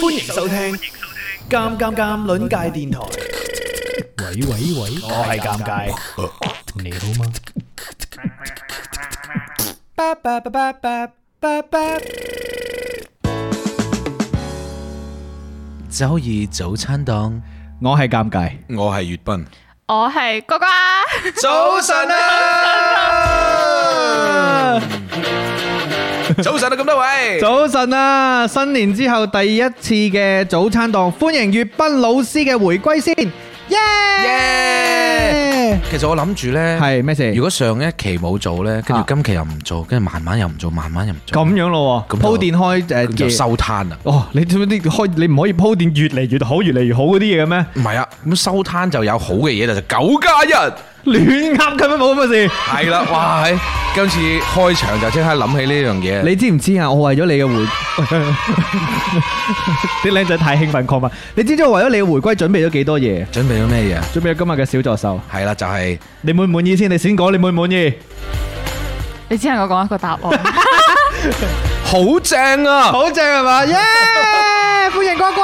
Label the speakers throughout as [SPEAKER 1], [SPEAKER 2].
[SPEAKER 1] 欢迎收听《尴尴尴》邻界电台。
[SPEAKER 2] 喂喂喂，
[SPEAKER 1] 我係尷尬，
[SPEAKER 2] 你好嗎？
[SPEAKER 1] 巴巴巴巴巴巴巴。
[SPEAKER 2] 周二早餐檔，
[SPEAKER 1] 我係尷尬。
[SPEAKER 3] 我係粵斌，
[SPEAKER 4] 我係啊呱呱，
[SPEAKER 3] 早晨啊！早晨啊，咁多位，
[SPEAKER 5] 早晨啊！新年之後第一次嘅早餐檔，歡迎粵斌老師嘅回歸先，耶！
[SPEAKER 3] 其實我諗住咧，
[SPEAKER 5] 係咩事
[SPEAKER 3] 如果上一期冇做咧，跟住
[SPEAKER 5] 啊
[SPEAKER 3] 今期又唔做，跟住慢慢又唔做，慢慢又唔做，
[SPEAKER 5] 咁樣咯喎，
[SPEAKER 3] 咁
[SPEAKER 5] 鋪
[SPEAKER 3] 就
[SPEAKER 5] 墊開
[SPEAKER 3] 咁就
[SPEAKER 5] 誒
[SPEAKER 3] 收攤啦。
[SPEAKER 5] 哦，你做啲開你唔可以鋪墊越嚟越好，越嚟越好嗰啲嘢嘅咩？
[SPEAKER 3] 唔係啊，咁收攤就有好嘅嘢就就九加一，
[SPEAKER 5] 亂噏咁樣冇咁嘅事。
[SPEAKER 3] 係啦，哇！喺今次開場就即刻諗起呢樣嘢，
[SPEAKER 5] 你知唔知啊？我為咗你嘅回， 啲靚仔太興奮亢奮。你知唔知我為咗你嘅回歸準備咗幾多嘢？
[SPEAKER 3] 準備咗咩嘢？
[SPEAKER 5] 準備咗今日嘅小助手，
[SPEAKER 3] 係啦，就係
[SPEAKER 5] 你滿唔滿意先？你先講，你滿唔滿意？
[SPEAKER 4] 你只能夠講一個答案。
[SPEAKER 3] 好正啊！
[SPEAKER 5] 好正係 嘛？耶！歡迎呱呱。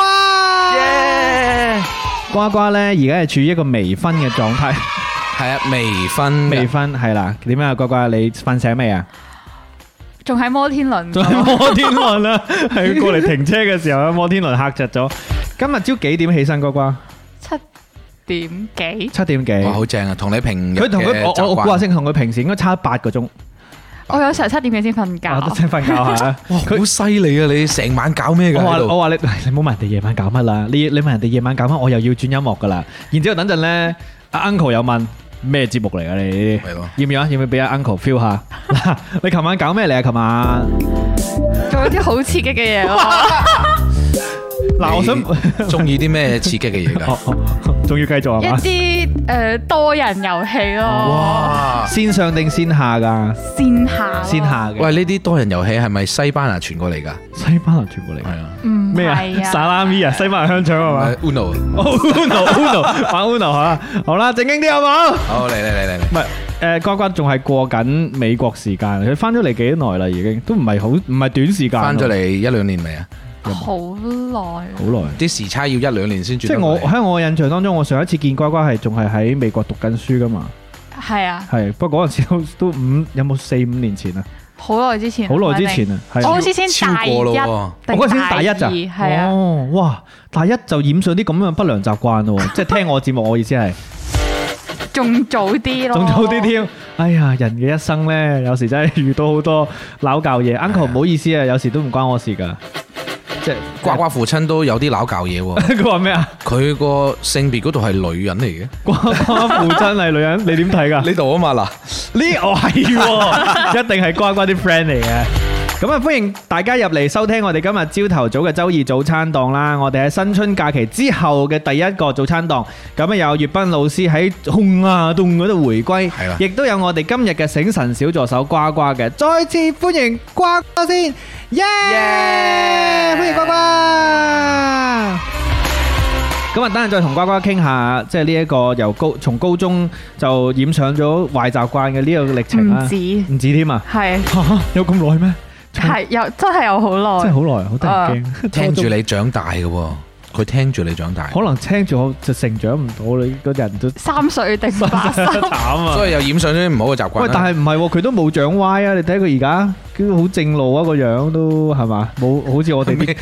[SPEAKER 5] 呱呱咧，而家係處於一個未婚嘅狀 態，
[SPEAKER 3] 係啊，微醺
[SPEAKER 5] 未
[SPEAKER 3] 嘅，
[SPEAKER 5] 婚係啦。點啊，呱呱，你瞓醒未啊？
[SPEAKER 4] 仲喺摩天 輪，
[SPEAKER 5] 仲係摩天輪啦， 係過嚟停車嘅時候啊，摩天輪嚇窒咗。今日朝幾點起身？呱呱，
[SPEAKER 4] 七點幾？
[SPEAKER 5] 七點幾。
[SPEAKER 3] 哇，好正啊！同你平日
[SPEAKER 5] 佢同佢
[SPEAKER 3] 嘅
[SPEAKER 5] 我我
[SPEAKER 3] 習
[SPEAKER 5] 我
[SPEAKER 3] 慣
[SPEAKER 5] 估下先，同佢平時應該差八個鐘，
[SPEAKER 4] 我有時候七點幾先瞓
[SPEAKER 5] 我都
[SPEAKER 4] 覺。
[SPEAKER 5] 先瞓覺下。
[SPEAKER 3] 哇，好犀利啊！你成晚搞咩㗎
[SPEAKER 5] 我話
[SPEAKER 3] 喺度？
[SPEAKER 5] 我話你， 你唔好問人哋夜晚搞乜啦，你你問人哋夜晚搞乜，我又要轉音樂噶啦。然之後等陣咧，阿 uncle 又問咩節目嚟㗎你
[SPEAKER 3] 係咯？
[SPEAKER 5] 要唔要啊？要唔要俾阿 uncle feel 下？ 嗱，你琴晚搞咩嚟啊？琴晚
[SPEAKER 4] 做咗啲好刺激嘅嘢 喎，
[SPEAKER 5] 嗱，我想
[SPEAKER 3] 你中意啲咩刺激嘅嘢 㗎？
[SPEAKER 5] 哦哦，仲要繼續係嘛？
[SPEAKER 4] 一啲诶多人遊戲
[SPEAKER 5] 哦
[SPEAKER 4] 咯，
[SPEAKER 3] 哇！
[SPEAKER 5] 線上定線下
[SPEAKER 4] 哦
[SPEAKER 5] 㗎？
[SPEAKER 4] 線下咯
[SPEAKER 5] 線下嘅。
[SPEAKER 3] 喂，呢啲多人遊戲係咪西班牙傳過嚟㗎？
[SPEAKER 5] 西班牙傳過嚟㗎
[SPEAKER 3] 係啊，
[SPEAKER 4] 唔
[SPEAKER 5] 咩啊
[SPEAKER 4] 係？
[SPEAKER 5] 沙
[SPEAKER 4] 啊，
[SPEAKER 5] 拉米啊，西班牙香腸係嘛
[SPEAKER 3] 誒 Uno，
[SPEAKER 5] 哦？Uno Uno 玩 Uno 嚇，好啦，正經啲好冇？
[SPEAKER 3] 好嚟嚟嚟嚟嚟，
[SPEAKER 5] 唔係誒，關關仲係過緊美國時間，佢翻咗嚟幾耐啦？已經都唔係好，唔係短時間。
[SPEAKER 3] 翻咗嚟一兩年未啊？
[SPEAKER 4] 好耐。
[SPEAKER 5] 好耐。
[SPEAKER 3] 啲時差要一兩年先轉
[SPEAKER 5] 即
[SPEAKER 3] 得
[SPEAKER 5] 係
[SPEAKER 3] 過嚟。
[SPEAKER 5] 我喺我印象當中，我上一次見乖乖係仲係喺美國讀緊書㗎嘛，
[SPEAKER 4] 係啊，
[SPEAKER 5] 係不過嗰陣時 都都五有冇四五年前啊，
[SPEAKER 4] 好耐之前。
[SPEAKER 5] 好耐之前啊，係
[SPEAKER 4] 我
[SPEAKER 5] 啊
[SPEAKER 4] 好似先
[SPEAKER 3] 超
[SPEAKER 4] 大一
[SPEAKER 3] 過
[SPEAKER 4] 定
[SPEAKER 3] 咯喎
[SPEAKER 5] 我嗰陣時大一咋，
[SPEAKER 4] 二係啊，
[SPEAKER 5] 哦，哇，大一就染上啲咁樣嘅不良習慣 咯喎，即係聽我節目，我意思係，
[SPEAKER 4] 仲早啲咯，
[SPEAKER 5] 仲早啲。添。哎呀，人嘅一生呢，有時真係遇到好多鬧教嘢。uncle 唔好意思啊，有時都唔關我事㗎。即係
[SPEAKER 3] 呱呱父親都有啲鬧教嘢喎，
[SPEAKER 5] 佢話咩啊？
[SPEAKER 3] 佢個性別嗰度係女人嚟嘅，
[SPEAKER 5] 呱呱父親係女人，你點睇㗎？
[SPEAKER 3] 呢度啊嘛 嗱，
[SPEAKER 5] 呢我係喎， 一定係乖乖啲 friend 嚟嘅。咁啊，歡迎大家入嚟收聽我哋今日朝頭早嘅周二早餐檔啦！我哋喺新春假期之後嘅第一個早餐檔，咁啊有粵斌老師喺紅啊洞嗰度回歸
[SPEAKER 3] 係啦，
[SPEAKER 5] 亦都有我哋今日嘅醒神小助手呱呱嘅，再次歡迎呱呱先，耶！歡迎呱呱。咁啊，等陣再同瓜瓜傾下，即係呢一個由高從高中就染上咗壞習慣嘅呢個歷程
[SPEAKER 4] 唔
[SPEAKER 5] 啦。
[SPEAKER 4] 止，
[SPEAKER 5] 唔止添啊！
[SPEAKER 4] 係
[SPEAKER 5] 嚇有咁耐咩？
[SPEAKER 4] 係有真係有好
[SPEAKER 5] 真
[SPEAKER 4] 耐
[SPEAKER 5] 係。好耐，好得人驚。
[SPEAKER 3] 聽住你長大嘅喎，佢聽住你長大，
[SPEAKER 5] 可能聽住我就成長唔到啦，個人 都
[SPEAKER 4] 三歲定八歲，
[SPEAKER 5] 慘啊！
[SPEAKER 3] 所以又染上咗啲唔好嘅習慣。
[SPEAKER 5] 喂，但係唔係喎？佢都冇長歪啊！你睇佢而家，佢好正路啊，個樣都係嘛？冇好似我 哋啲，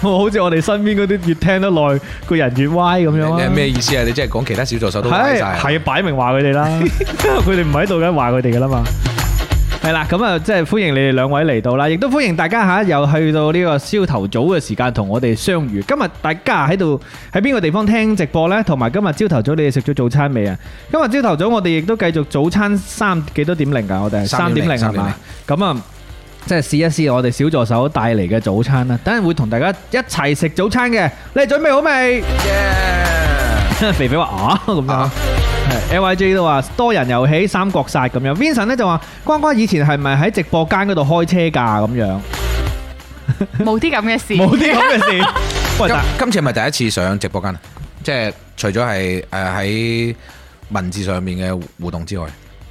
[SPEAKER 5] 冇好似我哋身邊嗰啲越聽得耐，個人越歪咁樣啊！
[SPEAKER 3] 你係咩意思啊？你即係講其他小助手都
[SPEAKER 5] 係
[SPEAKER 3] 歪晒啊。
[SPEAKER 5] 係擺明話佢哋啦， 佢哋唔喺度梗係話佢哋噶啦嘛。係啦，咁啊，即係歡迎你哋兩位嚟到啦，亦都歡迎大家吓又去到呢個朝頭早嘅時間同我哋相遇。今日大家喺度喺邊個地方聽直播呢？同埋今日朝頭早你哋食咗早餐未啊？今日朝頭早我哋亦都繼續早餐三幾多點零㗎？我哋係
[SPEAKER 3] 三
[SPEAKER 5] 三
[SPEAKER 3] 點
[SPEAKER 5] 點
[SPEAKER 3] 零
[SPEAKER 5] 零係嘛？咁啊。即係試一試我哋小助手帶嚟嘅早餐啦，等陣會同大家一齊食早餐嘅，你哋準備好未？
[SPEAKER 3] Yeah
[SPEAKER 5] 肥肥話啊咁樣
[SPEAKER 3] 啊。
[SPEAKER 5] 係 LYJ 都話多人遊戲三國殺咁樣，Vincent 咧就話關關以前係咪喺直播間嗰度開車㗎咁 樣？
[SPEAKER 4] 冇啲咁嘅事。
[SPEAKER 5] 冇啲咁嘅事。 喂，
[SPEAKER 3] 今
[SPEAKER 5] 但
[SPEAKER 3] 今次係咪第一次上直播間啊？即係除咗係呃誒喺文字上面嘅互動之外，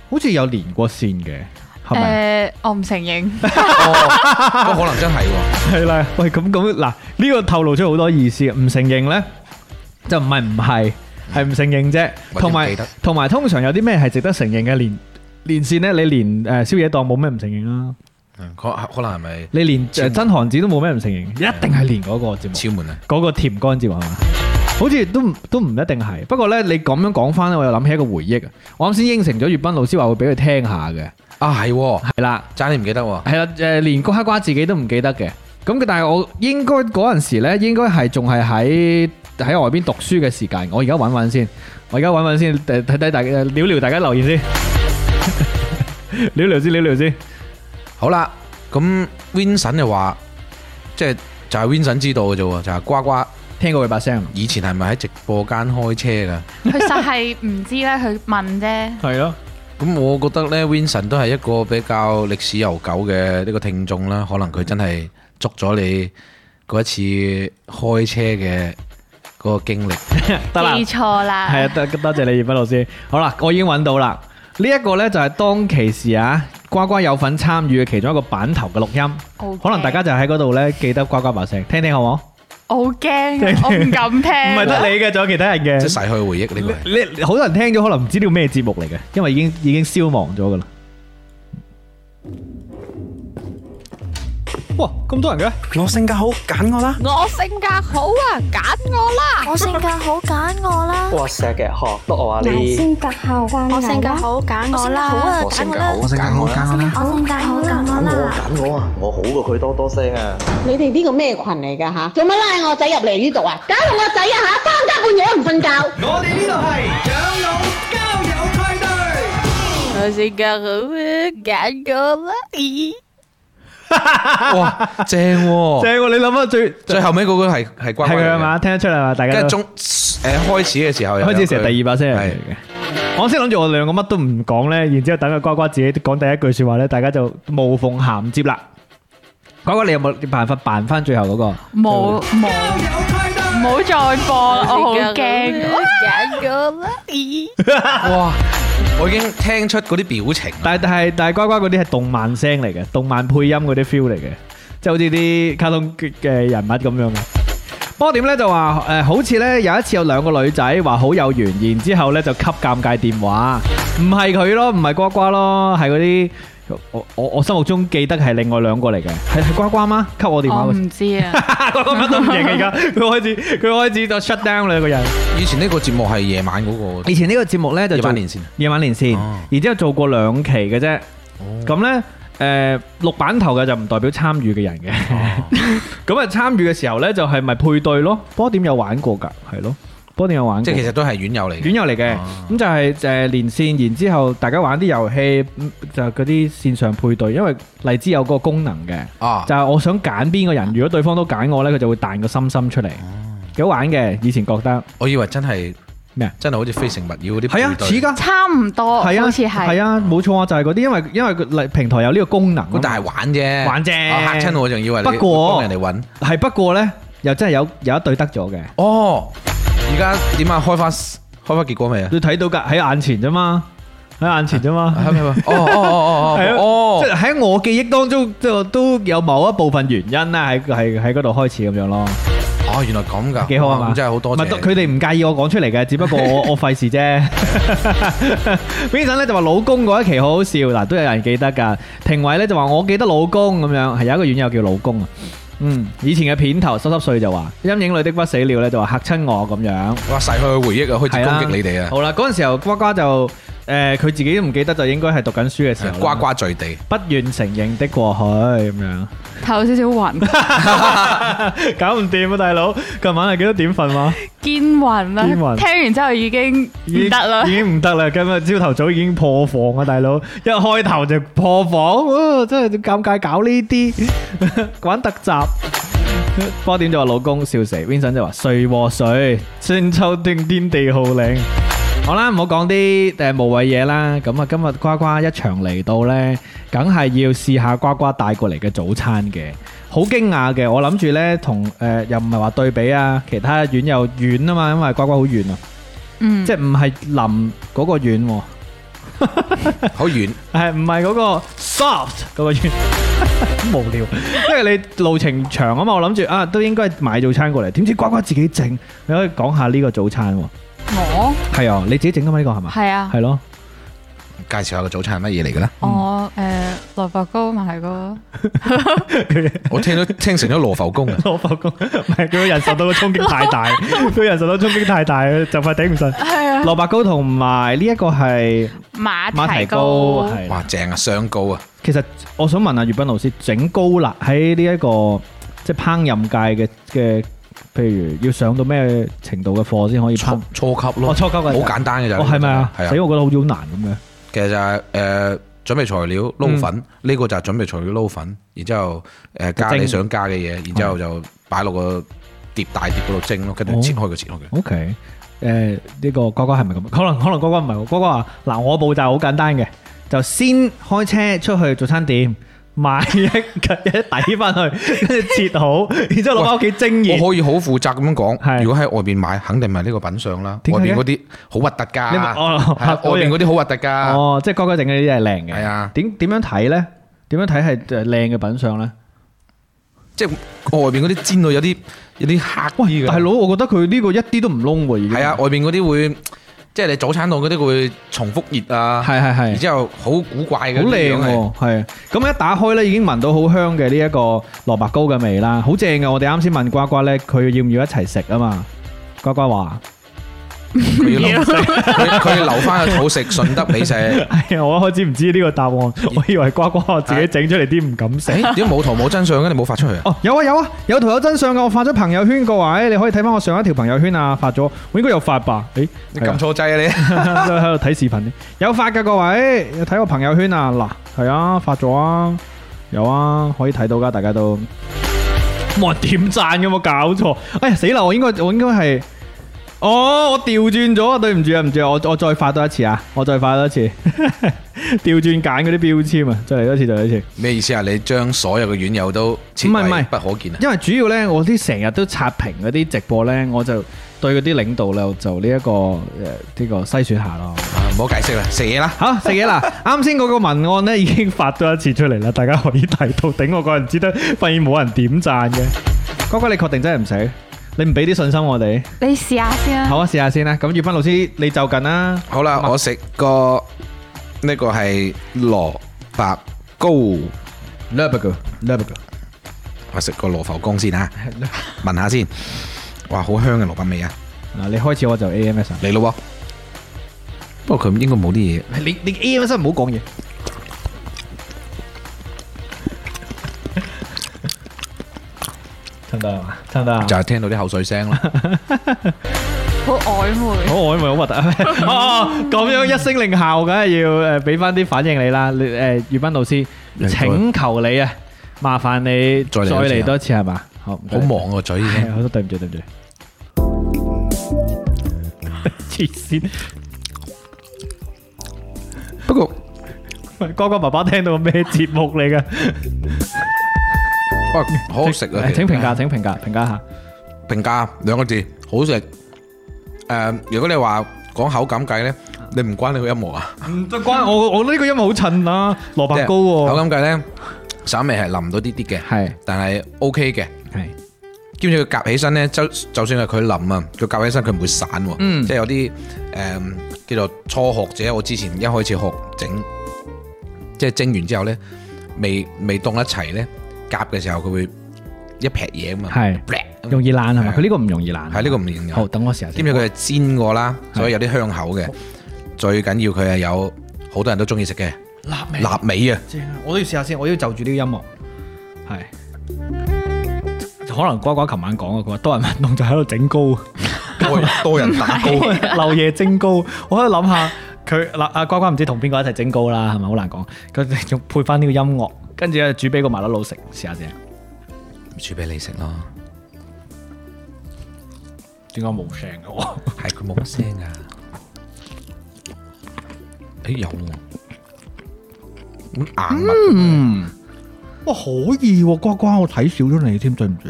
[SPEAKER 5] 好似有連過線嘅，係咪？
[SPEAKER 4] 诶，我 唔承認，
[SPEAKER 3] 哦，不過可能真係喎，
[SPEAKER 5] 系啦，喂，咁咁嗱，呢個透露出好多意思，唔承認呢，就唔係唔係，係唔承認啫。
[SPEAKER 3] 或者唔
[SPEAKER 5] 同埋
[SPEAKER 3] 記得
[SPEAKER 5] 同埋，通常有啲咩係值得承認嘅連連線呢？你連诶宵夜檔冇咩唔承認啦，
[SPEAKER 3] 嗯可可能係咪
[SPEAKER 5] 你連誒
[SPEAKER 3] 門
[SPEAKER 5] 真韓子都冇咩唔承認，一定係連嗰個節目。
[SPEAKER 3] 超門啊？
[SPEAKER 5] 嗰個甜乾節目係嘛？好似都唔都唔一定係，不過呢，你咁樣講翻咧，我又諗起一個回憶啊！我啱先應承咗粵斌老師話會俾佢聽下嘅，
[SPEAKER 3] 啊係喎，
[SPEAKER 5] 係啦，
[SPEAKER 3] 爭啲唔記得喎。
[SPEAKER 5] 係啦，誒、連瓜瓜自己都唔記得嘅。咁但係我應該嗰陣時咧，應該係仲係喺喺外邊讀書嘅時間。我而家揾揾先，我而家揾揾先，誒睇睇大家聊聊大家留 言先，聊聊先，聊聊先。
[SPEAKER 3] 好啦，咁 Vincent 就話，即係就係 Vincent 知道嘅啫喎，就係瓜瓜
[SPEAKER 5] 聽過佢把聲，
[SPEAKER 3] 以前係咪喺直播間開車㗎？
[SPEAKER 4] 佢實係唔知咧，佢問啫。
[SPEAKER 5] 係咯，
[SPEAKER 3] 咁我覺得咧，Vincent 都係一個比較歷史悠久嘅呢個聽眾啦，可能佢真係捉咗你嗰一次開車嘅嗰個經歷。
[SPEAKER 5] 得啦。
[SPEAKER 4] 記錯啦，
[SPEAKER 5] 系啊，多多謝你葉斌老師。好啦，我已經揾到啦。呢一個呢，就係當其時啊，瓜瓜有份參與嘅其中一個版頭嘅錄音，
[SPEAKER 4] OK
[SPEAKER 5] 可能大家就喺嗰度呢，記得瓜瓜把聲，聽聽好冇？
[SPEAKER 4] 我好驚啊，我唔敢聽。
[SPEAKER 5] 唔係得你嘅，仲有其他人
[SPEAKER 3] 即係
[SPEAKER 5] 嘅。
[SPEAKER 3] 逝去回憶呢個係
[SPEAKER 5] 你你好多人聽咗，可能唔知道咩節目嚟嘅，因為已經已經消亡咗噶啦。哇，咁多人嘅？
[SPEAKER 1] 我性格好，揀我啦。
[SPEAKER 4] 我性格好啊，揀我啦。
[SPEAKER 6] 我性格好揀我啦，
[SPEAKER 7] 哇！石嘅學得我啊
[SPEAKER 8] 我
[SPEAKER 7] 你，
[SPEAKER 8] 性格好揀
[SPEAKER 6] 我性格好啊揀我啦，
[SPEAKER 7] 啊我性格好揀我啦，
[SPEAKER 6] 我性格好揀我
[SPEAKER 7] 我
[SPEAKER 6] 啦。
[SPEAKER 7] 揀我啊，我好過佢多多聲啊！
[SPEAKER 9] 你哋呢個咩群嚟㗎吓？做乜拉我仔入嚟呢度啊？搞到我仔啊吓，三更半夜都唔瞓覺。
[SPEAKER 5] 我哋呢度係養老交友派對。
[SPEAKER 6] 我性格好啊，揀我啦。
[SPEAKER 3] 哇，正喎！
[SPEAKER 5] 正喎，你諗下最
[SPEAKER 3] 最後尾嗰個係係瓜
[SPEAKER 5] 係
[SPEAKER 3] 瓜嚟
[SPEAKER 5] 佢啊
[SPEAKER 3] 嘅
[SPEAKER 5] 嘛？，聽得出嚟嘛？大家
[SPEAKER 3] 跟
[SPEAKER 5] 都
[SPEAKER 3] 住中誒開始嘅時候又有佢，
[SPEAKER 5] 開始成第二把聲入嚟
[SPEAKER 3] 係
[SPEAKER 5] 嘅。我先諗住我哋兩個乜都唔講咧，然之後等阿瓜瓜自己講第一句説話咧，大家就無縫銜接啦。瓜瓜，你有冇辦法扮翻最後嗰個？
[SPEAKER 4] 冇冇，唔好再播啦，我好驚。
[SPEAKER 6] 揀我啦。
[SPEAKER 3] 哇！我已經聽出嗰啲表情啦，
[SPEAKER 5] 但但係但係瓜瓜嗰啲係動漫聲嚟嘅，動漫配音嗰啲 feel 嚟嘅，即係好似啲卡通嘅人物咁樣嘅。不過點咧就話誒、呃好似咧有一次有兩個女仔話好有緣，然之後咧就給尷尬電話，唔係佢咯，唔係瓜瓜咯，係嗰啲我我我心目中記得係另外兩個嚟嘅，係係瓜瓜嗎？給我電話
[SPEAKER 4] 我
[SPEAKER 5] 嗰時。
[SPEAKER 4] 唔知啊，
[SPEAKER 5] 瓜瓜乜都唔認啊而 家，佢開始佢開始就 shut down 啦個人。
[SPEAKER 3] 以前呢個節目係夜晚嗰個
[SPEAKER 5] 以前呢個節目咧就
[SPEAKER 3] 夜
[SPEAKER 5] 做
[SPEAKER 3] 晚連線，啊
[SPEAKER 5] 夜晚連線
[SPEAKER 3] 哦，
[SPEAKER 5] 然之後做過兩期嘅啫。咁咧誒錄版頭嘅就唔代表參與嘅人嘅。 咁啊參與嘅時候咧就係咪配對咯？波點有玩過㗎，係咯，波點有玩過。
[SPEAKER 3] 即係其實哦都係院友嚟嘅
[SPEAKER 5] 院。友嚟嘅，咁就係誒連線，然之後大家玩啲遊戲，嗯就嗰啲線上配對，因為荔枝有個功能嘅，
[SPEAKER 3] 啊
[SPEAKER 5] 就係我想揀邊個人，如果對方都揀我呢，佢就會彈個心心出嚟，
[SPEAKER 3] 哦
[SPEAKER 5] 幾好玩嘅。以前覺得
[SPEAKER 3] 我以為真係
[SPEAKER 5] 咩啊
[SPEAKER 3] 真係好似非誠勿擾嗰啲
[SPEAKER 5] 係啊
[SPEAKER 3] 配，對
[SPEAKER 5] 似噶，
[SPEAKER 4] 差唔多，
[SPEAKER 5] 係啊，
[SPEAKER 4] 好似
[SPEAKER 5] 係
[SPEAKER 4] 係。
[SPEAKER 5] 啊，冇錯啊，就係嗰啲，因為因為個例平台有呢個功能啊嘛，
[SPEAKER 3] 咁但係玩啫，
[SPEAKER 5] 玩啫
[SPEAKER 3] 我嚇親我仲以為你
[SPEAKER 5] 不過
[SPEAKER 3] 幫人哋揾。
[SPEAKER 5] 係不過呢，又真係有有一對得咗嘅，
[SPEAKER 3] 哦，而家點啊？開花開花結果未啊？
[SPEAKER 5] 你睇到㗎喺眼前啫嘛，喺眼前啫嘛。
[SPEAKER 3] 係咪哦哦哦
[SPEAKER 5] 係啊
[SPEAKER 3] 哦
[SPEAKER 5] 即
[SPEAKER 3] 哦
[SPEAKER 5] 係喺我記憶當中，就都有某一部分原因啦，喺喺喺嗰度開始咁樣咯，
[SPEAKER 3] 哦，哦，原來咁㗎，
[SPEAKER 5] 幾好啊
[SPEAKER 3] 哇
[SPEAKER 5] 嘛！
[SPEAKER 3] 咁真係好多
[SPEAKER 5] 唔
[SPEAKER 3] 謝
[SPEAKER 5] 係佢哋唔介意我講出嚟嘅，只不 過我我費事啫。Vincent 咧就話老公嗰一期好好笑，嗱都有人記得㗎。庭偉咧就話我記得老公咁樣，係有一個院友叫老公啊。嗯，以前嘅片頭濕濕碎就話陰影裏的不死鳥咧就話嚇親我咁樣。
[SPEAKER 3] 哇！逝去嘅回憶啊，開
[SPEAKER 5] 係
[SPEAKER 3] 始攻
[SPEAKER 5] 啦
[SPEAKER 3] 擊你哋啊！
[SPEAKER 5] 好啦，嗰陣時候瓜瓜就誒佢、自己都唔記得，就應該係讀緊書嘅時候。
[SPEAKER 3] 瓜瓜啊墜地，
[SPEAKER 5] 不願承認的過去咁樣。
[SPEAKER 4] 頭有少少暈，
[SPEAKER 5] 搞唔掂啊，大佬！琴晚係幾多點瞓啊話？
[SPEAKER 4] 肩暈啦。
[SPEAKER 5] 肩暈
[SPEAKER 4] 聽完之後已經唔得啦
[SPEAKER 5] 已。經唔得啦！今日朝頭早已經破防啊，大佬！一開頭就破防，哇真係尷尬搞呢啲玩特集。波點就話老公笑死，Vincent 就話睡和睡，春秋定天地號令。好啦，唔好講啲誒無謂嘢啦。咁啊，今日瓜瓜一場嚟到呢，梗係要試下瓜瓜帶過嚟嘅早餐嘅，好驚訝嘅。我諗住呢，同誒、呃又唔係話對比啊，其他院 又遠啊嘛，因為瓜瓜好遠啊。
[SPEAKER 4] 嗯，
[SPEAKER 5] 即係唔係林嗰個遠喎，
[SPEAKER 3] 好遠，
[SPEAKER 5] 係，唔係嗰個 soft 嗰個軟。無聊。因為你路程長啊嘛，我諗住，啊，都應該買早餐過嚟，點知呱呱自己整。你可以講下呢個早餐喎。係啊，你自己整㗎嘛，呢個係咪？啊
[SPEAKER 4] 我係 啊，
[SPEAKER 5] 係咯。
[SPEAKER 3] 介紹下個早餐係乜嘢嚟嘅 咧？
[SPEAKER 4] 我誒蘿蔔糕咪係個，
[SPEAKER 3] 我聽到聽成咗羅浮宮啊！
[SPEAKER 5] 蘿蔔糕。唔係，佢個人受到個衝擊太大， 佢人受到衝擊太大，就快頂唔順。
[SPEAKER 4] 係啊，
[SPEAKER 5] 蘿蔔糕同埋呢一個係
[SPEAKER 4] 馬蹄糕，
[SPEAKER 5] 馬蹄糕，係。
[SPEAKER 3] 哇，正啊，雙高啊！
[SPEAKER 5] 其實我想問下粵斌老師，整高辣喺呢一個即係烹飪界嘅嘅，譬如要上到咩程度嘅課先可以烹
[SPEAKER 3] 初？初級咯，
[SPEAKER 5] 哦初級嘅
[SPEAKER 3] 好簡單嘅就
[SPEAKER 5] 哦，係咪啊？
[SPEAKER 3] 係
[SPEAKER 5] 死，
[SPEAKER 3] 啊，
[SPEAKER 5] 我覺得好似好難咁樣。
[SPEAKER 3] 其實就係誒準備材料撈粉，
[SPEAKER 5] 嗯
[SPEAKER 3] 呢個就係準備材料撈粉，然之後誒加
[SPEAKER 5] 蒸
[SPEAKER 3] 你想加嘅嘢，然之後就擺落個碟大碟嗰度蒸咯，跟
[SPEAKER 5] 哦
[SPEAKER 3] 住切開佢切開佢。
[SPEAKER 5] O K，誒呢個哥哥係咪咁？可能可能哥哥唔係喎，哥哥話嗱，我步驟好簡單嘅，就先開車出去早餐店買一一底 翻去，跟住切好，然之後攞翻屋企蒸熱。
[SPEAKER 3] 我可以好負責咁
[SPEAKER 5] 係
[SPEAKER 3] 樣講，如果喺外邊買，肯定唔係呢個品相啦。
[SPEAKER 5] 點
[SPEAKER 3] 外
[SPEAKER 5] 解嘅
[SPEAKER 3] 邊嗰啲好核突㗎，
[SPEAKER 5] 你咪哦
[SPEAKER 3] 係啊外邊嗰啲好核突㗎。
[SPEAKER 5] 哦，即係哥哥整嘅呢啲係靚嘅。
[SPEAKER 3] 啊係啊
[SPEAKER 5] 點點樣睇咧？點樣睇係誒靚嘅品相咧？
[SPEAKER 3] 即係外邊嗰啲煎到有啲有啲黑啲嘅。
[SPEAKER 5] 大佬，我覺得佢呢個一啲都唔窿喎，已經
[SPEAKER 3] 係啊，，外邊嗰啲會即係你早餐檔嗰啲會重複熱啊，
[SPEAKER 5] 係係
[SPEAKER 3] 然
[SPEAKER 5] 係，
[SPEAKER 3] 之後好古怪嘅，
[SPEAKER 5] 好靚
[SPEAKER 3] 呢樣係
[SPEAKER 5] 喎，係。咁一打開咧，已經聞到好香嘅呢一個蘿蔔糕嘅味啦，好正啊嘅。我哋啱先問呱呱咧，佢要唔要一齊食啊嘛？呱呱話：
[SPEAKER 3] 佢要留佢佢要留翻個肚食，順德 美食。
[SPEAKER 5] 係啊，我一開始唔知呢個答案，我以為呱呱自己整出嚟啲唔敢食。
[SPEAKER 3] 誒，點解冇圖冇真相嘅？你冇發出去啊？
[SPEAKER 5] 哦，有啊有啊，有圖有真相嘅，我發咗朋友圈個位，你可以睇翻我上一條朋友圈啊，發咗，我應該有發吧？誒，
[SPEAKER 3] 你
[SPEAKER 5] 係啊
[SPEAKER 3] 撳錯掣啊你！
[SPEAKER 5] 都喺度睇視頻添，有發噶各位，有睇我朋友圈啊，嗱，係啊，發咗啊，有啊，可以睇到噶，大家都冇人點讚嘅，冇搞錯，哎呀死啦，我應該我應該係，哦，我調轉咗啊，對唔住啊，唔住啊，我我再發多一次啊，我再發多一次， 調轉揀嗰啲標籤啊，再嚟多一次，再嚟多一次。
[SPEAKER 3] 咩意思啊？你將所有嘅院友都切
[SPEAKER 5] 唔係唔
[SPEAKER 3] 為
[SPEAKER 5] 係
[SPEAKER 3] 不可見啊？
[SPEAKER 5] 因為主要呢，我啲成日都刷屏嗰啲直播呢，我就對嗰啲領導咧就呢、一個誒呢、個篩選下咯。
[SPEAKER 3] 啊唔好解釋啦，食嘢啦！
[SPEAKER 5] 好食 嘢啦！啱先嗰個文案咧已經發咗一次出嚟啦，大家可以睇到。頂我個人只得，發現冇人點讚嘅。哥哥，你確定真係唔使？你唔俾啲信心我哋？
[SPEAKER 4] 你試下先啊，
[SPEAKER 5] 好啊，試下先啦。咁月斌老師，你就近啦。
[SPEAKER 3] 好啦，我食個呢個係蘿蔔糕，
[SPEAKER 5] l e b e g o l e b e g
[SPEAKER 3] 我食個蘿浮糕先 吓，聞下先。哇，好香嘅蘿蔔味啊！
[SPEAKER 5] o 嗱，你開始我就 AMS 啊。
[SPEAKER 3] 嚟咯喎，不過佢應該冇啲嘢。
[SPEAKER 5] 你你 AMS 唔 好講嘢。差唔多係嘛？差唔多啊
[SPEAKER 3] 就係聽到啲口水 聲啦。
[SPEAKER 4] 好曖昧，
[SPEAKER 5] 好，我咪好核突。 哦，咁樣一聲令效，梗係要誒俾翻啲反應你啦。你誒，粵斌老師，
[SPEAKER 3] 再
[SPEAKER 5] 請求你啊，麻煩你
[SPEAKER 3] 再嚟
[SPEAKER 5] 再
[SPEAKER 3] 多次啊
[SPEAKER 5] 嚟多次係嘛？好，
[SPEAKER 3] 好忙個嘴已
[SPEAKER 5] 係，
[SPEAKER 3] 經。
[SPEAKER 5] 好對唔住，對唔 住。黐線，
[SPEAKER 3] 不過
[SPEAKER 5] 喂哥哥爸爸聽到咩節目嚟㗎？
[SPEAKER 3] 哇，好好食啊！
[SPEAKER 5] 請評價，請評價，評價一下。
[SPEAKER 3] 評價兩個字，好食。誒，如果你話講口感計咧，你唔關你個音樂啊。
[SPEAKER 5] 唔關我，我呢個音樂好襯啊，蘿蔔糕
[SPEAKER 3] 口
[SPEAKER 5] 喎。
[SPEAKER 3] 感計咧，稍微係淋到啲啲嘅，
[SPEAKER 5] 係
[SPEAKER 3] 但係 OK 嘅。
[SPEAKER 5] 係
[SPEAKER 3] 兼且佢夾起身咧，就就算係佢淋啊，佢夾起身佢唔會散喎。即係有啲誒、叫做初學者，我之前一開始學整，即係蒸完之後咧，未未凍一齊咧，夾嘅時候佢會一劈嘢咁嘛。
[SPEAKER 5] 係
[SPEAKER 3] 咁
[SPEAKER 5] 容易爛係嘛？
[SPEAKER 3] 係啊
[SPEAKER 5] 佢呢個唔容易爛。
[SPEAKER 3] 係呢個唔容易
[SPEAKER 5] 好，等我試下先
[SPEAKER 3] 兼且。佢係煎過啦，所以有啲香口嘅。最緊要佢係有好多人都中意食嘅
[SPEAKER 5] 臘味
[SPEAKER 3] 臘味啊！
[SPEAKER 5] 正啊！我都要試下先，我要就住呢個音樂，係。可能瓜瓜琴晚講啊，佢話多人運動就喺度整高，
[SPEAKER 3] 多人多人打高，
[SPEAKER 5] 漏夜蒸高。我喺度諗下佢嗱，阿瓜瓜唔知同邊個一齊整高啦，係咪好難講？佢仲配翻呢個音樂，跟住咧煮俾個麻甩佬食，試下先。
[SPEAKER 3] 煮俾你食咯。
[SPEAKER 5] 點解冇聲嘅喎？
[SPEAKER 3] 係佢冇聲啊！誒有喎，咁嗯硬
[SPEAKER 5] 嗯
[SPEAKER 3] 物
[SPEAKER 5] 哇，可以喎、瓜瓜，我睇少咗你添，對唔住。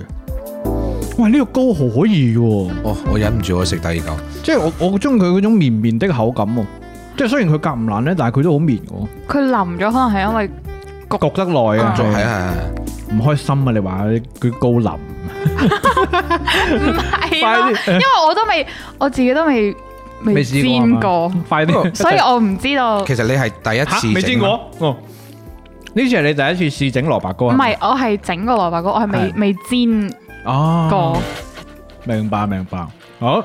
[SPEAKER 5] 喂，呢、個高可以喎、
[SPEAKER 3] 哦！我忍唔住我食第二嚿，
[SPEAKER 5] 即係我我中意佢嗰種綿綿的口感喎、即係雖然佢夾唔爛咧，但係佢都好綿嘅，
[SPEAKER 4] 佢淋咗，可能係 因為
[SPEAKER 5] 焗得耐啊，
[SPEAKER 4] 啊
[SPEAKER 3] 係啊係啊，
[SPEAKER 5] 唔開心啊！你話佢佢高臨，
[SPEAKER 4] 唔係
[SPEAKER 5] 快
[SPEAKER 4] 咯，
[SPEAKER 5] 啲
[SPEAKER 4] 因為我都未，我自己都未
[SPEAKER 5] 未
[SPEAKER 4] 未
[SPEAKER 5] 試
[SPEAKER 4] 煎
[SPEAKER 5] 過啊
[SPEAKER 4] 過，
[SPEAKER 5] 快啲，
[SPEAKER 4] 所以我唔知道。
[SPEAKER 3] 其實你係第一次
[SPEAKER 5] 嚇未煎
[SPEAKER 3] 整啊，
[SPEAKER 5] 過哦。呢次係你第一次試整蘿蔔糕
[SPEAKER 4] 唔
[SPEAKER 5] 啊？
[SPEAKER 4] 係，我係整個蘿蔔糕，我係未
[SPEAKER 5] 係
[SPEAKER 4] 未煎
[SPEAKER 5] 哦
[SPEAKER 3] 啊
[SPEAKER 4] 過。，
[SPEAKER 5] 明白明白，好，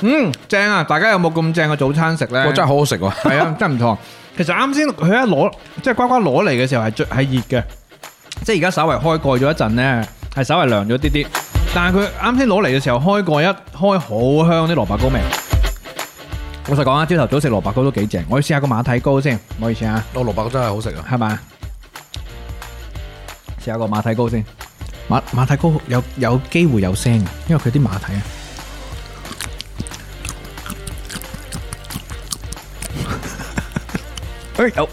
[SPEAKER 5] 嗯，正啊！大家有冇咁正嘅早餐食咧？
[SPEAKER 3] 哇真係好好食喎。
[SPEAKER 5] 系啊，真係唔錯。其實啱先佢一攞，即係瓜瓜攞嚟嘅時候係最係熱嘅，即係而家稍為開蓋咗一陣呢，係稍為涼咗啲啲。但係佢啱先攞嚟嘅時候開蓋一開，好香啲蘿蔔糕味。老實講啊，朝頭早食蘿蔔糕都幾正。我要試下個馬蹄糕先，唔好意思啊，
[SPEAKER 3] 個蘿蔔真係好食啊！
[SPEAKER 5] 係咪？試下個馬蹄糕先。馬馬蹄糕有有機會有聲啊，因為佢啲馬蹄啊。誒有。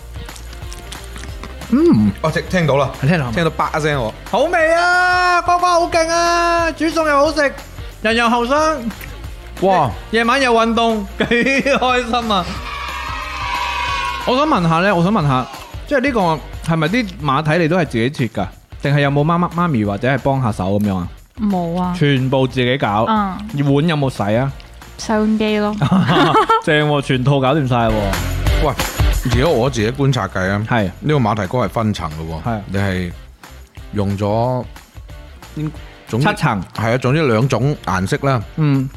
[SPEAKER 3] 我聽哦聽到啦，
[SPEAKER 5] 聽到
[SPEAKER 3] 聽到叭一聲我，
[SPEAKER 5] 好味啊！瓜瓜好勁啊！煮餸又好食，人又後生，
[SPEAKER 3] 哇！
[SPEAKER 5] 夜晚又運動， 幾開心啊！我想問下呢，我想問下，即係呢個係咪啲馬蹄你都係自己切㗎？定係有冇媽媽媽咪或者係幫下手咁樣啊？
[SPEAKER 4] 冇啊，
[SPEAKER 5] 全部自己搞，
[SPEAKER 4] 嗯
[SPEAKER 5] 碗有冇洗啊？
[SPEAKER 4] 洗碗機咯。
[SPEAKER 5] 正喎，全套搞掂晒喎，
[SPEAKER 3] 喂，如果我自己觀察計啊，
[SPEAKER 5] 係
[SPEAKER 3] 呢個馬蹄糕係分層嘅
[SPEAKER 5] 係
[SPEAKER 3] 喎，你係用咗應總
[SPEAKER 5] 七
[SPEAKER 3] 之
[SPEAKER 5] 層，
[SPEAKER 3] 係啊，總之兩種顏色啦，
[SPEAKER 5] 嗯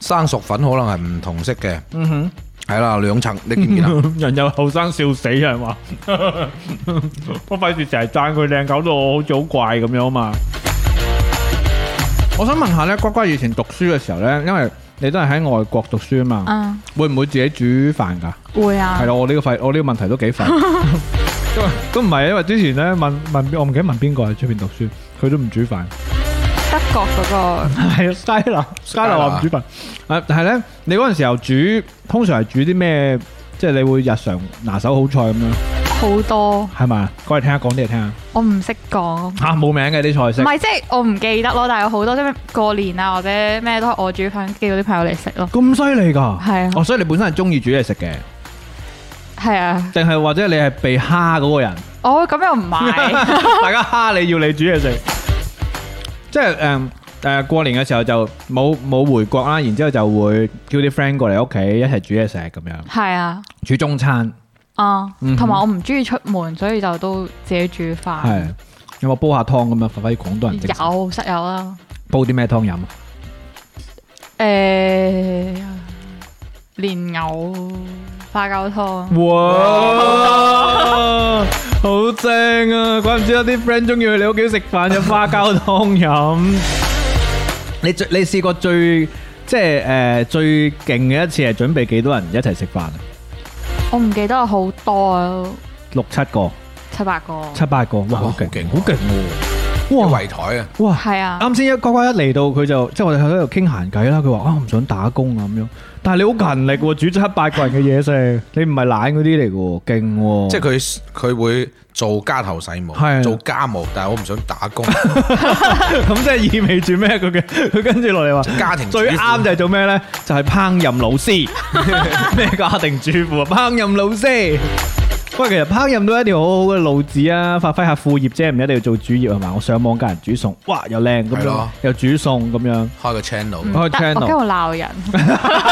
[SPEAKER 3] 生熟粉可能係唔同色嘅，
[SPEAKER 5] 嗯哼。
[SPEAKER 3] 係啦，兩層你見唔見啊？
[SPEAKER 5] 人又後生笑死係嘛？ 我費事成日讚佢靚，搞到我好似好怪咁樣啊嘛！我想問下咧，瓜瓜以前讀書嘅時候咧，因為你都係喺外國讀書啊嘛，
[SPEAKER 4] 嗯，
[SPEAKER 5] 會唔會自己煮飯㗎？
[SPEAKER 4] 會啊
[SPEAKER 5] 係。咯，我呢個費，我呢個問題都幾廢。因為都唔係，因為之前咧問問我唔記得問邊個喺出邊讀書，佢都唔煮飯。
[SPEAKER 4] 德國嗰個
[SPEAKER 5] 係啊，Skyla Skyla 話唔煮飯。啊，但係咧，你嗰陣時候煮，通常係煮啲咩？即係你會日常拿手好菜咁樣。
[SPEAKER 4] 好多，
[SPEAKER 5] 系嘛？講嚟聽下，講啲嚟聽下。
[SPEAKER 4] 我唔識講。
[SPEAKER 5] 吓，啊冇名嘅啲菜
[SPEAKER 4] 唔
[SPEAKER 5] 式。
[SPEAKER 4] 係即係我唔記得咯，但係有好多即係過年啊或者咩都係我煮飯寄嗰啲朋友嚟食咯。
[SPEAKER 5] 咁犀利㗎？
[SPEAKER 4] 係啊
[SPEAKER 5] 哦，所以你本身係中意煮嘢食嘅，
[SPEAKER 4] 係啊，
[SPEAKER 5] 定係或者你係被蝦嗰個 人？
[SPEAKER 4] 我咁又唔 係，
[SPEAKER 5] 大家蝦你要你煮嘢食，即係诶诶過年嘅時候就冇冇回國啦，然之后就會叫啲 friend 過嚟屋企一齊煮嘢食咁樣，
[SPEAKER 4] 係啊，
[SPEAKER 5] 煮中餐
[SPEAKER 4] 啊
[SPEAKER 5] 嗯哼，
[SPEAKER 4] 同埋我唔中意出門，所以就都自己煮飯。
[SPEAKER 5] 係有冇煲下湯咁樣發揮廣東人精神？
[SPEAKER 4] 有室友啦，
[SPEAKER 5] 煲啲咩湯飲？啊
[SPEAKER 4] 誒，蓮藕花膠湯。
[SPEAKER 5] 嗯 哇，好正啊！怪唔知得啲 friend 中意去你屋企食飯，有花膠湯飲。你最你試過最即係诶最勁嘅一次係準備幾多人一齊食飯啊？
[SPEAKER 4] 我唔記得有好多啊，
[SPEAKER 5] 六七個、
[SPEAKER 4] 七八個。
[SPEAKER 5] 七八個，哇！
[SPEAKER 3] 哇
[SPEAKER 5] 好
[SPEAKER 3] 好
[SPEAKER 5] 勁，
[SPEAKER 3] 勁
[SPEAKER 5] 好勁喎！
[SPEAKER 3] 啲
[SPEAKER 5] 哇
[SPEAKER 3] 圍台啊，
[SPEAKER 5] 哇！
[SPEAKER 4] 係啊，
[SPEAKER 5] 啱先一乖乖一嚟到，佢就即係我哋喺度傾閒偈啦。佢話啊，我唔想打工啊咁樣。但係你好勤力喎，煮七八個人嘅嘢食，你唔係懶嗰啲嚟嘅喎，勁喎！
[SPEAKER 3] 即係佢佢會做家頭細
[SPEAKER 5] 係啊
[SPEAKER 3] 務，做家務，但係我唔想打 工，
[SPEAKER 5] 咁即係意味住咩？佢嘅佢跟住落嚟話
[SPEAKER 3] 家庭主婦
[SPEAKER 5] 最啱就係做咩咧？就係烹飪老 師，咩家庭主婦啊？烹飪老師。喂，其實烹飪都係一條好好嘅路子啊，發揮下副業啫，唔一定要做主業係嘛？我上網教人煮餸，哇，又靚咁
[SPEAKER 3] 係
[SPEAKER 5] 樣
[SPEAKER 3] 咯，
[SPEAKER 5] 又煮餸咁樣，
[SPEAKER 3] 開個 channel，
[SPEAKER 5] 開
[SPEAKER 4] 但我驚
[SPEAKER 5] channel，
[SPEAKER 4] 我鬧人，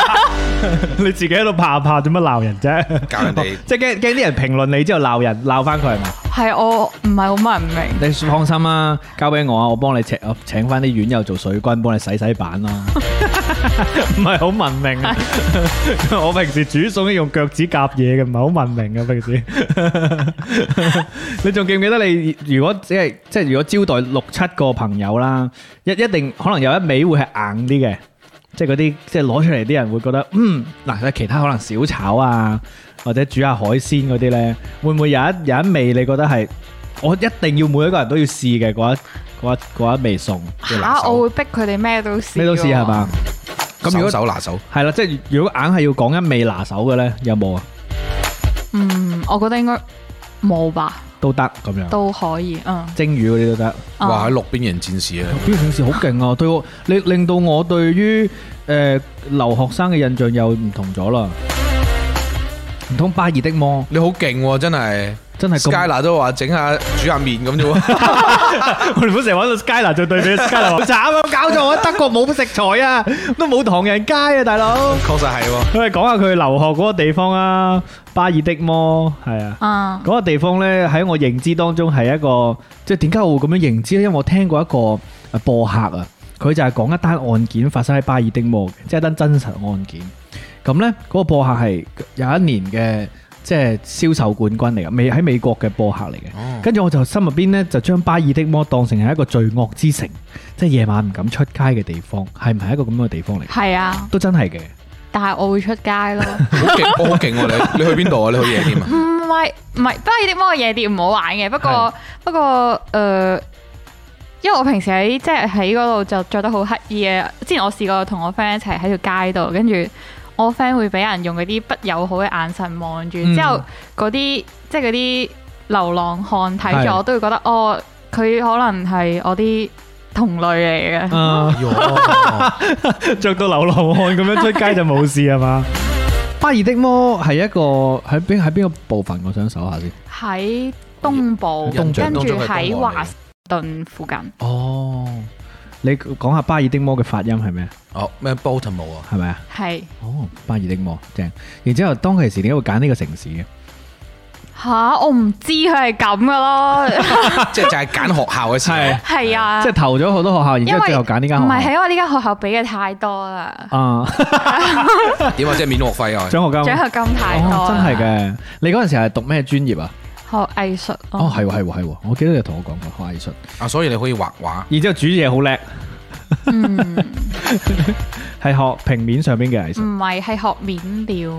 [SPEAKER 5] 你自己喺度怕怕，做乜鬧人啫？
[SPEAKER 3] 教人哋
[SPEAKER 5] 即係驚驚啲人評論你之後鬧人，鬧翻佢係嘛？
[SPEAKER 4] 係我唔係好文明。
[SPEAKER 5] 你放心啦，交俾我啊，我幫你請請翻啲院友做水軍，幫你洗洗板啦。唔係好文明啊！ 我平時煮餸都用腳趾夾嘢嘅，唔係好文明嘅平時。你仲記唔記得你如果即係即係如果招待六七個朋友啦，一一定可能有一味會係硬啲嘅。即係嗰啲即係攞出嚟啲人會覺得，嗯，嗱，其他可能小炒啊，或者煮下海鮮嗰啲呢，會唔會有一有一味你覺得係我一定要每一個人都要試嘅嗰一嗰一嗰一味餸，
[SPEAKER 4] 嚇，我會逼佢哋咩都啊試。啊
[SPEAKER 5] 咩都試係？嘛？咁如
[SPEAKER 3] 手
[SPEAKER 5] 果
[SPEAKER 3] 手拿手，
[SPEAKER 5] 係啦，即係如果硬係要講一味拿手嘅呢，有冇啊？
[SPEAKER 4] 嗯，我覺得應該冇吧，
[SPEAKER 5] 都得咁樣，
[SPEAKER 4] 都可以。嗯，
[SPEAKER 5] 蒸魚嗰啲都得。
[SPEAKER 4] 啊
[SPEAKER 3] 哇！喺！六邊形戰士啊！
[SPEAKER 5] 呢件事好勁啊！對我，你令到我對於誒、呃留學生嘅印象又唔同咗啦。唔通巴爾的摩
[SPEAKER 3] 你好勁喎，真係
[SPEAKER 5] 真係咁
[SPEAKER 3] Skyla 都話整下煮下面咁啫喎。
[SPEAKER 5] 我哋本成日玩到 Skyler 做 對比，Skyler 好慘啊！搞錯我德國冇食 材啊，都冇唐人街啊，大佬。
[SPEAKER 3] 確實係喎，
[SPEAKER 5] 佢哋講下佢留學嗰個地方啊，巴爾的摩係啊。
[SPEAKER 4] 啊，
[SPEAKER 5] 嗰個地方呢，喺我認知當中係一個，即係點解我會咁樣認知呢？因為我聽過一個呃播客啊，佢就係講一單案件發生喺巴爾的摩嘅，即係一單真實案件。咁呢，嗰、個播客係有一年嘅即係銷售冠軍嚟嘅，美喺美國嘅播客嚟
[SPEAKER 3] 嗯
[SPEAKER 5] 嘅。跟住、我就心入邊呢，就將巴爾的摩當成係一個罪惡之城，即係夜晚唔敢出街嘅地方，係唔係一個咁樣嘅地方嚟？
[SPEAKER 4] 係啊，
[SPEAKER 5] 都真係嘅。
[SPEAKER 4] 但係我會出街咯。
[SPEAKER 3] 好勁，好勁喎！ 你你去邊度啊？你去夜店啊？
[SPEAKER 4] 唔係唔係，巴爾的摩嘅夜店唔好玩嘅。不過不過誒、呃因為我平時喺即係喺嗰度就着得好刻意嘅。之前我試過同我 friend 一齊喺條街度，跟住我 friend 會俾人用嗰啲不友好嘅眼神望住，
[SPEAKER 5] 嗯
[SPEAKER 4] 之後嗰啲即係嗰啲流浪漢睇
[SPEAKER 5] 係
[SPEAKER 4] 住我都會覺得哦，佢可能係我啲同類嚟
[SPEAKER 3] 嗯
[SPEAKER 4] 嘅。
[SPEAKER 5] 啊
[SPEAKER 3] 哦
[SPEAKER 5] 着到流浪漢咁樣出街就冇事係嘛？ 巴爾的摩係一個喺邊喺邊個部分？我想搜下先。
[SPEAKER 4] 喺東部，
[SPEAKER 3] 印
[SPEAKER 4] 跟
[SPEAKER 3] 象當中
[SPEAKER 4] 住
[SPEAKER 3] 係東
[SPEAKER 4] 喺
[SPEAKER 3] 岸嚟嘅
[SPEAKER 4] 華盛頓附近。
[SPEAKER 5] 哦，你講下巴爾的摩嘅發音係咩？
[SPEAKER 3] 哦，咩 Baltimore 啊？
[SPEAKER 5] 係咪啊？
[SPEAKER 4] 係
[SPEAKER 5] 哦，巴爾的摩正。然之後當其時點解會揀呢個城市嘅？
[SPEAKER 4] 吓，我唔知佢係咁噶咯。
[SPEAKER 3] 啊即係就係揀學校嘅時候。
[SPEAKER 4] 係啊，
[SPEAKER 5] 即係投咗好多學校，然之
[SPEAKER 4] 因
[SPEAKER 5] 後
[SPEAKER 4] 為
[SPEAKER 5] 最後揀呢間
[SPEAKER 4] 唔係
[SPEAKER 5] 學校。
[SPEAKER 4] 喺我呢間學校俾嘅太多啦，
[SPEAKER 5] 啊，
[SPEAKER 3] 點啊？即係免學費啊？
[SPEAKER 5] 獎學金
[SPEAKER 4] 獎。學金太多啦
[SPEAKER 5] 哦，真係嘅。你嗰陣時係讀咩專業啊？
[SPEAKER 4] 學藝術咯。
[SPEAKER 5] 哦，係喎係喎係喎，我記得你同我講過學藝術。
[SPEAKER 3] 啊，所以你可以畫畫。
[SPEAKER 5] 然之後煮嘢好叻，
[SPEAKER 4] 嗯，
[SPEAKER 5] 係學平面上邊嘅藝術。
[SPEAKER 4] 唔係係學面料，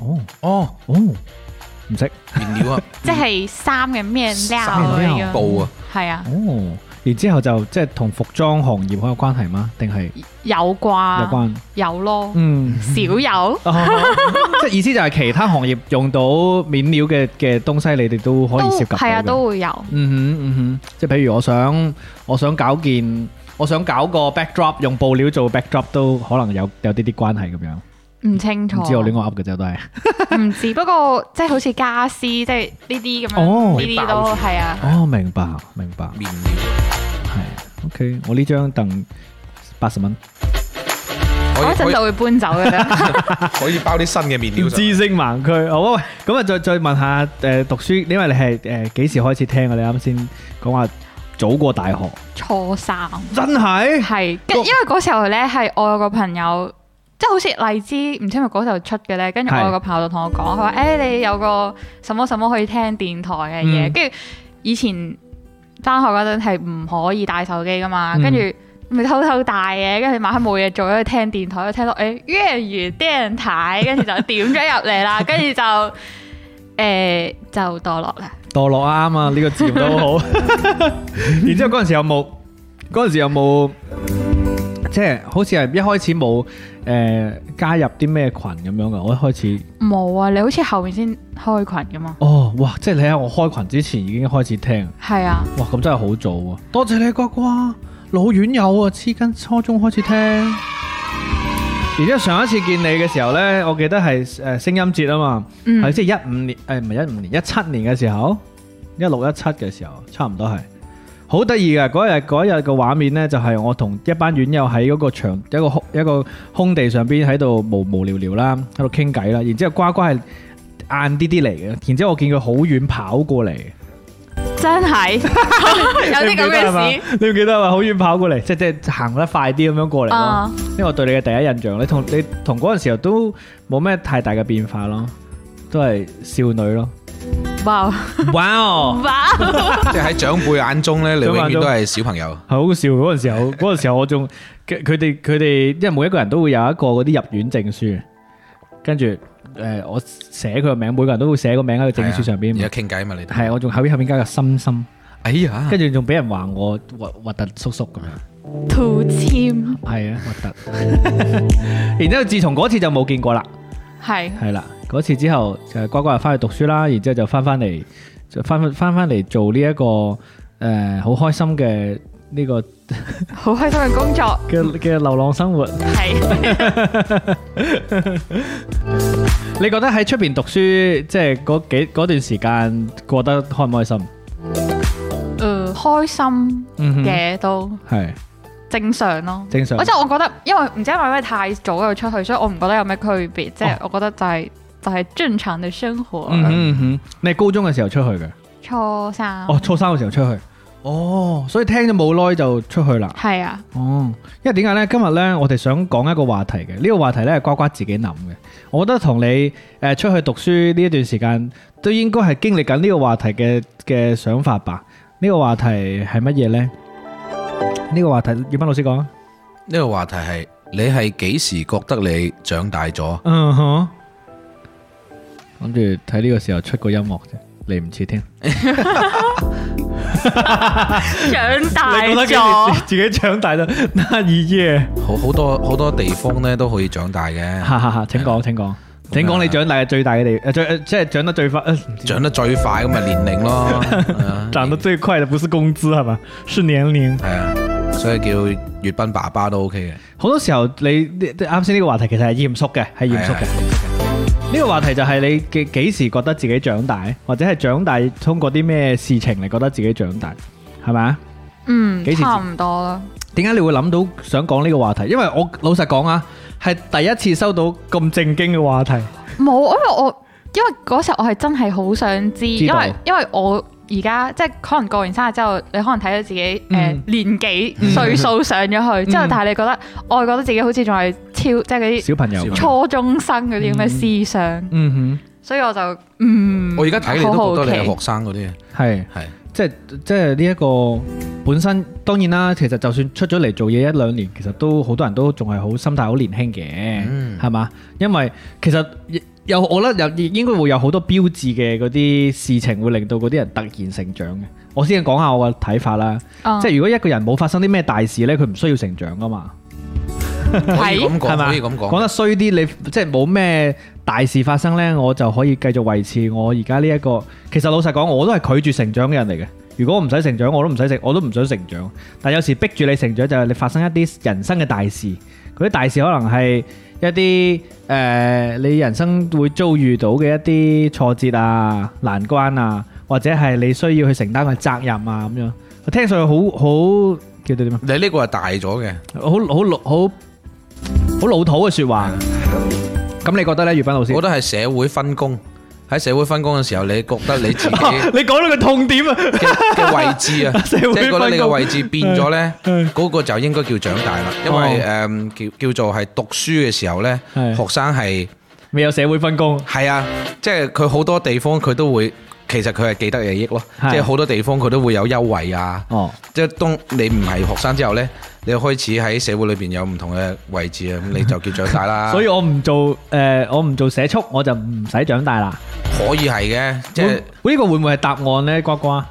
[SPEAKER 5] 哦
[SPEAKER 3] 哦，
[SPEAKER 5] 哦，唔識。
[SPEAKER 3] 面料啊，
[SPEAKER 4] 即係衫嘅面料
[SPEAKER 5] 衫
[SPEAKER 4] 嚟
[SPEAKER 5] 料
[SPEAKER 4] 嘅。
[SPEAKER 3] 布啊，
[SPEAKER 4] 係啊，
[SPEAKER 5] 哦，然之後就即係同服裝行業好有關係嗎？定係
[SPEAKER 4] 有
[SPEAKER 5] 有
[SPEAKER 4] 啩，
[SPEAKER 5] 關？
[SPEAKER 4] 有咯，
[SPEAKER 5] 嗯，
[SPEAKER 4] 少有。
[SPEAKER 5] 即係意思就係其他行業用到面料嘅嘅東西，你哋都可以
[SPEAKER 4] 都
[SPEAKER 5] 涉及到
[SPEAKER 4] 係啊，
[SPEAKER 5] 嘅
[SPEAKER 4] 都會有。
[SPEAKER 5] 嗯哼嗯哼，即係譬如我想我想搞件，我想搞個 backdrop 用布料做 backdrop 都可能有有啲啲關係咁樣，
[SPEAKER 4] 唔清楚，
[SPEAKER 5] 唔知我亂我噏嘅啫都係。
[SPEAKER 4] 唔知。不過即係好似家私，即係呢啲咁樣，
[SPEAKER 5] 哦
[SPEAKER 4] 呢啲都係啊。
[SPEAKER 5] 哦，明白明白，
[SPEAKER 3] 面料。
[SPEAKER 5] 係 OK，我呢張凳八十蚊，
[SPEAKER 3] 可
[SPEAKER 4] 我一
[SPEAKER 3] 以可
[SPEAKER 4] 陣
[SPEAKER 3] 以
[SPEAKER 4] 就會搬走嘅啦。
[SPEAKER 3] 可以包啲新嘅面料上。
[SPEAKER 5] 知識盲區，好啊！喂，咁啊，再再問下誒、呃、讀書，因為你係誒幾時開始聽嘅？啊你啱先講話早過大學，
[SPEAKER 4] 初三。
[SPEAKER 5] 真係
[SPEAKER 4] 係，跟因為嗰時候咧係我有個朋友，即係好似荔枝，唔知係咪嗰時候出嘅咧。跟住我
[SPEAKER 5] 係
[SPEAKER 4] 有個朋友就同我講，佢話：誒、你有個什麼什麼可以聽電台嘅
[SPEAKER 5] 嗯
[SPEAKER 4] 嘢。跟住、以前翻學嗰陣係唔可以帶手機噶嘛，
[SPEAKER 5] 嗯
[SPEAKER 4] 跟住。咪偷偷帶嘅，跟住晚黑冇嘢做，喺度聽電台，我聽到誒、欸、粵語電台，跟住就點咗入嚟 啦，跟住就誒、就墮落啦。
[SPEAKER 5] 墮落啊啱啊！呢、個字都 好。然之後嗰陣時有冇？嗰陣時有冇？即係好似係一開始冇誒、呃加入啲咩群咁樣噶？我一開始
[SPEAKER 4] 冇啊，你好似後面先開群噶嘛？
[SPEAKER 5] 哦，哇！即係你喺我開群之前已經開始聽，
[SPEAKER 4] 係啊，
[SPEAKER 5] 哇！咁真係好早喎、多謝你呱呱，老院友啊，黐筋初中開始聽。然之後上一次見你嘅時候呢，我記得係誒聲音節啊嘛，
[SPEAKER 4] 嗯
[SPEAKER 5] 係即係一五年誒唔係一五年一七年嘅時候，一六一七嘅時候，差唔多係好得意嘅嗰日嗰日嘅畫面呢，就係我同一班院友喺嗰個場一個空一個空地上邊喺度無無聊聊啦，喺度傾偈啦，然之後呱呱係晏啲啲嚟嘅，然之後我見佢好遠跑過嚟。
[SPEAKER 4] 真係有啲咁嘅事。
[SPEAKER 5] 你唔記得嘛？好遠跑過嚟，即即行得快啲咁樣過嚟咯
[SPEAKER 4] 啊。
[SPEAKER 5] 呢個我對你嘅第一印象，你同你同嗰陣時候都冇咩太大嘅變化咯，都係少女咯。
[SPEAKER 4] 哇
[SPEAKER 5] 哇哦，
[SPEAKER 4] 哇！
[SPEAKER 3] 即係喺長輩眼中咧，你永遠都係小朋友。
[SPEAKER 5] 係好笑嗰陣時候，嗰陣時候我仲佢佢哋佢哋，因為每一個人都會有一個嗰啲入院證書，跟住誒、呃我寫佢個名，每個人都會寫個名喺個證書上邊
[SPEAKER 3] 啊而
[SPEAKER 5] 嘛
[SPEAKER 3] 家。傾偈嘛，你哋
[SPEAKER 5] 係我仲後邊後邊加個心心，
[SPEAKER 3] 哎呀，
[SPEAKER 5] 跟住仲俾人話我核核突叔叔咁樣。
[SPEAKER 4] 圖簽
[SPEAKER 5] 係啊，核突。哦然之後，自從嗰次就冇見過啦，
[SPEAKER 4] 係
[SPEAKER 5] 係啦。嗰次之後就乖乖翻去讀書啦，然之後就翻翻嚟，就翻翻翻嚟做呢、一個誒好、開心嘅呢、個
[SPEAKER 4] 好開心嘅工作，嗯
[SPEAKER 5] 嘅嘅流浪生活。
[SPEAKER 4] 係
[SPEAKER 5] 你覺得喺出邊讀書，即係嗰幾嗰段時間過得開唔開心？
[SPEAKER 4] 誒開心
[SPEAKER 5] 嗯哼
[SPEAKER 4] 嘅都
[SPEAKER 5] 係
[SPEAKER 4] 正常咯。
[SPEAKER 5] 正常
[SPEAKER 4] 我。即係我覺得，因為唔知係咪因為太早就出去，所以我唔覺得有咩區別。即係我覺得就係就係正常嘅生活。
[SPEAKER 5] 哦嗯哼嗯哼，你係高中嘅時候出去嘅？
[SPEAKER 4] 初三
[SPEAKER 5] 哦，初三嘅時候出去。哦，所以聽咗冇耐就出去啦。
[SPEAKER 4] 係啊，
[SPEAKER 5] 哦，因為點解呢？今日呢，我哋想講一個話題嘅，呢、個話題呢係瓜瓜自己諗嘅。我覺得同你誒、呃出去讀書呢一段時間，都應該係經歷緊呢個話題嘅嘅想法吧。呢、個話題係乜嘢呢？呢、個話題，葉斌老師講啊。
[SPEAKER 3] 呢個話題係你係幾時覺得你長大咗？
[SPEAKER 5] 嗯哼，諗住睇呢個時候出個音樂啫，嚟唔切聽。
[SPEAKER 4] 長 大
[SPEAKER 5] 你覺得幾
[SPEAKER 4] 咗
[SPEAKER 5] 時。自己長大咗？那一夜，
[SPEAKER 3] 好好多好多地方咧都可以長大嘅，
[SPEAKER 5] 哈哈哈！請講，請講，請講你長大嘅最大嘅地，呃最呃即係長得最快，呃
[SPEAKER 3] 長得最快咁咪年齡 咯，係啊
[SPEAKER 5] 長得最快嘅不是工資係嘛，是年齡。
[SPEAKER 3] 係啊，所以叫粵斌爸爸都 OK 嘅。
[SPEAKER 5] 好多時候你你你啱先呢個話題其實係嚴肅嘅，係嚴肅嘅。呢個話題就係你幾幾時覺得自己長大，或者係長大通過啲咩事情嚟覺得自己長大，係咪啊？
[SPEAKER 4] 嗯
[SPEAKER 5] 幾，時
[SPEAKER 4] 差唔多啦。
[SPEAKER 5] 點解你會諗到想講呢個話題？因為我老實講啊，係第一次收到咁正經嘅話題。
[SPEAKER 4] 冇，因為我因為嗰時候我係真係好想知，
[SPEAKER 5] 知
[SPEAKER 4] 因
[SPEAKER 5] 道
[SPEAKER 4] 為因為我而家即係可能過完生日之後，你可能睇到自己誒、
[SPEAKER 5] 嗯
[SPEAKER 4] 呃年紀歲數上咗去之後，
[SPEAKER 5] 嗯
[SPEAKER 4] 但係你覺得我係覺得自己好似仲係超即係嗰啲
[SPEAKER 5] 小朋友，
[SPEAKER 4] 初中生嗰啲咁嘅思想，
[SPEAKER 5] 嗯
[SPEAKER 4] 所以我就嗯，
[SPEAKER 3] 我而家睇你都覺得你係
[SPEAKER 4] 好好
[SPEAKER 3] 學生嗰啲，啊
[SPEAKER 5] 哼，係
[SPEAKER 3] 係
[SPEAKER 5] 即係即係呢一個本身當然啦，其實就算出咗嚟做嘢一兩年，其實都好多人都仲係好心態好年輕
[SPEAKER 3] 嗯
[SPEAKER 5] 嘅，係嘛、因為其實有我覺得有應該會有好多標誌嘅嗰啲事情會令到嗰啲人突然成長嘅。我先講下我嘅睇法啦，
[SPEAKER 4] 嗯
[SPEAKER 5] 即係如果一個人冇發生啲咩大事呢，佢唔需要成長噶嘛。
[SPEAKER 3] 可以咁
[SPEAKER 5] 係
[SPEAKER 3] 講，
[SPEAKER 5] 嘛
[SPEAKER 3] 可以咁
[SPEAKER 5] 講
[SPEAKER 3] 講。
[SPEAKER 5] 得衰啲，你即係冇咩大事發生呢，我就可以繼續維持我而家呢一個。其實老實講，我都係拒絕成長嘅人嚟嘅。如果我唔使成長，我都唔使成，我都唔想成長。但有時逼住你成長，就係你發生一啲人生嘅大事。嗰啲大事可能係一啲誒、呃你人生會遭遇到嘅一啲挫折啊、難關啊，或者係你需要去承擔嘅責任啊咁樣。我聽上去好好叫做點啊？
[SPEAKER 3] 你呢個係大咗嘅，
[SPEAKER 5] 好好老好好老土嘅说話。咁你覺得咧，粵斌老師？
[SPEAKER 3] 我覺得係社會分工。喺社會分工嘅時候，你覺得你 自己嘅
[SPEAKER 5] 你講到個痛點啊！
[SPEAKER 3] 嘅位置啊，即
[SPEAKER 5] 社會
[SPEAKER 3] 係覺得
[SPEAKER 5] 分
[SPEAKER 3] 你嘅
[SPEAKER 5] 工
[SPEAKER 3] 位置變咗呢，
[SPEAKER 5] 嗯哦
[SPEAKER 3] 嗰個就應該叫長大啦。因為誒叫叫做係讀書嘅時候呢，
[SPEAKER 5] 係
[SPEAKER 3] 學生係
[SPEAKER 5] 未有社會分工，
[SPEAKER 3] 係啊，即係佢好多地方佢都會，其實佢係記得利益咯，
[SPEAKER 5] 係
[SPEAKER 3] 即係好多地方佢都會有優惠啊。
[SPEAKER 5] 哦，
[SPEAKER 3] 即係當你唔係學生之後呢，你開始喺社會裏邊有唔同嘅位置啊，咁你就叫長大啦。
[SPEAKER 5] 哦 所以我唔做诶，我唔做社畜，我就唔使長大啦。
[SPEAKER 3] 可以係嘅，即係
[SPEAKER 5] 會呢個會唔會係答案咧？呱呱，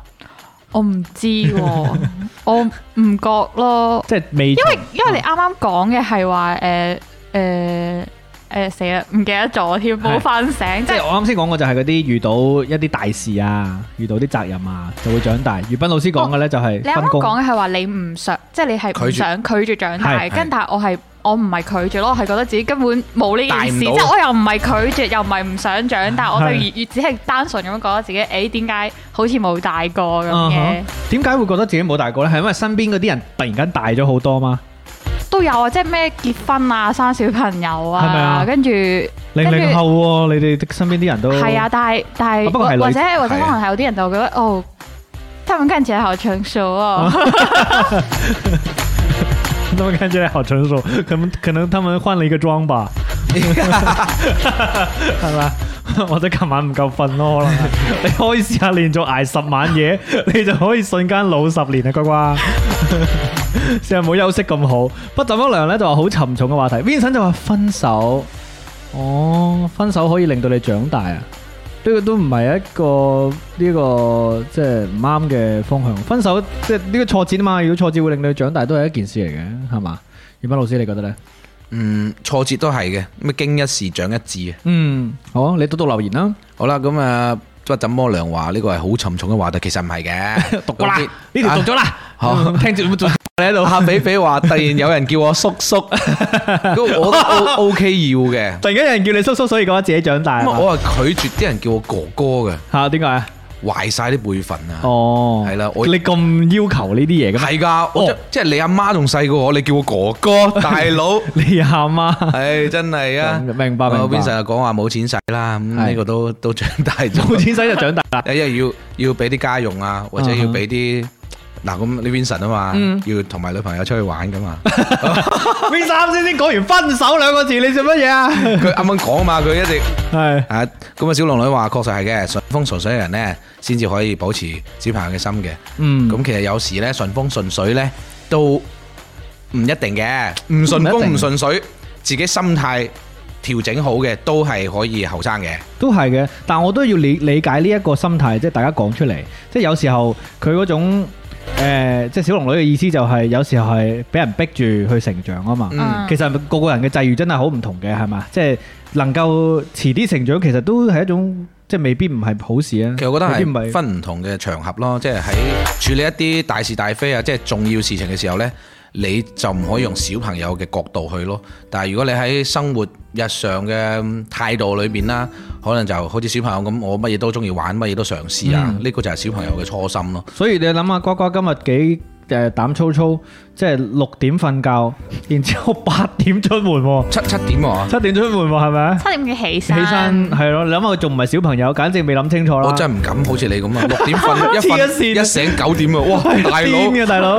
[SPEAKER 4] 我唔知喎，我唔覺咯。
[SPEAKER 5] 即係未
[SPEAKER 4] 因
[SPEAKER 5] 做
[SPEAKER 4] 為因為你啱啱講嘅係話誒誒誒死啦，唔記得咗添，冇
[SPEAKER 5] 係
[SPEAKER 4] 瞓醒，即
[SPEAKER 5] 即
[SPEAKER 4] 係
[SPEAKER 5] 係我啱先講嘅就係嗰啲遇到一啲大事啊，遇到啲責任啊，就會長大。粵斌老師講嘅咧就係
[SPEAKER 4] 哦你啱
[SPEAKER 5] 分
[SPEAKER 4] 啱
[SPEAKER 5] 工，
[SPEAKER 4] 講嘅係話你唔想，即係你係唔
[SPEAKER 3] 拒絕
[SPEAKER 4] 想拒絕長大，
[SPEAKER 5] 係
[SPEAKER 4] 跟但係我係我唔係拒絕咯，我係覺得自己根本冇呢件
[SPEAKER 3] 大
[SPEAKER 4] 事，
[SPEAKER 3] 唔
[SPEAKER 4] 即
[SPEAKER 3] 到
[SPEAKER 4] 係我又唔係拒絕，又唔係唔想 長大，我就
[SPEAKER 5] 係
[SPEAKER 4] 越只係單純咁樣覺得自己，誒點解好似冇大個咁嘅
[SPEAKER 5] 嗯哼，點解會覺得自己冇大個咧？係因為身邊嗰啲人突然間大咗好多嘛？
[SPEAKER 4] 都有啊，即係咩結婚啊、生小朋友
[SPEAKER 5] 係咪啊
[SPEAKER 4] 啊，跟住
[SPEAKER 5] 零
[SPEAKER 4] 跟
[SPEAKER 5] 零
[SPEAKER 4] 住
[SPEAKER 5] 後喎，你哋身邊啲人都
[SPEAKER 4] 係啊，但係
[SPEAKER 5] 啊
[SPEAKER 4] 但
[SPEAKER 5] 不過係
[SPEAKER 4] 係
[SPEAKER 5] 女
[SPEAKER 4] 或者或者
[SPEAKER 3] 係
[SPEAKER 4] 可能係有啲人就會覺得哦，他們看起來好成熟哦，
[SPEAKER 5] 他们看起来好成熟，可能可能他们换了一个妆吧， 系 嘛？或者琴晚唔夠瞓咯，可能係你可以試下連續捱十晚嘢， 你就可以瞬間老十年啊，乖乖！ 試下冇休息咁好。不怎麼良咧就話好沉重嘅話題，Vincent 就話分手。哦，分手可以令到你長大啊？呢、個都唔係一個呢、個即係唔啱嘅方向。分手即係呢個挫折啊嘛，如果挫折會令到你長大，都係一件事嚟嘅，係嘛？葉斌老師，你覺得呢？
[SPEAKER 3] 嗯挫折都係嘅，咩經一事長一智啊。
[SPEAKER 5] 嗯，好啊，你讀讀留言啦。
[SPEAKER 3] 好啦，咁 啊，不怎麼良話呢個係好沉重嘅話題，其實唔係嘅，讀
[SPEAKER 5] 過啦呢條讀咗啦，
[SPEAKER 3] 嚇
[SPEAKER 5] 聽住做你喺度，
[SPEAKER 3] 阿比比話突然有人叫我叔 叔，咁我都 O O K 要嘅。
[SPEAKER 5] 突然間有人叫你叔叔，所以覺得自己長大
[SPEAKER 3] 咁
[SPEAKER 5] 啦。
[SPEAKER 3] 啊，我係拒絕啲人叫我哥哥嘅，
[SPEAKER 5] 吓點解啊？
[SPEAKER 3] 壞晒啲輩分啊。
[SPEAKER 5] 哦，
[SPEAKER 3] 係啦我
[SPEAKER 5] 你咁要求呢啲嘢嘅咩？
[SPEAKER 3] 係㗎，我
[SPEAKER 5] 哦
[SPEAKER 3] 即即係你阿媽仲細過我，你叫我哥 哥大佬，
[SPEAKER 5] 你阿媽
[SPEAKER 3] 唉，真 係啊！
[SPEAKER 5] 明白明白
[SPEAKER 3] 邊成日講話冇錢使啦，咁呢個都都長大 咗。
[SPEAKER 5] 冇錢使就長大啦。
[SPEAKER 3] 因為要要俾啲家用啊，或者要俾啲嗱咁你 Vincent 啊嘛，要同埋女朋友出去玩 噶嘛。
[SPEAKER 5] V 三先先講完分手兩個字，你做乜嘢啊？
[SPEAKER 3] 佢啱啱講啊嘛，佢一直
[SPEAKER 5] 係
[SPEAKER 3] 啊咁啊，小龍女話確實係嘅，順風順水嘅人呢，先至可以保持小朋友嘅心嘅。
[SPEAKER 5] 嗯
[SPEAKER 3] 咁其實有時呢，順風順水呢都唔一定嘅，唔順
[SPEAKER 5] 唔一
[SPEAKER 3] 風
[SPEAKER 5] 定
[SPEAKER 3] 唔順水，自己心態調整好嘅都係可以後生嘅。
[SPEAKER 5] 都係嘅，但我都要理理解呢一個心態，即係大家講出嚟，即係有時候佢嗰種、呃、即係小龍女嘅意思就係有時候係俾人逼住去成長啊嘛。
[SPEAKER 3] 嗯
[SPEAKER 5] 其實個個人嘅際遇真係好唔同嘅，係嘛？即係能夠遲啲成長，其實都係一種即係未必唔係好事啊。
[SPEAKER 3] 其實我覺得
[SPEAKER 5] 未必唔
[SPEAKER 3] 係分唔同嘅場合咯，即係喺處理一啲大是大非啊，即係重要事情嘅時候呢，你就唔可以用小朋友嘅角度去咯。但係如果你喺生活日常嘅嗯態度裏面啦，可能就好似小朋友咁，我乜嘢都中意玩，乜嘢都嘗試啊，呢、個就係小朋友嘅初心咯。
[SPEAKER 5] 所以你諗下，瓜瓜今日幾誒膽粗粗，即係六點瞓覺，然之後八點出門喎，
[SPEAKER 3] 七七點喎，
[SPEAKER 5] 七點出門喎，係咪？
[SPEAKER 4] 七點幾起
[SPEAKER 5] 起
[SPEAKER 4] 身，
[SPEAKER 5] 身係咯，你諗下佢仲唔係小朋友，簡直未諗清楚啦。
[SPEAKER 3] 我真係唔敢好似你 咁啊，六點瞓一
[SPEAKER 5] 黐
[SPEAKER 3] 瞓
[SPEAKER 5] 線
[SPEAKER 3] 一醒九點啊，哇大佬
[SPEAKER 5] 癲！嘅大佬，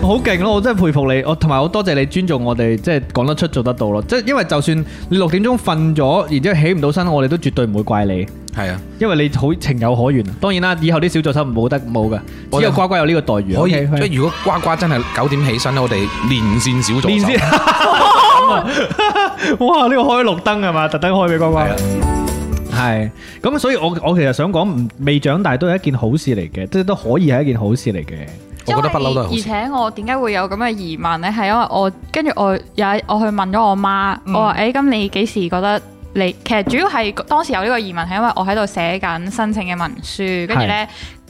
[SPEAKER 5] 好勁咯！我真係佩服你，我同埋好多謝你尊重我哋，即係講得出做得到咯。即係因為就算你六點鐘瞓咗，然之後起唔到身，我哋都絕對唔會怪你，
[SPEAKER 3] 係啊，
[SPEAKER 5] 因為你好情有可原。啊當然啦，以後啲小助手冇得冇噶，
[SPEAKER 3] 我
[SPEAKER 5] 只有乖乖有呢個待遇。
[SPEAKER 3] 可以
[SPEAKER 5] OK，
[SPEAKER 3] 即係如果瓜瓜真係九點起身咧，我哋連線小助
[SPEAKER 5] 連
[SPEAKER 3] 手
[SPEAKER 5] 先。 哇！呢個開綠燈係嘛？特登開俾乖乖
[SPEAKER 3] 係啊。
[SPEAKER 5] 係，咁所以我我其實想講，唔未長大都係一件好事嚟嘅，即係都可以係一件好事嚟嘅。
[SPEAKER 3] 我覺得不嬲都係好
[SPEAKER 4] 因為而
[SPEAKER 3] 事。
[SPEAKER 4] 且我點解會有咁嘅疑問呢？係因為我跟住我有一我去問咗我媽，
[SPEAKER 3] 嗯
[SPEAKER 4] 我話：誒咁你幾時覺得你其實主要係當時有呢個疑問，係因為我喺度寫緊申請嘅文書，跟住呢，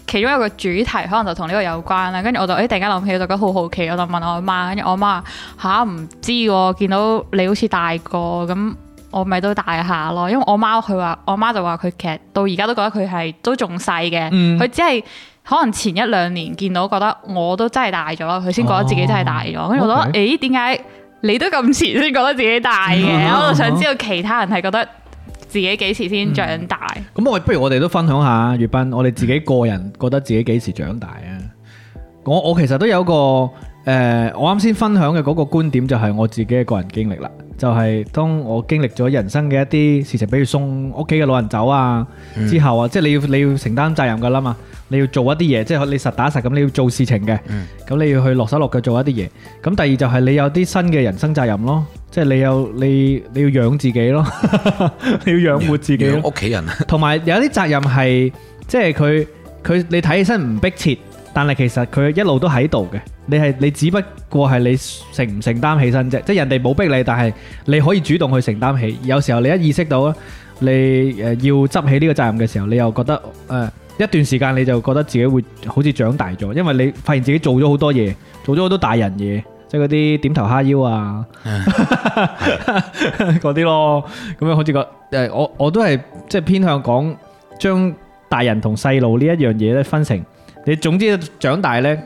[SPEAKER 4] 其中一個主題可能就同呢個有關啦，跟住我就誒、突然間諗起，我就覺得好好奇，我就問我媽，跟住我媽話吓唔知喎，見到你好似大個咁。我咪都大下咯，因為我媽佢話，我媽就話佢其實到而家都覺得佢係都仲細嘅，佢、
[SPEAKER 5] 嗯
[SPEAKER 4] 只係可能前一兩年見到覺得我都真係大咗啦，佢先覺得自己真係大咗，跟住、我覺
[SPEAKER 5] 哦 OK
[SPEAKER 4] 得，咦點解你都咁遲先覺得自己大 嘅？
[SPEAKER 5] 嗯
[SPEAKER 4] 我就想知道其他人係覺得自己幾時先長大？
[SPEAKER 5] 咁我不如我哋都分享下，月斌，我哋自己個人覺得自己幾時長大啊？我我其實都有個誒、呃我啱先分享嘅嗰個觀點就係我自己嘅個人經歷啦，就係、當我經歷咗人生嘅一啲事情，比如送屋企嘅老人走啊，之後啊，即係你要你要承擔責任㗎啦嘛，你要做一啲嘢，即係你實打實咁你要做事情嘅，咁、你要去落手落腳做一啲嘢。咁第二就係你有啲新嘅人生責任咯，即係你有你你要養自己咯， 你要養活自己咯
[SPEAKER 3] 養。屋企人啊
[SPEAKER 5] 同埋有啲責任係即係佢佢你睇起身唔迫切，但係其實佢一路都喺度嘅。你係你只不過係你承唔承擔起身啫，即係人哋冇逼你，但係你可以主動去承擔起。有時候你一意識到啊你誒要執起呢個責任嘅時候，你又覺得誒、呃一段時間你就覺得自己會好似長大咗，因為你發現自己做咗好多嘢，做咗好多大人嘢。即係嗰啲點頭哈腰啊， 嗰啲咯，咁樣好似個誒，我我都係即係偏向講將大人同細路呢一樣嘢咧分成，你總之長大咧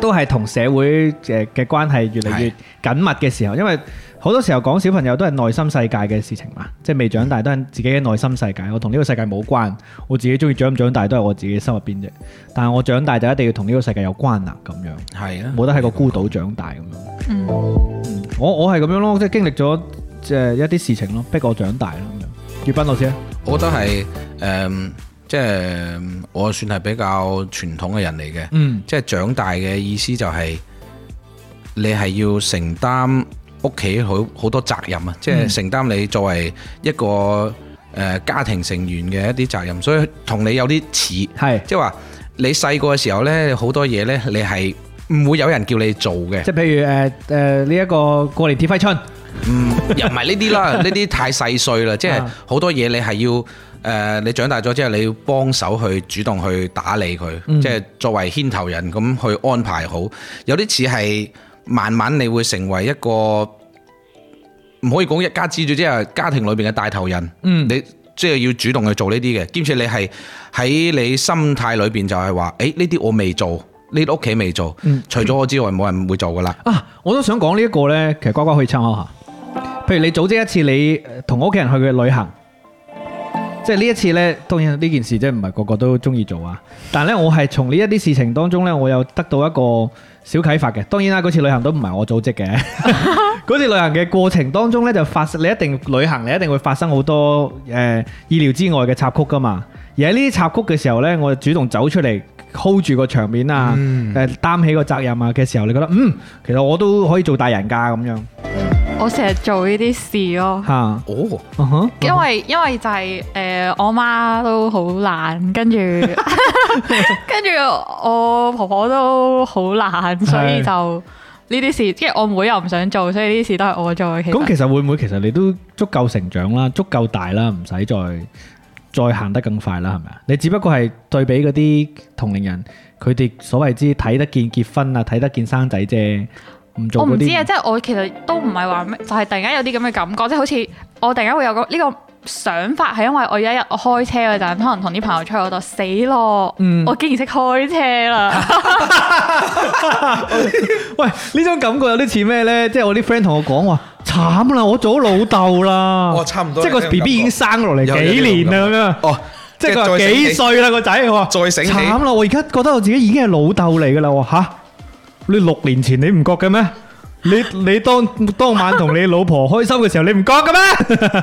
[SPEAKER 5] 都係同社會誒嘅關係越嚟越緊密嘅時候，因為好多時候講小朋友都係內心世界嘅事情嘛，即係未長大都係自己嘅內心世界，我同呢個世界冇關，我自己中意長唔長大都係我自己心入邊啫，但係我長大就一定要同呢個世界有關啦，咁樣。
[SPEAKER 3] 係啊，
[SPEAKER 5] 冇得喺個孤島長大咁樣。嗯，我我係咁樣咯，即係經歷咗即係一啲事情咯，逼我長大咯咁樣。月斌老師啊，
[SPEAKER 3] 我覺得係誒、嗯即係我算係比較傳統嘅人嚟嘅。
[SPEAKER 5] 嗯，
[SPEAKER 3] 即係長大嘅意思就係、你係要承擔屋企好好多責任啊！即係承擔你作為一個誒、呃家庭成員嘅一啲責任，所以同你有啲似，即
[SPEAKER 5] 係
[SPEAKER 3] 係話你細個嘅時候呢，好多嘢呢，你係唔會有人叫你做嘅
[SPEAKER 5] 即。係譬如誒誒呢一個過年貼揮春，
[SPEAKER 3] 嗯又唔係呢 啲啦，呢啲太細碎啦，即係
[SPEAKER 5] 啊
[SPEAKER 3] 好多嘢你係要誒、呃你長大咗之後你要幫手去主動去打理佢，
[SPEAKER 5] 嗯
[SPEAKER 3] 即係作為牽頭人咁去安排好。有啲似係慢慢你會成為一個唔可以講一家之主，即係家庭裏邊嘅帶頭人。
[SPEAKER 5] 嗯
[SPEAKER 3] 你。即係要主動去做呢啲嘅，兼且你係喺你心態裏邊就係話，誒呢啲我未做，呢啲屋企未做，
[SPEAKER 5] 嗯
[SPEAKER 3] 除咗我之外冇人會做噶啦。
[SPEAKER 5] 啊，我都想講呢一個呢，其實瓜瓜可以參考下。譬如你組織一次你呃同屋企人去嘅旅行，即係呢一次呢，當然呢件事即係唔係個個都中意做啊。但係呢，我係從呢一啲事情當中呢，我有得到一個小啟發嘅。當然啦，嗰次旅行都唔係我組織嘅。 嗰次旅行嘅過程當中呢，就發生你一定旅行，你一定會發生好多誒、呃意料之外嘅插曲噶嘛。而喺呢啲插曲嘅時候呢，我就主動走出嚟 hold 住個場面啊，誒、擔起個責任啊嘅時候，你覺得嗯，其實我都可以做大人㗎咁樣
[SPEAKER 4] 我成日做呢啲事咯。
[SPEAKER 5] 嚇。啊
[SPEAKER 3] 哦，
[SPEAKER 5] 哈
[SPEAKER 4] 因為
[SPEAKER 5] 嗯
[SPEAKER 4] 因為就係、呃我媽都好 懶，跟住 跟住我婆婆都好懶，所以
[SPEAKER 5] 係
[SPEAKER 4] 就呢啲事，即係我妹又唔想做，所以呢啲事都係我做嘅。其
[SPEAKER 5] 咁
[SPEAKER 4] 實
[SPEAKER 5] 其實會唔會其實你都足夠成長啦，足夠大啦，唔使再再行得更快啦，係咪啊？你只不過係對比嗰啲同齡人，佢哋所謂之睇得見結婚啊，睇得見生仔啫，唔
[SPEAKER 4] 我
[SPEAKER 5] 做嗰
[SPEAKER 4] 唔
[SPEAKER 5] 啲
[SPEAKER 4] 知啊，即係我其實都唔係話咩，就係、突然間有啲咁嘅感覺，即係好似我突然間會有個呢、個想法，係因為我有一日我開車嗰陣，可能同啲朋友出去，我就死咯，
[SPEAKER 5] 嗯
[SPEAKER 4] 我竟然識開車啦。
[SPEAKER 5] 喂，呢種感覺有啲似咩呢？即係我啲 friend 同我講話，慘啦，我做咗老豆啦，
[SPEAKER 3] 哦差唔多
[SPEAKER 5] 即係個
[SPEAKER 3] 有呢
[SPEAKER 5] B
[SPEAKER 3] 種
[SPEAKER 5] B 已經
[SPEAKER 3] 感覺
[SPEAKER 5] 生落嚟
[SPEAKER 3] 有有
[SPEAKER 5] 幾年啦咁樣。
[SPEAKER 3] 哦，
[SPEAKER 5] 即係佢話
[SPEAKER 3] 再
[SPEAKER 5] 幾
[SPEAKER 3] 醒起
[SPEAKER 5] 歲啦個仔，我話
[SPEAKER 3] 再醒起
[SPEAKER 5] 慘啦！我而家覺得我自己已經係老豆嚟噶啦，我話吓你六年前你唔覺嘅咩？你你當當晚同你老婆開心嘅時候，你唔覺嘅咩？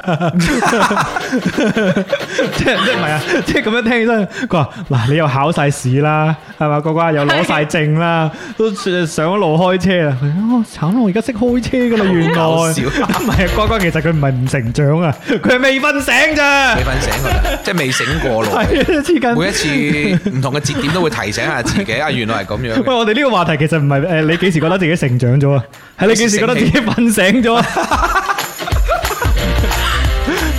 [SPEAKER 5] 即係即係唔係啊？即係咁樣聽起身，佢話嗱，你又考晒試啦，係嘛？瓜瓜又攞晒證啦，都上咗路開車啦。哦，慘啦！我而家識開車噶啦，原來
[SPEAKER 3] 搞笑
[SPEAKER 5] 唔係啊，瓜瓜其實佢唔係唔成長啊，佢係未瞓醒咋
[SPEAKER 3] 未。瞓醒㗎啦，即係未醒過咯。
[SPEAKER 5] 係啊，黐筋。
[SPEAKER 3] 每一次唔同嘅節點都會提醒下自己，啊原來係咁樣
[SPEAKER 5] 喂，
[SPEAKER 3] 嘅。
[SPEAKER 5] 我哋呢個話題其實唔係诶，誒你幾時覺得自己成長咗啊？係你幾時覺得自己瞓醒咗啊？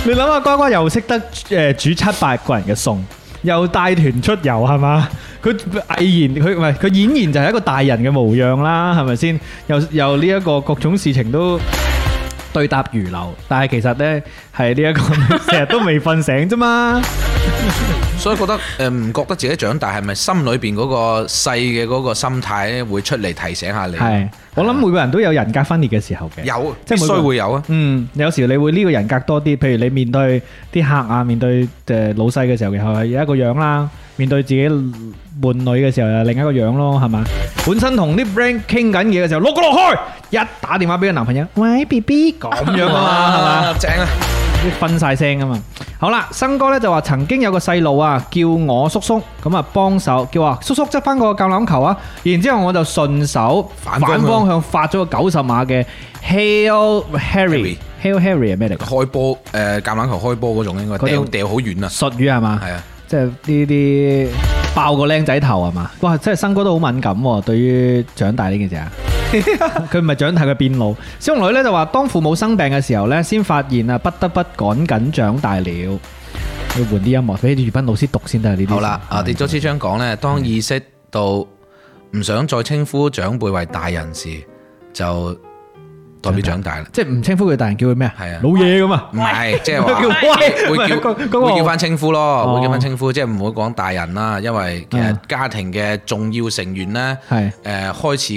[SPEAKER 5] 你諗下，瓜瓜又識得诶煮七八個人嘅餸，又帶團出遊係嘛？佢毅然佢唔係佢俨然就係一個大人嘅模樣啦，係咪先？又又呢一個各種事情都。對答如流，但係其實呢，係呢一個 成日都未瞓醒啫嘛。
[SPEAKER 3] 所以覺得誒唔覺得自己長大係咪心裏邊嗰個細嘅嗰個心態咧會出嚟提醒下你？
[SPEAKER 5] 係，我諗每個人都有人格分裂嘅時候嘅。
[SPEAKER 3] 有，
[SPEAKER 5] 即
[SPEAKER 3] 必
[SPEAKER 5] 係每個
[SPEAKER 3] 須會有啊。
[SPEAKER 5] 嗯，有時你會呢個人格多啲，譬如你面對啲客啊，面對誒老細嘅時候，又係有一個樣啦；面對自己伴侶嘅時候，又係另一個樣咯，係嘛？本身同啲 friend 傾緊嘢嘅時候，碌個落開，一打電話俾個男朋友，喂 B B 咁樣啊嘛，係嘛？
[SPEAKER 3] 啊，正啊！
[SPEAKER 5] 分晒聲啊嘛。好啦，生哥咧就話曾經有個細路啊，叫我叔叔咁啊幫手，叫話叔叔執翻個橄欖球啊，然之後我就順手
[SPEAKER 3] 反方向
[SPEAKER 5] 方向發咗個九十碼嘅 Hail
[SPEAKER 3] Harry
[SPEAKER 5] Harry，Hail Harry 係咩嚟㗎？
[SPEAKER 3] 開波誒，橄欖球開波嗰種應該
[SPEAKER 5] 嗰種
[SPEAKER 3] 掉掉好遠啊，
[SPEAKER 5] 術語係嘛？
[SPEAKER 3] 係啊，
[SPEAKER 5] 即係呢啲爆個僆仔頭係嘛？哇！真係生哥都好敏感喎、對於長大呢件事 啊。佢唔係長大，佢變老。小龍女呢就話：當父母生病嘅時候呢，先發現啊，不得不趕緊長大了。要換啲音樂，俾粵斌老師讀先得啊呢啲。
[SPEAKER 3] 好啦，啊跌咗支張講咧，當意識到唔想再稱呼長輩為大人時，就代表長大啦。
[SPEAKER 5] 即係唔稱呼佢大人，叫佢咩啊？
[SPEAKER 3] 係啊
[SPEAKER 5] 老嘢咁啊！
[SPEAKER 3] 唔 係，即係話。
[SPEAKER 5] 叫
[SPEAKER 3] 會叫
[SPEAKER 5] 嗰嗰個
[SPEAKER 3] 會叫翻稱呼
[SPEAKER 5] 哦
[SPEAKER 3] 咯，會叫翻稱呼，即係唔會講大人啦，因為其實
[SPEAKER 5] 嗯
[SPEAKER 3] 家庭嘅重要成員咧，
[SPEAKER 5] 係
[SPEAKER 3] 誒開始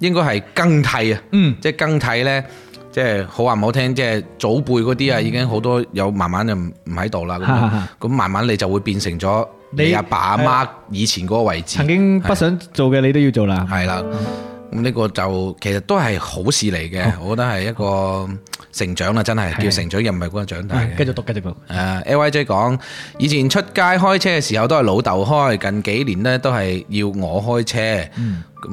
[SPEAKER 3] 應該係更替啊，
[SPEAKER 5] 嗯
[SPEAKER 3] 即係更替咧，即係好話唔好聽，即係祖輩嗰啲啊，已經好多有慢慢就唔唔喺度啦，咁
[SPEAKER 5] 嗯哈哈
[SPEAKER 3] 樣
[SPEAKER 5] 哈
[SPEAKER 3] 咁慢慢你就會變成咗
[SPEAKER 5] 你啊
[SPEAKER 3] 你阿爸阿媽以前嗰個位置
[SPEAKER 5] 曾，經嗯不想做嘅你都要做啦。
[SPEAKER 3] 係啦。咁呢個就其實都係好事嚟嘅，我覺得係一個成長啦，真係
[SPEAKER 5] 哦係
[SPEAKER 3] 叫成長，又唔係嗰個長大
[SPEAKER 5] 啊
[SPEAKER 3] 嘅。
[SPEAKER 5] 繼續讀，繼續讀。
[SPEAKER 3] 誒 L Y J 講，以前出街開車嘅時候都係老豆開，近幾年呢都係要我開車。
[SPEAKER 5] 嗯
[SPEAKER 3] 咁誒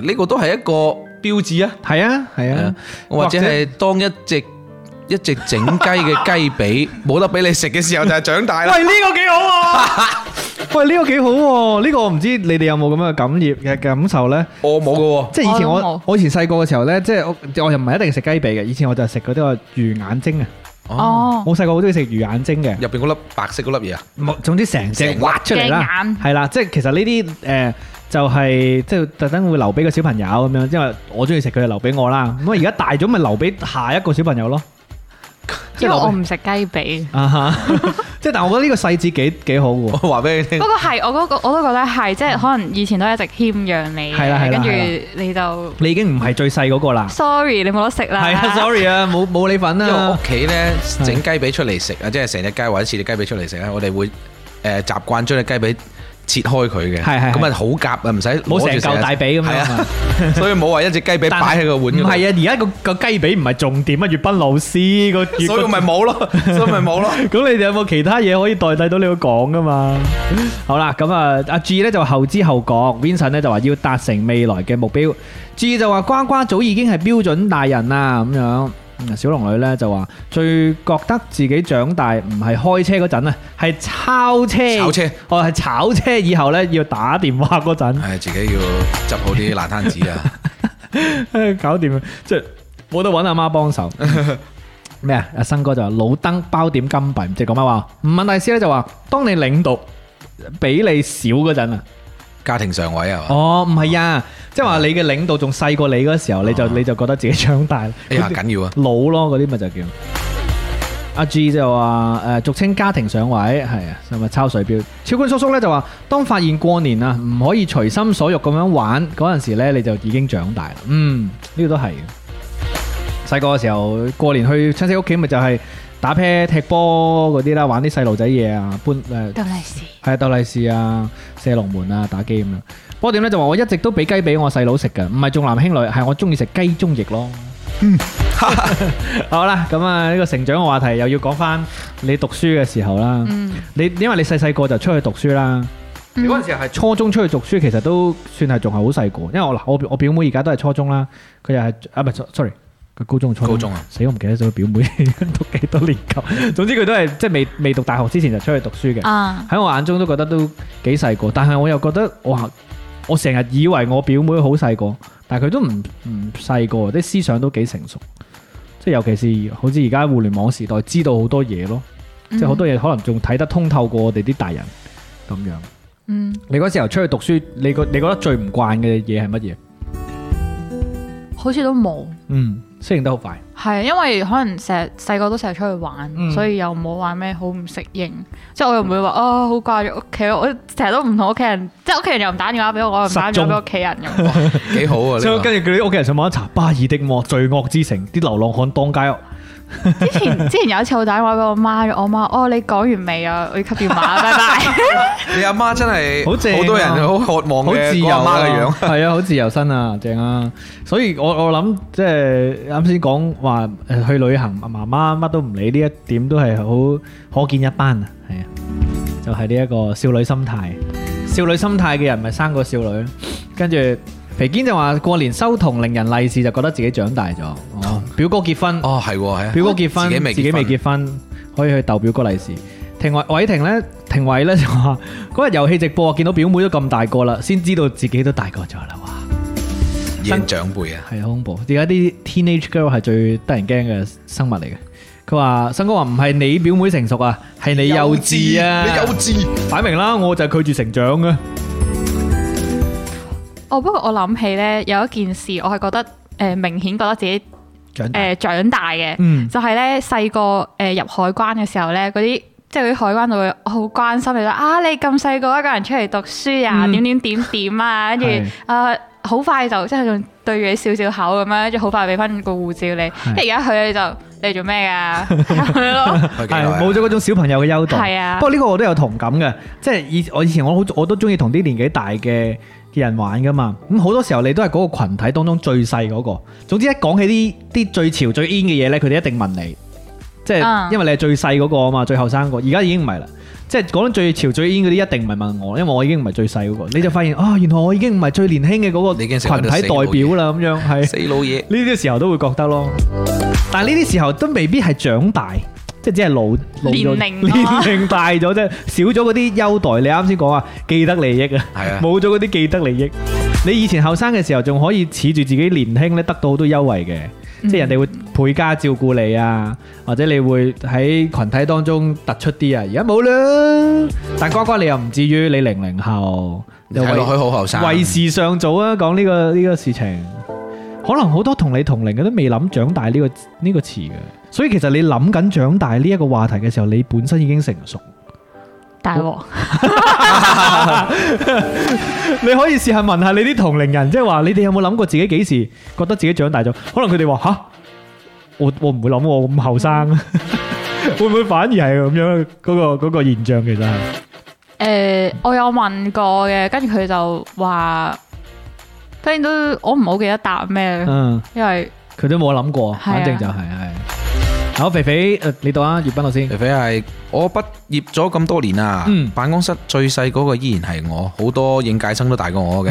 [SPEAKER 3] 呢個都係一個標誌啊，
[SPEAKER 5] 係啊，係
[SPEAKER 3] 係啊
[SPEAKER 5] 啊，
[SPEAKER 3] 或者係當一隻一一隻整雞嘅雞髀冇得俾你食嘅時候就係長大啦。
[SPEAKER 5] 喂，呢個幾好喎，呢個唔知你哋有冇咁嘅感染嘅-感受呢？即係以前我-
[SPEAKER 3] 我冇㗎喎，
[SPEAKER 4] 我都冇。
[SPEAKER 5] 我以前細個嘅時候呢，即係我-我又唔係一定食雞髀嘅，以前我就係食嗰啲話魚眼睛啊。
[SPEAKER 4] 哦，
[SPEAKER 5] 我細個好鍾意食魚眼睛嘅。
[SPEAKER 3] 入邊嗰粒白色嗰粒嘢啊，
[SPEAKER 5] 冇總之成隻挖出嚟啦
[SPEAKER 4] 嘅眼，
[SPEAKER 5] 係啦，即係其實呢啲誒就係即係特登會留俾個小朋友咁樣，因為我中意食佢就留俾我啦。咁啊而家大咗咪留俾下一個小朋友咯。即
[SPEAKER 4] 因
[SPEAKER 5] 係
[SPEAKER 4] 為
[SPEAKER 5] 留
[SPEAKER 4] 我
[SPEAKER 5] 俾
[SPEAKER 4] 唔食雞髀。
[SPEAKER 5] 啊哈， 即係但係我覺得呢個細節幾幾好嘅
[SPEAKER 3] 我
[SPEAKER 5] 喎。
[SPEAKER 3] 話俾你聽
[SPEAKER 4] 不。過係，我嗰個我都覺得係，即係可能以前都一直謙讓你嘅，
[SPEAKER 5] 嗯係啦係啦
[SPEAKER 4] 跟住
[SPEAKER 5] 係啦
[SPEAKER 4] 你就
[SPEAKER 5] 你已經唔係最細嗰個啦，
[SPEAKER 4] sorry，你冇得食啦。
[SPEAKER 5] 係啊，sorry 啊，冇冇你份
[SPEAKER 3] 因為我
[SPEAKER 5] 啊
[SPEAKER 3] 屋。企咧整雞髀出嚟食啊，即係成隻雞或者切隻雞髀出嚟食咧，我哋會誒習慣將只雞髀切開佢嘅，
[SPEAKER 5] 係係係
[SPEAKER 3] 咁啊好夾啊，唔使
[SPEAKER 5] 冇
[SPEAKER 3] 攞
[SPEAKER 5] 成
[SPEAKER 3] 住
[SPEAKER 5] 嚿大髀咁樣
[SPEAKER 3] 係
[SPEAKER 5] 啊嘛
[SPEAKER 3] 啊，所以冇話一隻雞髀
[SPEAKER 5] 但
[SPEAKER 3] 擺喺個碗嗰
[SPEAKER 5] 唔
[SPEAKER 3] 度，
[SPEAKER 5] 係啊，而家個個雞髀唔係重點啊，粵斌老師個粵
[SPEAKER 3] 所以咪冇咯，所以 咪冇咯。
[SPEAKER 5] 咁你哋有冇其他嘢可以代替到你去講噶嘛？好啦，咁啊，阿 G 咧就話後知後覺，Vincent 咧就話要達成未來嘅目標，G 就話瓜瓜早已經係標準大人啦咁樣。嗯小龍女咧就話最覺得自己長大唔係開車嗰陣啊，係抄車，
[SPEAKER 3] 炒車，
[SPEAKER 5] 哦係炒車以後咧要打電話嗰陣。
[SPEAKER 3] 係自己要執好啲爛 攤子啊！
[SPEAKER 5] 搞掂啊！即系冇得揾阿媽幫 手。咩啊？阿生哥就話老登包點金幣，唔知講乜話。吳敏大師咧就話：當你領導比你少嗰陣啊，
[SPEAKER 3] 家庭上位啊嘛，
[SPEAKER 5] 哦，唔係啊，即係話你嘅領導仲細過你嗰時候，你就你就覺得自己長大。
[SPEAKER 3] 哦哎呀緊要啊！
[SPEAKER 5] 老咯，嗰啲咪就叫。阿 G 就話誒、俗稱家庭上位係啊，係咪抄水表？超官叔叔咧就話，當發現過年啊唔可以隨心所欲咁樣玩嗰陣時咧，你就已經長大啦。嗯，呢、個都係嘅。細個嘅時候過年去親戚屋企，咪就係打啤、踢波嗰啲啦，玩啲細路仔嘢啊，搬誒。
[SPEAKER 4] 得利是。
[SPEAKER 5] 係啊，鬥利是啊，射龍門啊，打機咁樣。不過點咧就話我一直都俾雞髀我細佬食嘅，唔係重男輕女，係我中意食雞中翼 咯。嗯，好啦，咁啊呢個成長嘅話題又要講翻你讀書嘅時候啦。
[SPEAKER 4] 嗯，
[SPEAKER 5] 你因為你細細個就出去讀書啦，
[SPEAKER 3] 嗯
[SPEAKER 5] 你嗰陣時候係初中出去讀書，其實都算係仲係好細個。因為我嗱我我表妹而家都係初中啦，佢又係啊唔係 sorry。佢高中定初中
[SPEAKER 3] 高中啊
[SPEAKER 5] 死我唔記得咗佢表妹 讀幾多年級。總之佢都係即係未未讀大學之前就出去讀書嘅。
[SPEAKER 4] 啊，
[SPEAKER 5] 喺我眼中都覺得都幾細個，但係我又覺得哇，我成日以為我表妹好細個，但係佢都唔唔細個，啲思想都幾成熟。即係尤其是好似而家互聯網時代，知道好多嘢咯，
[SPEAKER 3] 嗯
[SPEAKER 5] 即係好多嘢可能仲睇得通透過我哋啲大人咁樣。
[SPEAKER 4] 嗯，
[SPEAKER 5] 你嗰時候出去讀書，你覺你覺得最唔慣嘅嘢係乜嘢？
[SPEAKER 4] 好似都冇。
[SPEAKER 5] 嗯，適應得好快。
[SPEAKER 4] 係，啊因為可能成日細個都成日出去玩，
[SPEAKER 5] 嗯
[SPEAKER 4] 所以又冇話咩好唔適應。即係我又唔會話啊好掛住屋企咯，我成日都唔同屋企人，即係屋企人又唔打電話俾我，我又唔打電話俾屋企人咁。
[SPEAKER 3] 幾好 啊！
[SPEAKER 5] 所以
[SPEAKER 3] 呢個
[SPEAKER 5] 跟住佢啲屋企人上網一查，巴爾的摩罪惡之城，啲流浪漢當街。
[SPEAKER 4] 之前之前有一次我打電話俾我媽，我媽哦你講完未啊？我要吸電話，拜拜。
[SPEAKER 3] 你阿媽真係
[SPEAKER 5] 好正啊
[SPEAKER 3] 好多人好渴望
[SPEAKER 5] 好自
[SPEAKER 3] 嘅
[SPEAKER 5] 由
[SPEAKER 3] 個
[SPEAKER 5] 啊
[SPEAKER 3] 阿媽 嘅樣。
[SPEAKER 5] 係啊，好自由身啊，正啊！所以我我諗即係啱先講話誒去旅行，媽媽乜都唔理呢一點都係好可見一斑啊，係啊，就係呢一個少女心態。少女心態嘅人咪生個少女咯，跟住。皮堅就話過年收同齡人利是就覺得自己長大咗，哦，表哥結婚，
[SPEAKER 3] 哦，係喎，係啊
[SPEAKER 5] 表哥結婚，
[SPEAKER 3] 自己未
[SPEAKER 5] 自己未
[SPEAKER 3] 結
[SPEAKER 5] 結婚，可以去鬥表哥利是。庭偉偉霆咧，庭偉咧就話：嗰日遊戲直播見到表妹都咁大個啦，先知道自己都大個咗啦，哇！
[SPEAKER 3] 婚，演長輩啊，
[SPEAKER 5] 係好恐怖。而家啲 teenage girl 係最得人驚嘅生物嚟嘅。佢話：新哥話唔係你表妹成熟啊，係你幼稚啊，
[SPEAKER 3] 你幼稚。
[SPEAKER 5] 擺明啦，我就係拒絕成長嘅。
[SPEAKER 4] 哦，不過我諗起咧有一件事，我係覺得誒、呃明顯覺得自己誒、
[SPEAKER 5] 長大
[SPEAKER 4] 呃、長大嘅，
[SPEAKER 5] 嗯
[SPEAKER 4] 就係咧細個誒入海關嘅時候咧嗰啲。即係嗰啲海關就會好關心你啦，啊你咁細個一個人出嚟讀書啊，
[SPEAKER 5] 嗯
[SPEAKER 4] 點點點點啊，跟
[SPEAKER 5] 係
[SPEAKER 4] 住啊好快就即係仲對住你笑笑口咁樣，跟住好快俾翻個護照你。即係而家佢你就你做 咩㗎？咁樣咯，
[SPEAKER 3] 係
[SPEAKER 5] 係
[SPEAKER 3] 幾耐啊
[SPEAKER 5] 冇咗嗰種小朋友嘅優待。
[SPEAKER 4] 係啊
[SPEAKER 5] 不過呢個我都有同感嘅，即係以我以前我好我都中意同啲年紀大嘅嘅人玩噶嘛。咁好多時候你都係嗰個群體當中最細嗰、個。總之一講起啲啲最潮最 in 嘅嘢呢，佢哋一定問你。即係
[SPEAKER 4] 嗯
[SPEAKER 5] 因為你係最細嗰個啊嘛，最後生個，而家已經唔係啦。即係講緊最潮最 in 嗰啲，一定唔係問我，因為我已經唔係最細嗰個。你就發現啊，原來我已經唔係最年輕嘅嗰個
[SPEAKER 3] 你
[SPEAKER 5] 群體
[SPEAKER 3] 已經成為咗
[SPEAKER 5] 代
[SPEAKER 3] 死老
[SPEAKER 5] 表啦，咁樣係。
[SPEAKER 3] 死老嘢，
[SPEAKER 5] 呢啲時候都會覺得咯。但係呢啲時候都未必係長大，即係只係老老咗
[SPEAKER 4] 年齡
[SPEAKER 5] 年
[SPEAKER 4] 咯
[SPEAKER 5] 齡大咗啫，少咗嗰啲優待。你啱先講啊，既得利益啊，
[SPEAKER 3] 係啊
[SPEAKER 5] 冇咗嗰啲既得利益。你以前後生嘅時候仲可以恃住自己年輕咧，得到好多優惠嘅。
[SPEAKER 4] 嗯
[SPEAKER 5] 即係人哋會倍加照顧你啊，或者你會喺群體當中突出啲啊。而家冇啦，但瓜瓜你又唔至於你零零後，又
[SPEAKER 3] 睇落去好後生，
[SPEAKER 5] 為時尚早啊！講呢、個呢、個事情，可能好多同你同齡嘅都未諗長大呢、個呢、個詞嘅，所以其實你諗緊長大呢一個話題嘅時候，你本身已經成熟，
[SPEAKER 4] 大鑊，
[SPEAKER 5] 你可以試下問下你啲同齡人，即係話你哋有冇諗過自己幾時覺得自己長大咗？可能佢哋話吓，我我唔會諗喎，我咁後生， 會唔會反而係咁樣嗰、個嗰、個現象其實係？
[SPEAKER 4] 誒，呃我有問過嘅，跟住佢就話，呃當然都我唔好記得答咩，
[SPEAKER 5] 嗯。
[SPEAKER 4] 因為
[SPEAKER 5] 佢都冇諗過，反正就係係。好，肥肥，誒你到啊，粵斌老師
[SPEAKER 3] 肥。肥係我畢業咗咁多年啊，
[SPEAKER 5] 嗯
[SPEAKER 3] 辦公室最細嗰個依然係我，好多應屆生都大 過我嘅。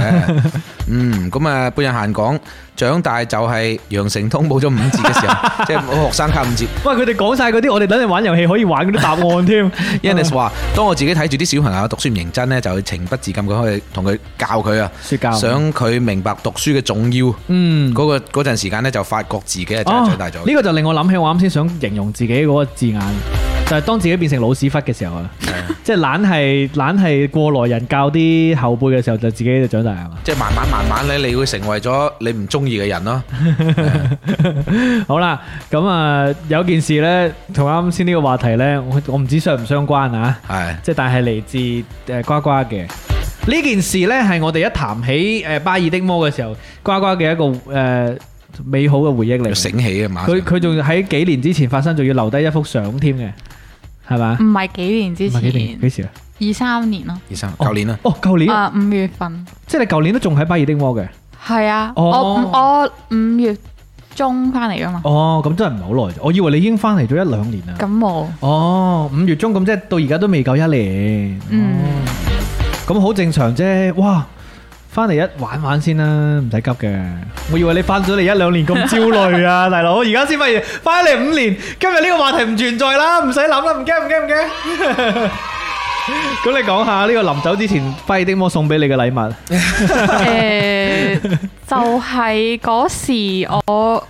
[SPEAKER 3] 嗯，咁啊，半日閒講，長大就係羊城通冇咗五折 嘅時候，即係冇學生卡五折。
[SPEAKER 5] 喂，佢哋講晒嗰啲，我哋等你玩遊戲可以玩嗰啲答案 添。
[SPEAKER 3] Yannis 話：當我自己睇住啲小朋友讀書唔認真呢，就會情不自禁咁去同佢教佢啊，
[SPEAKER 5] 説教。
[SPEAKER 3] 想佢明白讀書嘅重要。
[SPEAKER 5] 嗯，
[SPEAKER 3] 嗰、個嗰陣時間咧，就發覺自己係真係長大咗。
[SPEAKER 5] 哦呢個就令我諗起我啱先想形容自己嗰個字眼，就係當自己變成老屎忽嘅時候啊， 即係懶係懶係過來人教啲後輩嘅時候，就自己就長大啊係嘛。
[SPEAKER 3] 即係慢慢慢慢咧，你會成為咗你唔中意嘅人咯。
[SPEAKER 5] 好啦，咁啊有件事呢，同啱先呢個話題呢，我我唔知相唔相關啊。
[SPEAKER 3] 係
[SPEAKER 5] 即係但係嚟自誒瓜瓜嘅呢件事呢，係我哋一談起誒巴爾的摩嘅時候，瓜瓜嘅一個誒、呃美好嘅回憶
[SPEAKER 3] 要
[SPEAKER 5] 嚟。
[SPEAKER 3] 醒起啊嘛。
[SPEAKER 5] 佢佢仲喺幾年之前發生，仲要留低一幅相添嘅，係嘛？
[SPEAKER 4] 唔係幾年嗯之
[SPEAKER 5] 唔係幾年
[SPEAKER 4] 前
[SPEAKER 5] 幾，時啊？
[SPEAKER 4] 二三年咯，
[SPEAKER 3] 二三舊年啊，
[SPEAKER 5] 哦，舊年，
[SPEAKER 4] 啊五月份，
[SPEAKER 5] 即係你舊年都仲喺巴爾的摩嘅。
[SPEAKER 4] 係啊，
[SPEAKER 5] 哦
[SPEAKER 4] 我五我五月中翻嚟噶嘛，
[SPEAKER 5] 哦，咁真係唔係好耐啫。我以為你已經翻嚟咗一兩年啦。
[SPEAKER 4] 咁冇，
[SPEAKER 5] 哦，五月中咁即係到而家都未夠一年。
[SPEAKER 4] 嗯，
[SPEAKER 5] 咁好正常啫。哇，翻嚟一玩玩先啦，唔使急嘅。我以為你翻咗嚟一兩年咁焦慮 啊，大佬，而家先發現翻嚟五年，今日呢個話題唔存在啦，唔使諗啦，唔驚唔驚唔驚。 咁你講下呢個臨走之前，巴爾的摩送俾你嘅禮物，哦
[SPEAKER 4] 誒就係嗰時我。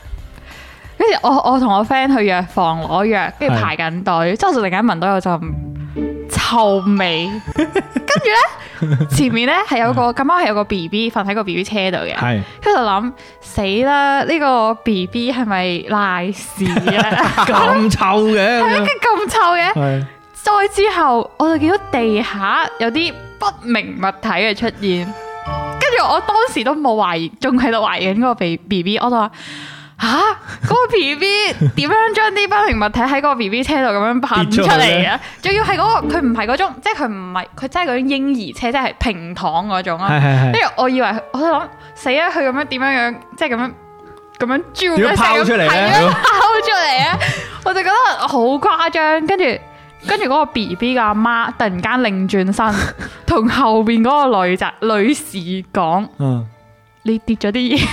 [SPEAKER 4] 跟住我我同我 friend 去藥房攞藥，跟住
[SPEAKER 5] 係
[SPEAKER 4] 排緊隊，之後就突然間聞到有陣臭 味，跟住咧前面咧係有個咁啱係有個 B B 瞓喺個 B B 車度嘅，
[SPEAKER 5] 嗯係
[SPEAKER 4] 跟住就諗死啦！呢、個 B B 係咪賴屎 啊？
[SPEAKER 5] 咁臭嘅咁
[SPEAKER 4] 跟
[SPEAKER 5] 樣，
[SPEAKER 4] 住咁臭嘅，
[SPEAKER 5] 係
[SPEAKER 4] 再之後我就見到地下有啲不明物體嘅出現，跟住我當時都冇懷疑，仲喺度懷疑緊嗰個 B B B，我就話。吓，嗰、個 B B 點樣將啲不明物體喺個 B B 車度咁樣噴
[SPEAKER 5] 跌出
[SPEAKER 4] 出
[SPEAKER 5] 去
[SPEAKER 4] 嚟
[SPEAKER 5] 咧
[SPEAKER 4] 啊？仲要係嗰、個，佢唔係嗰種，即係佢唔係佢真係嗰種嬰兒車，即係平躺嗰種啊。
[SPEAKER 5] 係係
[SPEAKER 4] 跟
[SPEAKER 5] 係，
[SPEAKER 4] 住我以為我喺度諗死啦，佢咁樣點樣樣，即係咁樣咁樣啾
[SPEAKER 5] 點樣
[SPEAKER 4] 一聲
[SPEAKER 5] 拋出嚟咧
[SPEAKER 4] 係咁樣拋出嚟啊！我就覺得好誇張，跟住跟住嗰個 B B 嘅阿媽突然間擰轉身，同後邊嗰個女仔 女士講：
[SPEAKER 5] 嗯
[SPEAKER 4] 你跌咗啲 嘢，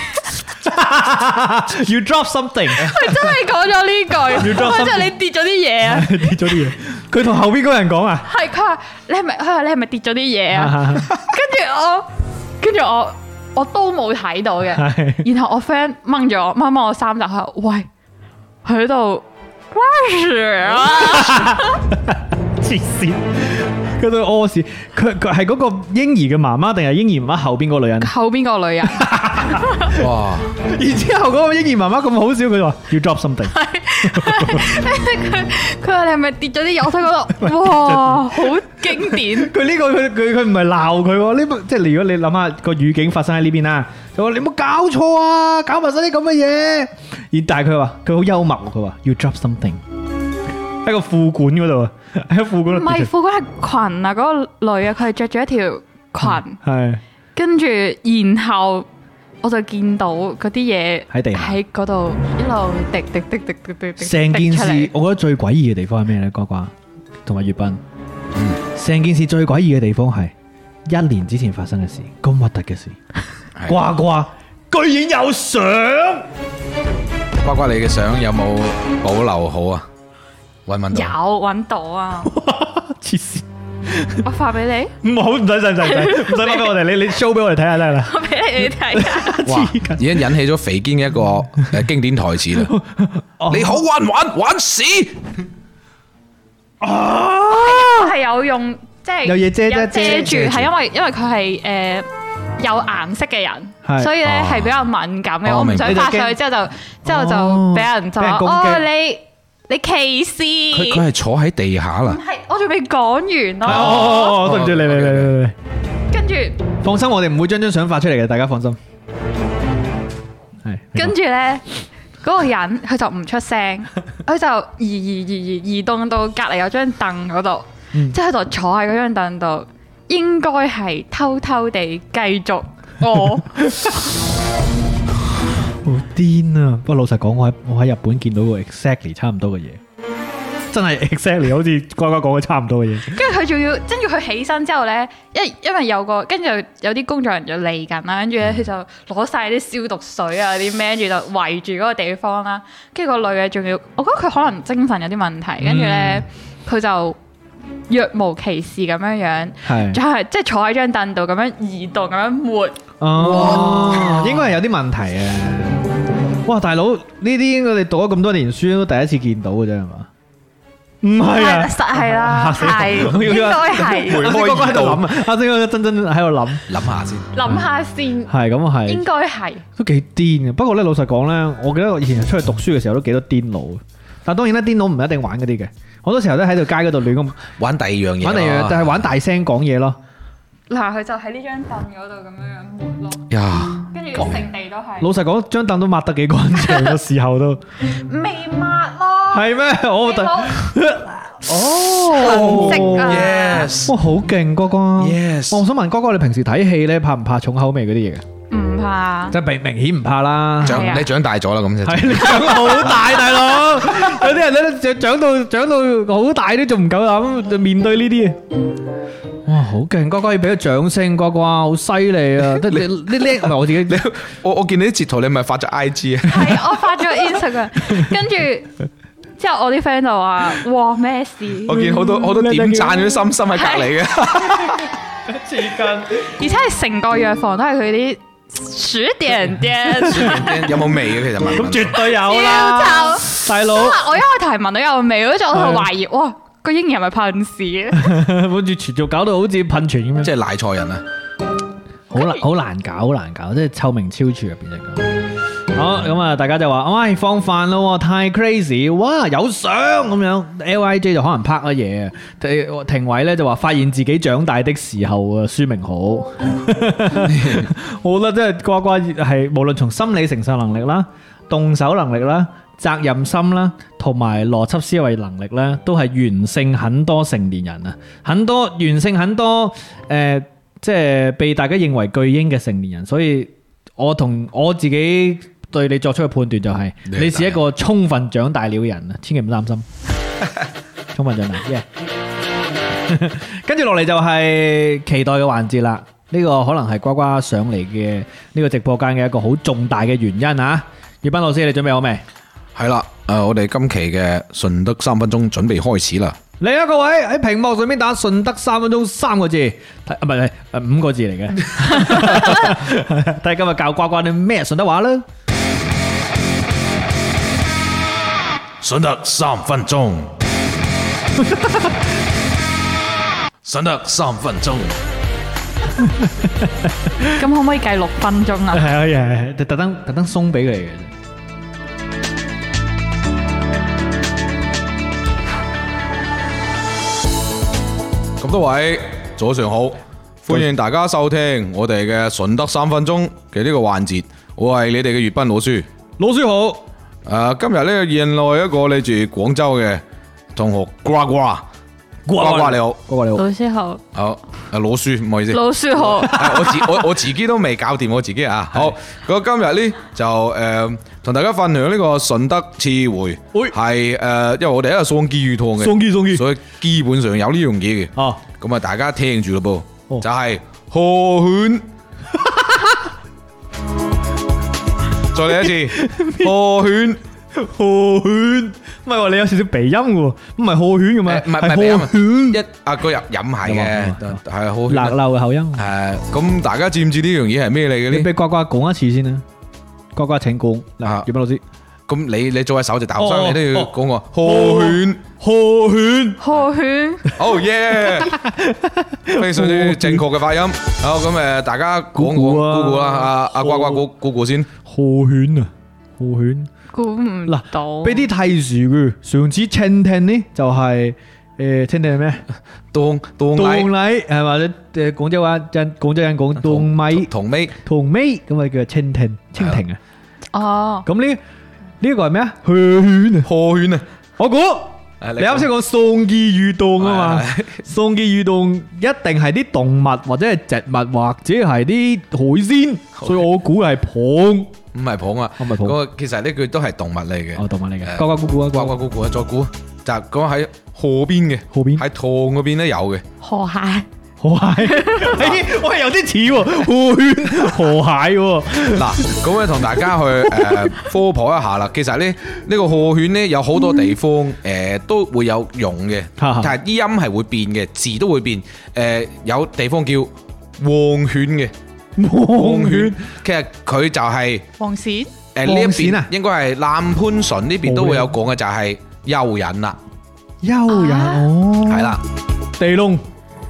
[SPEAKER 5] ，You drop something，
[SPEAKER 4] 佢真係講咗呢
[SPEAKER 5] You
[SPEAKER 4] 句，
[SPEAKER 5] drop
[SPEAKER 4] 我
[SPEAKER 5] something
[SPEAKER 4] 真係你跌咗啲嘢啊！
[SPEAKER 5] 跌咗啲嘢，佢同後邊嗰個人講啊，
[SPEAKER 4] 係佢話你係咪？佢話你係咪跌咗啲嘢啊？跟住我，跟住我，我都冇睇到嘅。
[SPEAKER 5] 係
[SPEAKER 4] 然後我 friend 掹咗我，掹掹我衫袖，佢話：喂，佢喺度拉屎啊！
[SPEAKER 5] 黐線，佢對屙屎，佢佢係嗰個嬰兒嘅媽媽定係嬰兒媽媽後邊嗰個女人？
[SPEAKER 4] 後邊個 女人，
[SPEAKER 3] 哇！
[SPEAKER 5] 然之後嗰個嬰兒媽媽咁好笑，佢話要 drop something，
[SPEAKER 4] 佢佢話你係咪跌咗啲油？我都覺得哇，好 經典。
[SPEAKER 5] 佢呢個佢佢佢唔係鬧佢喎，呢個即係如果你諗下個語境發生喺呢邊啦，佢話你冇搞錯啊，搞埋晒啲咁嘅嘢。而但係佢話佢好幽默喎，佢話要 drop something 喺個褲管嗰度啊，喺個褲管
[SPEAKER 4] 唔
[SPEAKER 5] 度跌
[SPEAKER 4] 係
[SPEAKER 5] 出
[SPEAKER 4] 褲管係裙啊，嗰、個女啊，佢係着咗一條裙，
[SPEAKER 5] 係
[SPEAKER 4] 跟住然後我就見到嗰啲嘢
[SPEAKER 5] 喺地下
[SPEAKER 4] 喺嗰度一路滴滴滴滴滴滴滴
[SPEAKER 5] 成件
[SPEAKER 4] 滴出嚟
[SPEAKER 5] 事，我覺得最詭異嘅地方係咩呢？呱呱同埋月斌，成件事最詭異嘅地方係一年之前發生嘅事，咁核突嘅事，
[SPEAKER 3] 係
[SPEAKER 5] 呱呱居然有相，
[SPEAKER 3] 呱呱，你嘅相有冇保留好啊？搵唔搵
[SPEAKER 4] 有
[SPEAKER 3] 到？
[SPEAKER 4] 揾到 啊！
[SPEAKER 5] 黐線！
[SPEAKER 4] 我發俾你，
[SPEAKER 5] 唔好唔使唔使唔使唔使發俾我哋，你你 show 俾我哋睇下得啦。
[SPEAKER 4] 我俾你睇啊！
[SPEAKER 3] 哇
[SPEAKER 5] 黐筋！
[SPEAKER 3] 已經引起咗肥堅 嘅一個诶经典台詞啦。你好玩唔玩？玩屎！
[SPEAKER 4] 我係有用，即係
[SPEAKER 5] 有嘢遮
[SPEAKER 4] 有
[SPEAKER 5] 遮
[SPEAKER 4] 遮住，
[SPEAKER 3] 遮住
[SPEAKER 4] 係因為因為佢係誒有顏色嘅
[SPEAKER 5] 係
[SPEAKER 4] 人，所以咧係比較敏感嘅。
[SPEAKER 3] 哦
[SPEAKER 4] 我唔
[SPEAKER 3] 明
[SPEAKER 4] 想
[SPEAKER 5] 你就哦
[SPEAKER 4] 發上去之後就之後就俾人就
[SPEAKER 5] 俾人
[SPEAKER 4] 話
[SPEAKER 5] 攻擊
[SPEAKER 4] 哦你你歧視，
[SPEAKER 3] 佢佢系坐喺地下啦。
[SPEAKER 4] 係我仲未講完
[SPEAKER 5] 哦
[SPEAKER 4] 咯，
[SPEAKER 5] 哦哦，對唔住你你你你你，
[SPEAKER 4] 跟住
[SPEAKER 5] 放心，我哋唔會將張相發出嚟嘅，大家放心。係
[SPEAKER 4] 跟住咧。嗰個人佢就唔 出聲，佢就移移移移移動到隔離有張凳嗰度，
[SPEAKER 5] 嗯
[SPEAKER 4] 即係佢就坐喺嗰張凳度，應該係偷偷地繼續 哦 我。
[SPEAKER 5] 好癲啊！不過老實講，我喺我喺日本見到個 exactly 差唔多嘅嘢，真係 exactly 好似乖乖講嘅差唔多嘅嘢。
[SPEAKER 4] 跟住佢仲要，跟住佢起身之後咧，因因為有個跟住有啲工作人員就嚟緊啦，跟住咧佢就攞晒啲消毒水啊啲咩，跟住就圍住嗰個地方啦。跟住個女嘅仲要，我覺得佢可能精神有啲問題，跟住咧佢就若無其事咁樣樣，就
[SPEAKER 5] 係
[SPEAKER 4] 係即係坐喺張凳度咁樣移動咁樣抹。
[SPEAKER 5] 哦，應該係有啲問題啊！哇，大佬呢啲我哋讀咗咁多年書都第一次見到嘅啫，係嘛？唔係啊，
[SPEAKER 4] 實係啦，
[SPEAKER 5] 嚇死我
[SPEAKER 4] 係
[SPEAKER 5] 我以為
[SPEAKER 4] 應該係
[SPEAKER 3] 回
[SPEAKER 5] 阿星哥喺度諗啊，阿星哥真真喺度諗，
[SPEAKER 3] 諗下先。
[SPEAKER 4] 諗下先，
[SPEAKER 5] 係咁啊係。
[SPEAKER 4] 應該係。
[SPEAKER 5] 都幾癲嘅。不過咧，老實講咧，我記得我以前出去讀書嘅時候都幾多癲佬嘅。但當然啦，癲佬唔一定玩嗰啲嘅，好多時候都喺度街嗰度亂咁
[SPEAKER 3] 玩第二樣嘢咯。
[SPEAKER 5] 玩嚟樣，但係玩大聲講嘢咯。
[SPEAKER 4] 嗱，佢就喺呢張凳嗰度咁樣樣抹咯，
[SPEAKER 3] 哎呀，
[SPEAKER 4] 跟住成地都係。
[SPEAKER 5] 老實講，張凳都抹得幾乾淨嘅時候都
[SPEAKER 4] 未抹咯，
[SPEAKER 5] 係咩？我特
[SPEAKER 4] 冇
[SPEAKER 5] 哦
[SPEAKER 4] 痕跡啊
[SPEAKER 3] Yes
[SPEAKER 5] 哇，好勁哥哥
[SPEAKER 3] Yes
[SPEAKER 5] 哇我想問哥哥，你平時睇戲咧怕唔怕重口味嗰啲嘢嘅？
[SPEAKER 4] 唔怕，
[SPEAKER 5] 即係明明顯唔怕啦。
[SPEAKER 4] 係啊
[SPEAKER 3] 長你長大咗啦，咁就
[SPEAKER 5] 係 你長好大，大佬。有啲人咧長長到長到好大都仲唔夠膽面對呢啲。哇，好勁！乖乖要俾個掌聲，乖乖好犀利啊！得你你叻唔係我自己，你
[SPEAKER 3] 我我見你啲截圖，你咪發咗 IG
[SPEAKER 5] 嗯
[SPEAKER 3] 啊？
[SPEAKER 4] 係我發咗 Instagram，跟住之後我啲 friend 就話：哇咩事？
[SPEAKER 3] 我見好多好多點讚嗰啲心心喺隔離 嘅。
[SPEAKER 4] 而且係成個藥房都係佢啲鼠點點，
[SPEAKER 3] Ờ. 有冇味嘅其實聞？
[SPEAKER 5] 絕對有
[SPEAKER 4] 啦
[SPEAKER 5] 啦，大佬
[SPEAKER 4] 因為我一開頭係聞到有味，跟住我就懷疑哇。個嬰兒係咪噴屎？
[SPEAKER 5] 好似全做搞到好似噴泉咁樣，
[SPEAKER 3] 即係奶錯人啊！
[SPEAKER 5] 好難好難搞，好難搞，即係臭名昭著入邊就咁。好咁啊！大家就話：，喂，放飯咯，太 crazy！哇，有相咁樣，L I J 就可能拍咗嘢。停呃庭偉咧就話發現自己長大的時候啊，書 明好。我覺得真係呱呱係無論從心理承受能力啦、動手能力啦、責任心啦，同埋邏輯思維能力咧，都係完勝很多成年人啊！很多完勝很多誒。呃即係被大家認為巨嬰嘅成年人，呃所以我同我自己對你作出嘅判斷就係、
[SPEAKER 3] 你係
[SPEAKER 5] 你是一個充分長大了嘅人啊，千祈唔擔 心，充分長大。y 跟住落嚟就係期待嘅環節啦，呢、個可能係呱呱上嚟嘅呢個直播間嘅一個好重大嘅原因啊！葉斌老師，你準備好未？
[SPEAKER 3] 係啦，誒，我哋今期嘅順德三分鐘準備開始啦。
[SPEAKER 5] 嚟啊！各位喺屏幕上面打順德三分鐘三個字，睇啊唔係係五個字嚟嘅，睇下今日教呱呱啲咩順德話啦。
[SPEAKER 3] 順德三分鐘，順德三分鐘，
[SPEAKER 4] 咁可唔可以計六分鐘啊？
[SPEAKER 5] 係啊係啊係啊，特特登特登鬆俾佢哋嘅。
[SPEAKER 3] 咁多位早上好，歡迎大家收聽我哋嘅順德三分鐘嘅呢個環節，我係你哋嘅粵賓老啊師。
[SPEAKER 5] 老師好，
[SPEAKER 3] 誒、今日呢，現來一個嚟自廣州嘅同學呱呱，呱呱你好，
[SPEAKER 5] 嗰個你好。
[SPEAKER 4] 老師好，
[SPEAKER 3] 好啊老鼠唔好意思。
[SPEAKER 4] 老師好，
[SPEAKER 3] 啊我自我我自己都未搞掂我自 己啊！好，咁今日呢，就誒同、大家分享呢個順德刺回，
[SPEAKER 5] 喂
[SPEAKER 3] 係誒、呃因為我哋喺度送魚湯嘅，
[SPEAKER 5] 送機送機
[SPEAKER 3] 所以基本上有呢樣嘢嘅。
[SPEAKER 5] 哦，
[SPEAKER 3] 咁啊，大家聽住咯
[SPEAKER 5] 哦
[SPEAKER 3] 噃，就係 河犬。再嚟一次，河犬
[SPEAKER 5] 賀犬，唔係喎，你有少少鼻音嘅喎，唔係賀犬嘅咩？
[SPEAKER 3] 誒唔係唔係
[SPEAKER 5] 係
[SPEAKER 3] 鼻音啊
[SPEAKER 5] 賀犬，
[SPEAKER 3] 一啊個入飲係
[SPEAKER 5] 有啊
[SPEAKER 3] 嘅
[SPEAKER 5] 有啊，
[SPEAKER 3] 係河
[SPEAKER 5] 辣
[SPEAKER 3] 犬。
[SPEAKER 5] 溜嘅口音。
[SPEAKER 3] 誒，咁大家知唔知呢樣嘢係咩嚟嘅
[SPEAKER 5] 你
[SPEAKER 3] 呢？
[SPEAKER 5] 俾呱呱講一次先啦，呱呱請講。嗱
[SPEAKER 3] 啊，
[SPEAKER 5] 葉斌老師，
[SPEAKER 3] 咁你你做下首席大學
[SPEAKER 5] 哦
[SPEAKER 3] 生，你都要
[SPEAKER 5] 哦
[SPEAKER 3] 講個河犬。
[SPEAKER 5] 賀犬，
[SPEAKER 4] 何圈，
[SPEAKER 3] 哦耶！非常之正確嘅發音。好咁誒，大家講講
[SPEAKER 5] 估估啊
[SPEAKER 3] 估估啦，阿阿呱呱估估估先。
[SPEAKER 5] 賀犬啊，賀犬。
[SPEAKER 4] 估唔
[SPEAKER 5] 嗱
[SPEAKER 3] 哦
[SPEAKER 4] 到，
[SPEAKER 5] 俾啲提示佢，上次蜻蜓呢就係、誒蜻蜓係咩？
[SPEAKER 3] 當當
[SPEAKER 5] 洞
[SPEAKER 3] 禮
[SPEAKER 5] 禮係或者誒廣州話人廣州人講洞米
[SPEAKER 3] 啊同尾
[SPEAKER 5] 同尾咁啊叫蜻蜓蜻蜓啊。
[SPEAKER 4] 哦，
[SPEAKER 5] 咁呢呢個係咩啊？血犬啊！
[SPEAKER 3] 破圈啊！
[SPEAKER 5] 我估
[SPEAKER 3] 誒
[SPEAKER 5] 你啱先講送機遇洞啊嘛
[SPEAKER 3] 係係，
[SPEAKER 5] 送機遇洞一定係啲動物或者係植物或者係啲海鮮，所以我估係蚌。
[SPEAKER 3] 唔係捧啊，
[SPEAKER 5] 我唔係捧
[SPEAKER 3] 嗰個其實呢句都係動物嚟嘅。
[SPEAKER 5] 哦，動物嚟嘅，
[SPEAKER 3] 誒
[SPEAKER 5] 呱呱咕咕啊，
[SPEAKER 3] 呱
[SPEAKER 5] 呱呱
[SPEAKER 3] 呱估估啊，再估就係講喺河邊嘅，
[SPEAKER 5] 河邊
[SPEAKER 3] 喺塘嗰邊都有 嘅。
[SPEAKER 4] 河蟹，
[SPEAKER 5] 河蟹，咦我係有啲似喎，河圈河蟹喎，
[SPEAKER 3] 嗱，咁啊同 大家去誒科普一下啦。其實呢呢個河犬呢，有好多地方誒都會有用嘅，
[SPEAKER 5] 哈哈
[SPEAKER 3] 但係啲音係會變嘅，字都會變。誒有地方叫黃犬嘅，
[SPEAKER 5] 望圈，
[SPEAKER 3] 其實佢就係
[SPEAKER 4] 黃鱔，
[SPEAKER 3] 誒呢一
[SPEAKER 5] 黃鱔
[SPEAKER 3] 邊
[SPEAKER 5] 啊
[SPEAKER 3] 應該係南潘純呢邊都會有講嘅，就係蚯蚓啦，
[SPEAKER 5] 蚯蚓
[SPEAKER 4] 啊
[SPEAKER 5] 哦，
[SPEAKER 3] 係，啦，
[SPEAKER 5] 地窿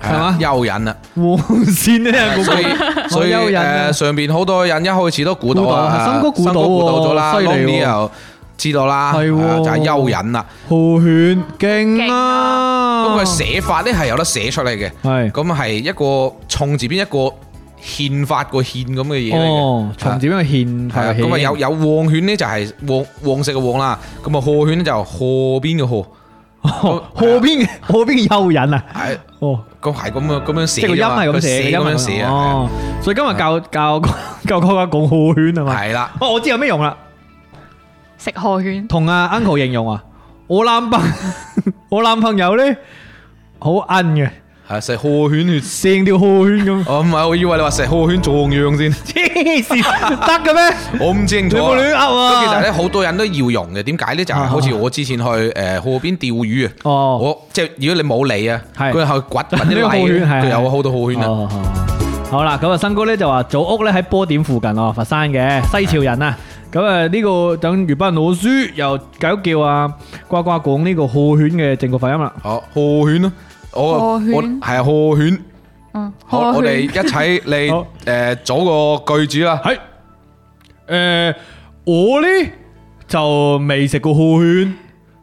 [SPEAKER 3] 係啦
[SPEAKER 5] 係嘛
[SPEAKER 3] 蚯蚓啦。
[SPEAKER 5] 黃線咧，嗰
[SPEAKER 3] 所以
[SPEAKER 5] 個
[SPEAKER 3] 所以
[SPEAKER 5] 有人啊
[SPEAKER 3] 誒上邊好多人一開始都估到啊，
[SPEAKER 5] 估到係森哥估到喎
[SPEAKER 3] 森估到咗啦，
[SPEAKER 5] 犀利喎
[SPEAKER 3] Lonnie 又知道啦，
[SPEAKER 5] 係喎
[SPEAKER 3] 啊就係蚯蚓啦。
[SPEAKER 5] 河圈勁
[SPEAKER 4] 勁
[SPEAKER 5] 啊，
[SPEAKER 3] 咁佢寫法咧係有得寫出嚟嘅，
[SPEAKER 5] 係
[SPEAKER 3] 咁係一個衝字邊一個憲法個憲咁嘅嘢嚟嘅。
[SPEAKER 5] 哦，從點樣獻
[SPEAKER 3] 係啊，
[SPEAKER 5] 法起
[SPEAKER 3] 咁啊有有旺犬咧就係旺旺食嘅旺啦，咁啊河犬咧就河邊嘅河，
[SPEAKER 5] 河河 邊河邊蚯蚓啊，
[SPEAKER 3] 係
[SPEAKER 5] 哦，
[SPEAKER 3] 咁係咁樣咁樣寫
[SPEAKER 5] 即係個音
[SPEAKER 3] 㗎嘛，
[SPEAKER 5] 係咁
[SPEAKER 3] 佢
[SPEAKER 5] 寫，
[SPEAKER 3] 寫
[SPEAKER 5] 個
[SPEAKER 3] 咁
[SPEAKER 5] 音係
[SPEAKER 3] 樣寫啊，
[SPEAKER 5] 哦，所以今日教 教教哥哥講河圈係嘛，
[SPEAKER 3] 係啦，
[SPEAKER 5] 哦，我知有咩用啦。
[SPEAKER 4] 食河圈，
[SPEAKER 5] 同阿 uncle 形容啊，我男朋 我男朋友咧好奀嘅，
[SPEAKER 3] 係食河犬血，
[SPEAKER 5] 成條河圈咁，
[SPEAKER 3] 哦唔係，我以為你話食河犬壯陽先。
[SPEAKER 5] 黐線得嘅咩？
[SPEAKER 3] 我唔清楚啊。
[SPEAKER 5] 你冇亂噏啊
[SPEAKER 3] 咁其實咧，好多人都要用嘅。點解咧？就係好似我之前去誒河邊釣魚啊。
[SPEAKER 5] 哦
[SPEAKER 3] 我即係如果你冇理啊，
[SPEAKER 5] 係
[SPEAKER 3] 佢去掘揾
[SPEAKER 5] 呢個
[SPEAKER 3] 啲
[SPEAKER 5] 好
[SPEAKER 3] 泥，
[SPEAKER 5] 圈係
[SPEAKER 3] 佢
[SPEAKER 5] 係
[SPEAKER 3] 有好多好圈啊。
[SPEAKER 5] 哦好好好啦，咁啊，新哥咧就話祖屋咧喺波點附近哦，佛山嘅西樵人啊。咁啊，呢個等粵班老師又教一叫啊，呱呱講呢個賀犬嘅正確發音啦。
[SPEAKER 3] 好，河圈咯，我我
[SPEAKER 4] 河圈
[SPEAKER 3] 係啊河圈。
[SPEAKER 4] 嗯，
[SPEAKER 3] 好，我
[SPEAKER 4] 河
[SPEAKER 3] 哋一
[SPEAKER 4] 圈，
[SPEAKER 3] 齊
[SPEAKER 5] 好
[SPEAKER 3] 嚟誒組個句子啦。
[SPEAKER 5] 係，誒，我咧就未食過賀圈，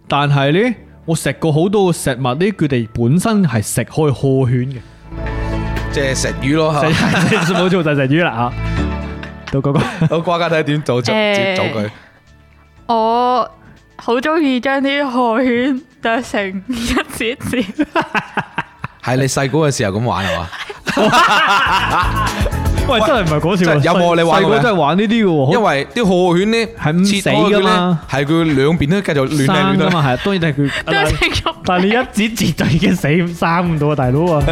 [SPEAKER 5] 但係咧我食過好多食物咧，佢哋本身係食開賀 圈嘅，
[SPEAKER 3] 即係食魚咯。嚇
[SPEAKER 5] 食冇做就食魚啦吓。到嗰個
[SPEAKER 3] 好，瓜家睇點組接
[SPEAKER 4] 誒
[SPEAKER 3] 組句。
[SPEAKER 4] 我好中意將啲河圈剁成一節節，
[SPEAKER 3] 係你細個嘅時候咁玩係嘛？
[SPEAKER 5] 喂，真係唔係講笑喎，
[SPEAKER 3] 真係有冇你
[SPEAKER 5] 細
[SPEAKER 3] 玩過
[SPEAKER 5] 個
[SPEAKER 3] 咩
[SPEAKER 5] 真係玩呢啲嘅喎，好
[SPEAKER 3] 因為啲河圈咧
[SPEAKER 5] 係唔
[SPEAKER 3] 切
[SPEAKER 5] 死
[SPEAKER 3] 開佢
[SPEAKER 5] 㗎
[SPEAKER 3] 咧
[SPEAKER 5] 嘛，
[SPEAKER 3] 係佢兩邊都繼續亂嚟
[SPEAKER 5] 生
[SPEAKER 3] 亂
[SPEAKER 5] 噶
[SPEAKER 3] 去。
[SPEAKER 5] 嘛，係，啊當然係佢。
[SPEAKER 4] 剁成肉，
[SPEAKER 5] 但係你一指節就已經死生唔到啊，大佬啊！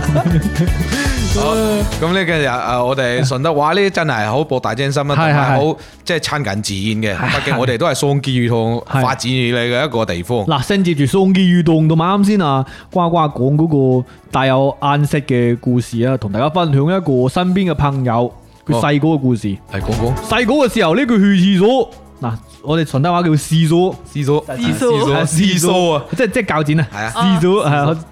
[SPEAKER 3] 好，咁呢嘅就誒，我 哋順德話呢真係好博大精深啊啦，同
[SPEAKER 5] 係係
[SPEAKER 3] 埋
[SPEAKER 5] 係
[SPEAKER 3] 好即係親近自然嘅。畢竟我哋都係桑基語同
[SPEAKER 5] 係
[SPEAKER 3] 發展嚟嘅一個地方。
[SPEAKER 5] 嗱，甚至住送機遇動同埋啱先啊，呱呱講嗰個帶有暗色嘅故事啊，同大家分享一個身邊嘅朋友佢
[SPEAKER 3] 哦
[SPEAKER 5] 細個嘅故事。
[SPEAKER 3] 嚟講講
[SPEAKER 5] 細個嘅時候呢，佢去廁所，嗱，我哋順德話叫廁所，
[SPEAKER 3] 思蘇，
[SPEAKER 4] 思蘇
[SPEAKER 5] 啊
[SPEAKER 3] 思蘇啊，
[SPEAKER 5] 即係即係鉸剪啊，
[SPEAKER 3] 係啊
[SPEAKER 5] 廁所係啊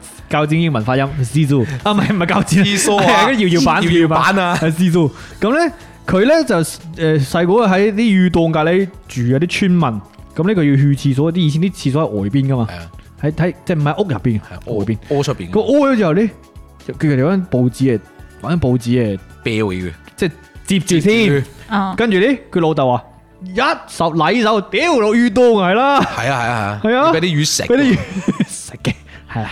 [SPEAKER 5] 鉸剪英文發音，廁所啊，唔係唔係鉸剪，
[SPEAKER 3] 思 蘇
[SPEAKER 5] 係啊
[SPEAKER 3] 啊，
[SPEAKER 5] 跟住搖搖板，
[SPEAKER 3] 搖搖板啊，
[SPEAKER 5] 係知道。咁咧，佢咧就誒細個喺啲魚檔隔離住有啲村民，咁呢個要去廁所，啲以前啲廁所喺外邊噶嘛
[SPEAKER 3] 係啊，
[SPEAKER 5] 喺睇即係唔喺啊嗯屋入邊，喺外邊。
[SPEAKER 3] 屙出哦邊
[SPEAKER 5] 佢屙咗之後咧，就佢哋揾報紙誒，揾報紙誒，
[SPEAKER 3] 啤佢嘅，
[SPEAKER 5] 即係接住先。
[SPEAKER 4] 嗯，
[SPEAKER 5] 跟住咧，佢老豆話：一手禮手屌落魚檔係啦，
[SPEAKER 3] 係啊係啊係啊，
[SPEAKER 5] 係啊
[SPEAKER 3] 要俾啲魚食，
[SPEAKER 5] 俾啲魚食嘅，係啦。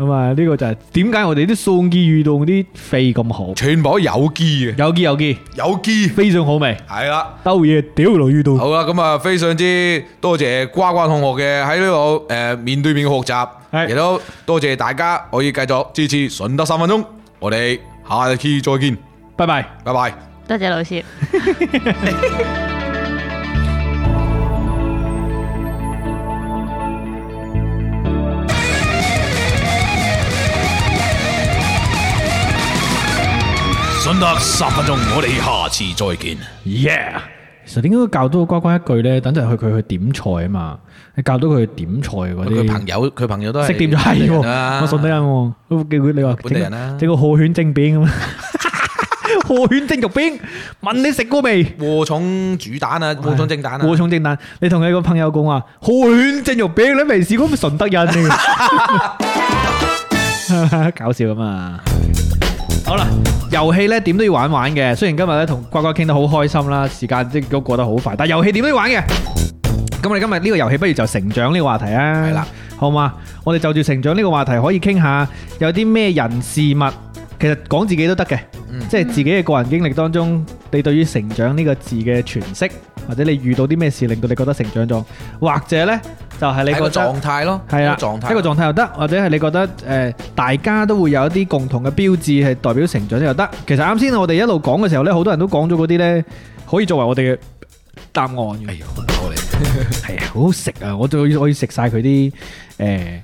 [SPEAKER 5] 咁啊，呢個就係點解我哋啲送機遇到啲肺咁好，
[SPEAKER 3] 全部都有機嘅，
[SPEAKER 5] 有機有機，
[SPEAKER 3] 有機
[SPEAKER 5] 非常好味，
[SPEAKER 3] 係啦。
[SPEAKER 5] 兜嘢屌落遇到。
[SPEAKER 3] 好啦，咁啊，非常之多謝瓜瓜同學嘅喺呢度诶面對面嘅學習，
[SPEAKER 5] 係
[SPEAKER 3] 亦都多謝大家可以繼續支持順德三分鐘，我哋下期再見，
[SPEAKER 5] 拜拜。
[SPEAKER 3] 拜拜。
[SPEAKER 4] 多謝老師。
[SPEAKER 2] 順德十分鐘，我哋下次再見。
[SPEAKER 5] Yeah，其實點解要教到乖乖一句咧？等陣去佢去點菜啊嘛，你教到佢去點菜嗰
[SPEAKER 3] 啊佢
[SPEAKER 5] 啲
[SPEAKER 3] 朋友佢朋友都係
[SPEAKER 5] 識點就係
[SPEAKER 3] 人
[SPEAKER 5] 喎，
[SPEAKER 3] 啦
[SPEAKER 5] 我信得人喎，都叫佢你話
[SPEAKER 3] 本地人啦
[SPEAKER 5] 整個河犬蒸 餅咁啊，河犬蒸肉餅，問你食過未？
[SPEAKER 3] 禾蟲煮蛋 啊，禾蟲蒸蛋啊，
[SPEAKER 5] 哦和重蒸蛋，你同你個朋友講話河犬蒸肉餅，你未試過咪順德人嚟嘅，搞笑咁啊！好啦，遊戲咧點都要玩玩嘅，雖然今日咧同瓜瓜傾得好開心啦，時間即都過得好快，但遊戲點都要玩嘅。咁我哋今日呢個遊戲不如就成長呢個話題啊，
[SPEAKER 3] 係啦，
[SPEAKER 5] 好嘛？我哋就住成長呢個話題可以傾下有啲咩人事物，其實講自己都得嘅，
[SPEAKER 3] 嗯
[SPEAKER 5] 即係自己嘅個人經歷當中，你對於成長呢個字嘅詮釋，或者你遇到啲咩事令到你覺得成長咗，或者呢，就係、你
[SPEAKER 3] 係一
[SPEAKER 5] 覺
[SPEAKER 3] 個
[SPEAKER 5] 得
[SPEAKER 3] 狀態咯，
[SPEAKER 5] 係啦
[SPEAKER 3] 一個狀態，
[SPEAKER 5] 一個狀態又得，或者係你覺得誒、呃大家都會有一啲共同嘅標誌係代表成長又得。其實啱先我哋一路講嘅時候呢，好多人都講咗嗰啲呢，可以作為我哋嘅答案嘅。
[SPEAKER 2] 哎呀，好嚟，
[SPEAKER 5] 係啊，好好食啊！我仲要我要食晒佢啲誒蘿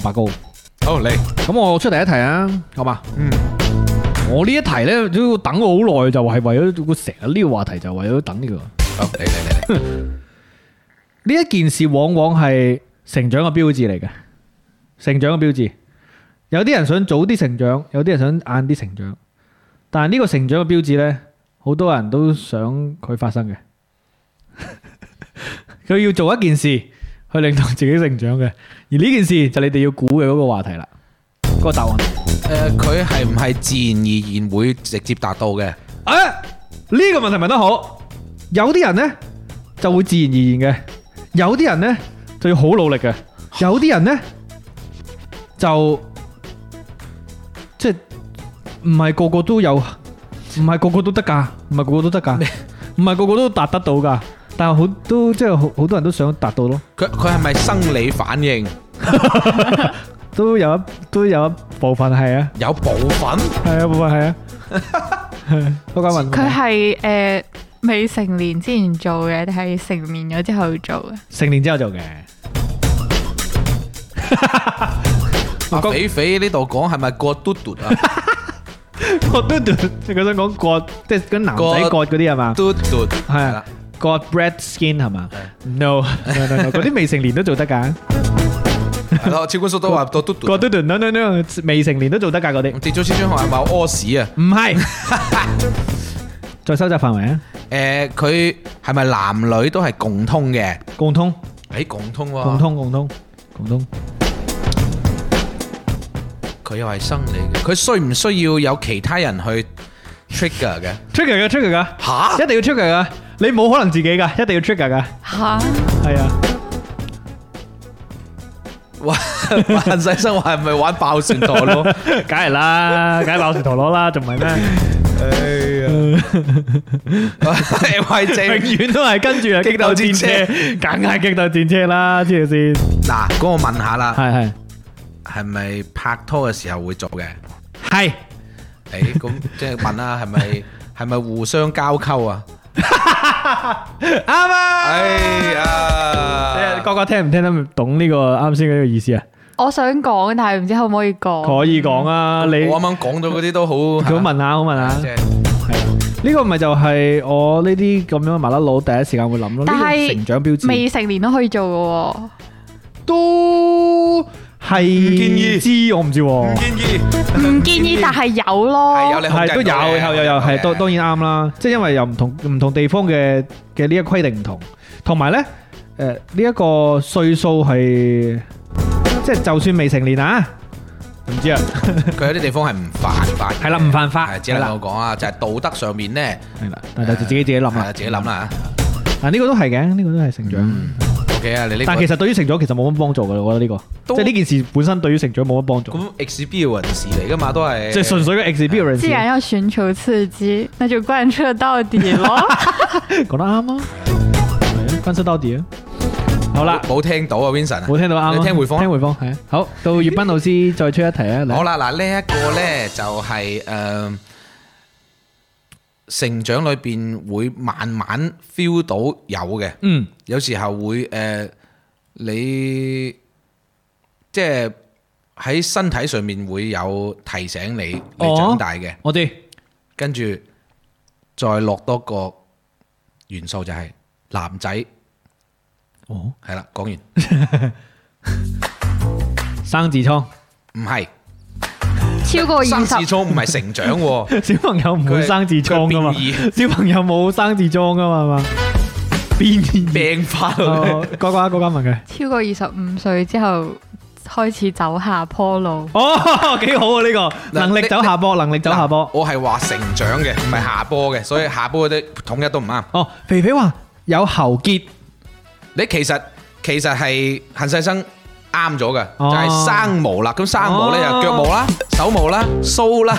[SPEAKER 5] 蔔糕。
[SPEAKER 3] 好嚟，
[SPEAKER 5] 咁我出第一題啊，好嘛？嗯。我呢一題咧都要等我好耐，就係為咗我成日呢個話題就係為咗等呢個。
[SPEAKER 3] 好嚟嚟嚟嚟，
[SPEAKER 5] 呢一件事往往係成長嘅標誌嚟嘅，成長嘅標誌。有啲人想早啲成長，有啲人想晏啲成長，但係呢個成長嘅標誌呢，好多人都想佢發生嘅。 佢要做一件事去令到自己成長嘅，而呢件事就你哋要估嘅嗰個話題啦，嗰、個答案。
[SPEAKER 3] 誒佢係唔係自然而然會直接達到嘅？
[SPEAKER 5] 啊，呢、個問題問得好，有啲人呢就會自然而然嘅，有啲人呢就要好努力嘅，有啲人呢就即係唔係個個都有，唔係個個都得㗎，唔係個個都得㗎，唔係個個都達得到㗎，但係好都即係好好多人都想達到咯，
[SPEAKER 3] 佢佢係咪生理反應？
[SPEAKER 5] 都有一都有一部分係啊，
[SPEAKER 3] 有部分
[SPEAKER 5] 係啊部分係啊，多加問
[SPEAKER 4] 佢係诶未成年之前做嘅，定係成年咗之後做嘅？
[SPEAKER 5] 成年之後做 嘅。
[SPEAKER 3] 阿
[SPEAKER 5] 覺
[SPEAKER 3] 肥肥呢度講係咪個嘟嘟 啊？
[SPEAKER 5] 割嘟嘟，你嗰想講割，即係嗰啲男仔割嗰啲係嘛？
[SPEAKER 3] 嘟嘟
[SPEAKER 5] 係啊，割 bread skin 係嘛？No，no no no，嗰啲未成年都做得 㗎，
[SPEAKER 3] 係咯，超官叔都話到嘟嘟。
[SPEAKER 5] 割嘟嘟 no no no，未成年都做得㗎嗰啲
[SPEAKER 3] 咁，跌咗先張學係咪有屙屎啊？
[SPEAKER 5] 唔係。再收窄範圍啊，
[SPEAKER 3] 誒，佢係咪男女都係共通嘅？
[SPEAKER 5] 共通，
[SPEAKER 3] 誒，共通喎，
[SPEAKER 5] 共，通，共通，共通。
[SPEAKER 3] 佢又係生理嘅，佢需唔需要有其他人去 trigger 嘅？
[SPEAKER 5] trigger 嘅，trigger 嘅，
[SPEAKER 3] 吓？
[SPEAKER 5] 一定要 trigger 嘅，你冇可能自己㗎，一定要 trigger 㗎，
[SPEAKER 4] 吓，
[SPEAKER 5] 係啊。
[SPEAKER 3] 玩 玩洗生話係咪玩爆旋陀 螺？
[SPEAKER 5] 梗係啦，梗係爆旋陀螺啦，仲唔係咩？
[SPEAKER 3] 哎 喂
[SPEAKER 5] 永
[SPEAKER 3] 正
[SPEAKER 5] 遠都係跟住啊激鬥 戰車，梗係激鬥戰車啦，知唔知先？
[SPEAKER 3] 嗱，咁我問下啦，
[SPEAKER 5] 係係
[SPEAKER 3] 係咪拍拖嘅時候會做嘅？
[SPEAKER 5] 係。
[SPEAKER 3] 誒，咁 即係問啦，係咪係咪互相交溝啊？
[SPEAKER 5] 啱啊！
[SPEAKER 3] 哎
[SPEAKER 5] 誒，
[SPEAKER 3] 呀，
[SPEAKER 5] 哥哥聽唔聽得懂呢個啱先嗰個意思啊？
[SPEAKER 4] 我想講，但係唔知可唔可以講？
[SPEAKER 5] 可以講啊，你
[SPEAKER 3] 我啱啱講到嗰啲都好，
[SPEAKER 5] 好問下，好問下，
[SPEAKER 3] 即
[SPEAKER 5] 係
[SPEAKER 3] 係
[SPEAKER 5] 啊呢個咪就係我呢啲咁樣麻甩佬第一時間會諗咯，呢
[SPEAKER 4] 但係
[SPEAKER 5] 個成長標誌
[SPEAKER 4] 未成年都可以做嘅喎。
[SPEAKER 5] 都係
[SPEAKER 3] 建議
[SPEAKER 5] 知我唔知喎。
[SPEAKER 3] 建議。
[SPEAKER 4] 唔建議，但係有咯。
[SPEAKER 3] 係有你控
[SPEAKER 5] 係
[SPEAKER 3] 制
[SPEAKER 5] 都
[SPEAKER 3] 到
[SPEAKER 5] 有
[SPEAKER 3] 嘅
[SPEAKER 5] 有有有係當當然啱啦，即係因為有唔同唔同地方嘅嘅呢一規定唔同，同埋咧誒呢一個歲數係即係就算未成年啊，唔知啊，
[SPEAKER 3] 佢有啲地方係唔犯法嘅，
[SPEAKER 5] 係啦唔犯法，
[SPEAKER 3] 係只
[SPEAKER 5] 係
[SPEAKER 3] 能
[SPEAKER 5] 啦
[SPEAKER 3] 夠講啊，就係道德上面咧，
[SPEAKER 5] 係啦，但係就自己自己諗
[SPEAKER 3] 係
[SPEAKER 5] 啦
[SPEAKER 3] 啊，自己諗。啦
[SPEAKER 5] 嗱呢個都係嘅，呢個都係成長。
[SPEAKER 3] 嚇。嘅，你呢個-
[SPEAKER 5] 但其實對於成長其實冇乜幫助嘅，我覺得呢個
[SPEAKER 3] 都
[SPEAKER 5] 即係呢件事本身對於成長冇乜幫助，
[SPEAKER 3] 咁 experience嚟㗎嘛，都係-
[SPEAKER 5] 即係純粹嘅 experience。
[SPEAKER 4] 既然要寻求刺激，那就贯彻到底咯。
[SPEAKER 5] 講得啱啊，係啊關心到底啊。好啦，
[SPEAKER 3] 冇聽到啊，Vincent啊。
[SPEAKER 5] 冇聽到啱啊，
[SPEAKER 3] 你聽回放啊。
[SPEAKER 5] 聽回放係啊。好，到粵斌老師再出一題啊。嚟
[SPEAKER 3] 好啦，嗱呢一個呢就係、呃成長裏邊會慢慢 feel 到有嘅，
[SPEAKER 5] 嗯，
[SPEAKER 3] 有時候會誒、呃你即係喺身體上面會有提醒你你
[SPEAKER 5] 哦
[SPEAKER 3] 長大嘅，
[SPEAKER 5] 我知。
[SPEAKER 3] 跟住再落多個元素就係男仔，
[SPEAKER 5] 哦，
[SPEAKER 3] 係啦，講完
[SPEAKER 5] 生痔 瘡，
[SPEAKER 3] 唔係
[SPEAKER 4] 超過二
[SPEAKER 3] 生
[SPEAKER 4] 十
[SPEAKER 3] 痔瘡唔係成 長喎。
[SPEAKER 5] 小朋友唔會生痔瘡噶嘛
[SPEAKER 3] 佢係，
[SPEAKER 5] 小朋友冇生痔瘡噶嘛，係嘛？變異。
[SPEAKER 3] 病發啊！
[SPEAKER 5] 哦乖乖，乖乖問佢。
[SPEAKER 4] 超過二十五歲之後開始走下坡路。
[SPEAKER 5] 哦，幾好啊呢個，
[SPEAKER 3] 嗱
[SPEAKER 5] 能力走下坡，能力走下坡
[SPEAKER 3] 嗱。我係話成長嘅，唔係下波嘅，所以下波嗰啲統一都唔啱。
[SPEAKER 5] 哦，肥肥話有喉結，
[SPEAKER 3] 你其實其實係恨世生啱咗嘅，
[SPEAKER 5] 哦
[SPEAKER 3] 就係生毛啦。咁生毛咧
[SPEAKER 5] 哦
[SPEAKER 3] 就腳毛啦、手毛啦、須啦、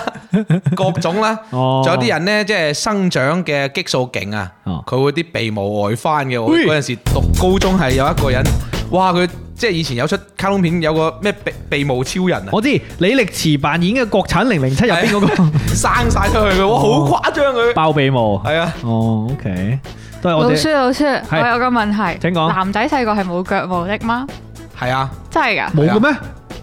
[SPEAKER 3] 各種啦。
[SPEAKER 5] 哦
[SPEAKER 3] 仲有啲人咧，即係生長嘅激素勁啊，
[SPEAKER 5] 哦
[SPEAKER 3] 佢會啲鼻毛外翻嘅。我
[SPEAKER 5] 喂
[SPEAKER 3] 嗰陣時讀高中係有一個人，哇！佢即係以前有出卡通片，有個咩鼻鼻毛超人啊，
[SPEAKER 5] 我知李力持扮演嘅國產零零七入邊嗰個
[SPEAKER 3] 生晒出去嘅，哇！好誇張佢。
[SPEAKER 5] 爆鼻毛。
[SPEAKER 3] 係啊，
[SPEAKER 5] 哦，OK，都係
[SPEAKER 4] 老
[SPEAKER 5] 我
[SPEAKER 4] 師
[SPEAKER 5] 哋
[SPEAKER 4] 老師，我
[SPEAKER 5] 係
[SPEAKER 4] 有個問題，
[SPEAKER 5] 請講
[SPEAKER 4] 男仔細個係冇腳毛的嗎？
[SPEAKER 3] 係啊。
[SPEAKER 4] 真係㗎？
[SPEAKER 5] 冇嘅咩？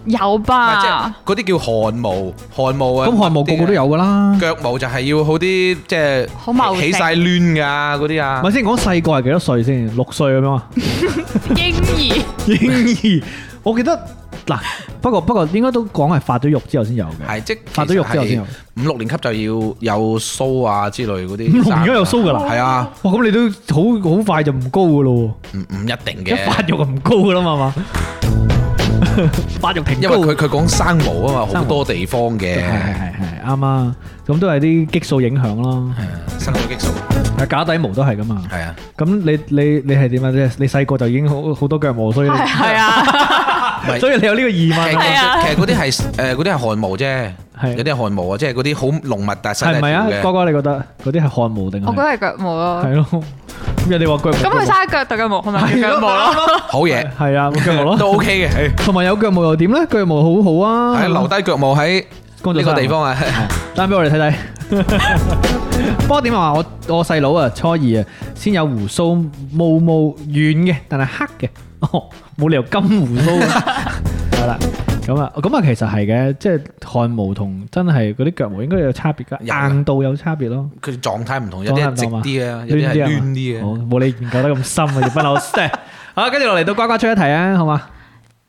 [SPEAKER 4] 有
[SPEAKER 3] 唔係即
[SPEAKER 4] 吧
[SPEAKER 3] 係？嗰啲叫汗毛，汗毛啊。
[SPEAKER 5] 咁汗毛個
[SPEAKER 3] à.
[SPEAKER 5] 個都。有噶啦。
[SPEAKER 3] 腳毛就係要好啲，即係
[SPEAKER 4] 好茂盛
[SPEAKER 3] 起晒攣㗎嗰啲啊
[SPEAKER 5] 咪。先講細個係幾多歲先？六歲咁樣啊？
[SPEAKER 4] 嬰兒
[SPEAKER 5] 嬰兒，我記得嗱，不過不過應該都講係發咗育之後先有嘅。
[SPEAKER 3] 係即係
[SPEAKER 5] 發咗肉之後先有
[SPEAKER 3] 其實係五六年級就要有須啊之類嗰啲。
[SPEAKER 5] 五 六年級有須㗎啦
[SPEAKER 3] 係啊，
[SPEAKER 5] 哇，咁你都好好快就唔高噶咯
[SPEAKER 3] 唔唔一定
[SPEAKER 5] 喎，一發
[SPEAKER 3] 嘅，
[SPEAKER 5] 育就唔高噶啦 嘛係嘛，發育停
[SPEAKER 3] 因
[SPEAKER 5] 高
[SPEAKER 3] 為。佢佢講生毛啊
[SPEAKER 5] 生
[SPEAKER 3] 嘛，好
[SPEAKER 5] 毛
[SPEAKER 3] 多地方嘅
[SPEAKER 5] 係係係係啱啊！咁都係啲激素影響咯，
[SPEAKER 3] 生咗激素。
[SPEAKER 5] 係假底毛都係噶嘛。
[SPEAKER 3] 係啊，
[SPEAKER 5] 咁你你你係點啊？你你細個就已經好好多腳毛，所以你
[SPEAKER 4] 係啊，
[SPEAKER 3] 唔係
[SPEAKER 5] 所以你有呢個疑
[SPEAKER 3] 其實
[SPEAKER 5] 問
[SPEAKER 3] 嗰
[SPEAKER 5] 啊。
[SPEAKER 4] 係
[SPEAKER 3] 啲
[SPEAKER 4] 啊
[SPEAKER 3] 其實嗰啲係誒嗰啲係汗毛啫
[SPEAKER 5] 係，
[SPEAKER 3] 有啲係汗毛啊，即係嗰啲好濃密但係細細
[SPEAKER 5] 係咪啊？
[SPEAKER 3] 條
[SPEAKER 5] 哥哥，
[SPEAKER 3] 嘅。
[SPEAKER 5] 你覺得嗰啲係汗毛定
[SPEAKER 4] 我覺得
[SPEAKER 5] 係
[SPEAKER 4] 係腳毛咯。
[SPEAKER 5] 係咯？咁人哋話腳毛，
[SPEAKER 4] 咁佢生喺腳度嘅毛係咪叫腳毛咯？
[SPEAKER 3] 好嘢，
[SPEAKER 5] 係啊，冇腳毛咯。
[SPEAKER 3] 都 OK 嘅。
[SPEAKER 5] 同埋有腳毛又點咧？腳毛好好啊，
[SPEAKER 3] 係留低腳毛喺
[SPEAKER 5] 工作
[SPEAKER 3] 呢
[SPEAKER 5] 室
[SPEAKER 3] 個地方啊。
[SPEAKER 5] 單俾我哋睇 睇。不過點話我我細佬啊，初二啊，先有胡鬚毛毛軟嘅，但係黑嘅， 哦，冇理由金胡鬚 嘅。係啦，咁啊，咁啊，其實係嘅，即係汗毛同真係嗰啲腳毛應該有差別
[SPEAKER 3] 有啊
[SPEAKER 5] 㗎，硬度有差別咯。
[SPEAKER 3] 佢狀態唔同，有啲係直啲嘅，有啲係
[SPEAKER 5] 攣啲啊嘛。
[SPEAKER 3] 攣啲嘅。
[SPEAKER 5] 好，冇你研究得咁深啊，葉斌老師。好，跟住落嚟到呱呱出一題啊，好嘛？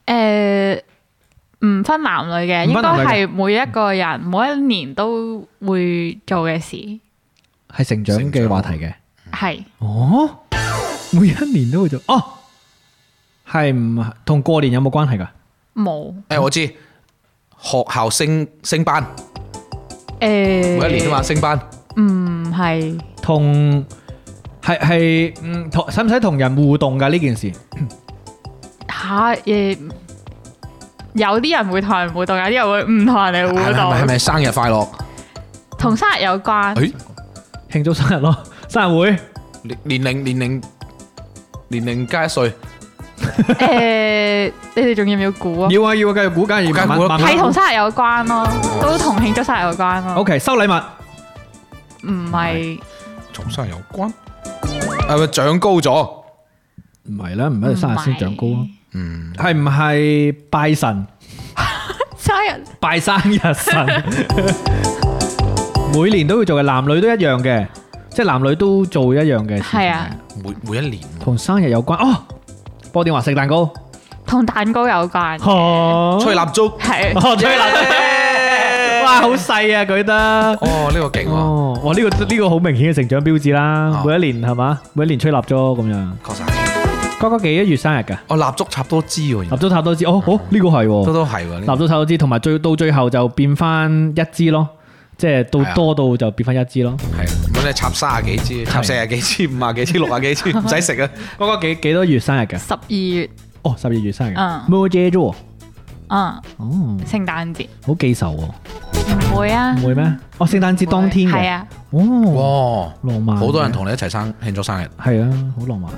[SPEAKER 4] 誒，唔分男女嘅，
[SPEAKER 5] 唔
[SPEAKER 4] 應
[SPEAKER 5] 分
[SPEAKER 4] 該
[SPEAKER 5] 男女嘅
[SPEAKER 4] 係每一個人每一年都會做嘅事，
[SPEAKER 5] 係成長嘅話題嘅。
[SPEAKER 4] 係
[SPEAKER 5] 哦？每一年都會做。哦！係唔係-同過年有冇關係㗎？哦，
[SPEAKER 4] 冇
[SPEAKER 3] 誒，我知學校升升班，
[SPEAKER 4] 誒。
[SPEAKER 3] 每一年啊嘛，升班
[SPEAKER 4] 唔係
[SPEAKER 5] 同-係-係-嗯，同-使唔使同人互動㗎呢件事？
[SPEAKER 4] 嚇誒，有啲人會同人互動，有啲人會唔同人哋互
[SPEAKER 3] 係咪係
[SPEAKER 4] 動，
[SPEAKER 3] 咪生日快樂？
[SPEAKER 4] 同生日有關。
[SPEAKER 3] 誒，
[SPEAKER 5] 慶祝生日咯，生日會？
[SPEAKER 3] 年年齡年齡年齡加一歲，
[SPEAKER 4] 誒，你哋仲要唔要估啊？
[SPEAKER 5] 要啊，要啊，繼續估，梗係要哦
[SPEAKER 3] 梗
[SPEAKER 5] 慢
[SPEAKER 3] 係
[SPEAKER 5] 慢-
[SPEAKER 3] 估啦，
[SPEAKER 5] 慢慢
[SPEAKER 4] 係
[SPEAKER 5] 估。
[SPEAKER 4] 同生日有關咯，都同慶祝生日有關咯。
[SPEAKER 5] OK，收禮物。哦，
[SPEAKER 4] 唔係
[SPEAKER 3] 同生日有關，係咪長高咗？
[SPEAKER 4] Ừ,
[SPEAKER 5] 唔係啦，唔係生日先長高啊。
[SPEAKER 3] 嗯，
[SPEAKER 5] 係唔係拜神？
[SPEAKER 4] 生日
[SPEAKER 5] 拜生日神，每年都會做嘅，男女都一樣嘅，即係男女都做一樣嘅事情。
[SPEAKER 4] 係啊，
[SPEAKER 3] 每每一年
[SPEAKER 5] 同生日有關哦。波點話食蛋糕，
[SPEAKER 4] 同蛋糕有關，
[SPEAKER 5] 哦
[SPEAKER 3] 吹蠟燭，
[SPEAKER 4] 係
[SPEAKER 5] 哦，吹蠟
[SPEAKER 3] 耶
[SPEAKER 5] 燭，哇，好細啊，舉得。
[SPEAKER 3] 哦，呢個勁喎，
[SPEAKER 5] 哦，哇！呢、個呢、個好明顯嘅成長標誌啦，
[SPEAKER 3] 哦
[SPEAKER 5] 每一年係嘛，每一年吹蠟燭咁樣。
[SPEAKER 3] 確實，
[SPEAKER 5] 哥哥幾多月生日㗎？
[SPEAKER 3] 哦，蠟燭插多支喎，原來
[SPEAKER 5] 蠟燭塔多支，哦，好、呢、個係喎。
[SPEAKER 3] 都都係喎，呢個
[SPEAKER 5] 蠟燭手指，同埋最到最後就變翻一支咯。即係
[SPEAKER 3] 係啊
[SPEAKER 5] 到多到就變翻一支咯。
[SPEAKER 3] 係啊咁你插三十幾支，插四十幾支、五十幾支、六十幾支，唔使食啊！
[SPEAKER 5] 嗰個幾幾多月生日嘅？
[SPEAKER 4] 十二月
[SPEAKER 5] 哦，十二月生日。
[SPEAKER 4] 嗯
[SPEAKER 5] m o j 啫喎，
[SPEAKER 4] 啊，
[SPEAKER 5] 哦，
[SPEAKER 4] 聖誕節
[SPEAKER 5] 好記仇喎，
[SPEAKER 4] 唔會啊，
[SPEAKER 5] 唔會咩？哦，聖誕節當天嘅。
[SPEAKER 4] 係。啊，
[SPEAKER 5] 哦，
[SPEAKER 3] 哇，
[SPEAKER 5] 浪漫嘅。
[SPEAKER 3] 好多人同你一齊生慶祝生日，
[SPEAKER 5] 係啊，好浪漫。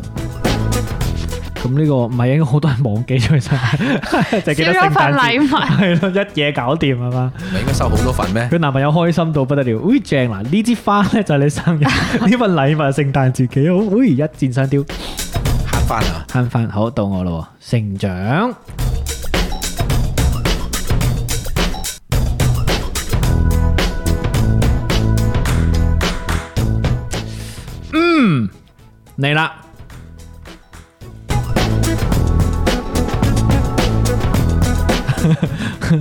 [SPEAKER 5] 咁呢個唔係應該好多人忘記咗佢生 日，就記得
[SPEAKER 4] 少咗
[SPEAKER 5] 聖誕
[SPEAKER 4] 份禮
[SPEAKER 5] 節
[SPEAKER 4] 物
[SPEAKER 5] 係咯，一夜搞掂係嘛？
[SPEAKER 3] 你應該收好多份 咩？
[SPEAKER 5] 佢男朋友開心到不得了，
[SPEAKER 4] 嗯
[SPEAKER 5] 喂正嗱呢支花咧就係你 生日，呢份禮物係聖誕節幾好，喂一箭雙雕，
[SPEAKER 3] 慳翻啊！
[SPEAKER 5] 慳翻好到我咯喎，成長嗯，嚟 啦！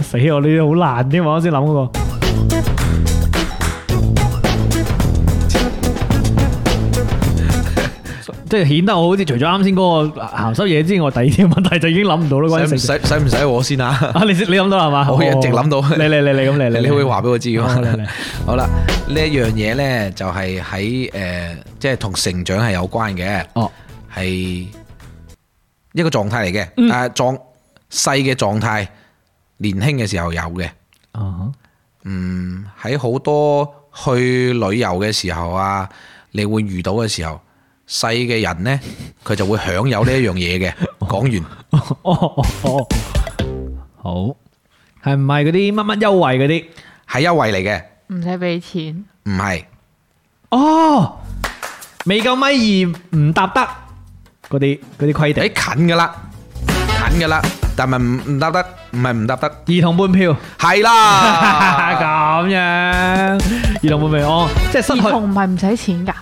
[SPEAKER 5] 死我！呢啲好難添，我啱先諗嗰 個。即係顯得我好似除咗啱先嗰個鹹濕嘢之外，第二條問題就已經諗唔到啦。關於
[SPEAKER 3] 使唔
[SPEAKER 5] 食
[SPEAKER 3] 使使唔使我先啊？
[SPEAKER 5] 啊，你你諗到係嘛？
[SPEAKER 3] 我一直諗到
[SPEAKER 5] 哦你你你你咁你
[SPEAKER 3] 你
[SPEAKER 5] 你
[SPEAKER 3] 你可以話俾我知㗎
[SPEAKER 5] 好嚟嚟
[SPEAKER 3] 嘛？ 好啦，呢一樣嘢咧就係喺誒，即係同成長係有關嘅，
[SPEAKER 5] 哦，
[SPEAKER 3] 係一個狀態嚟嘅。
[SPEAKER 5] 嗯
[SPEAKER 3] 誒狀細嘅狀態，年輕嘅時候有嘅。
[SPEAKER 5] 啊
[SPEAKER 3] 嗯，喺好多去旅遊嘅時候啊，你會遇到嘅時候，細嘅人呢，佢就會享有呢一樣嘢 嘅。講完，
[SPEAKER 5] 哈哦哦哦，好係唔係嗰啲乜乜優惠嗰啲？
[SPEAKER 3] 係優惠嚟嘅，
[SPEAKER 4] 唔使俾錢，
[SPEAKER 3] 唔係
[SPEAKER 5] 哦，未夠米二唔搭得嗰啲嗰啲規定，
[SPEAKER 3] 誒近噶啦，近噶啦，但係唔唔答得，唔係唔答得，
[SPEAKER 5] 兒童半票。
[SPEAKER 3] 係啦，
[SPEAKER 5] 咁樣，兒童半票哦，即係啊失
[SPEAKER 4] 兒
[SPEAKER 5] 去
[SPEAKER 4] 童唔係唔使錢㗎，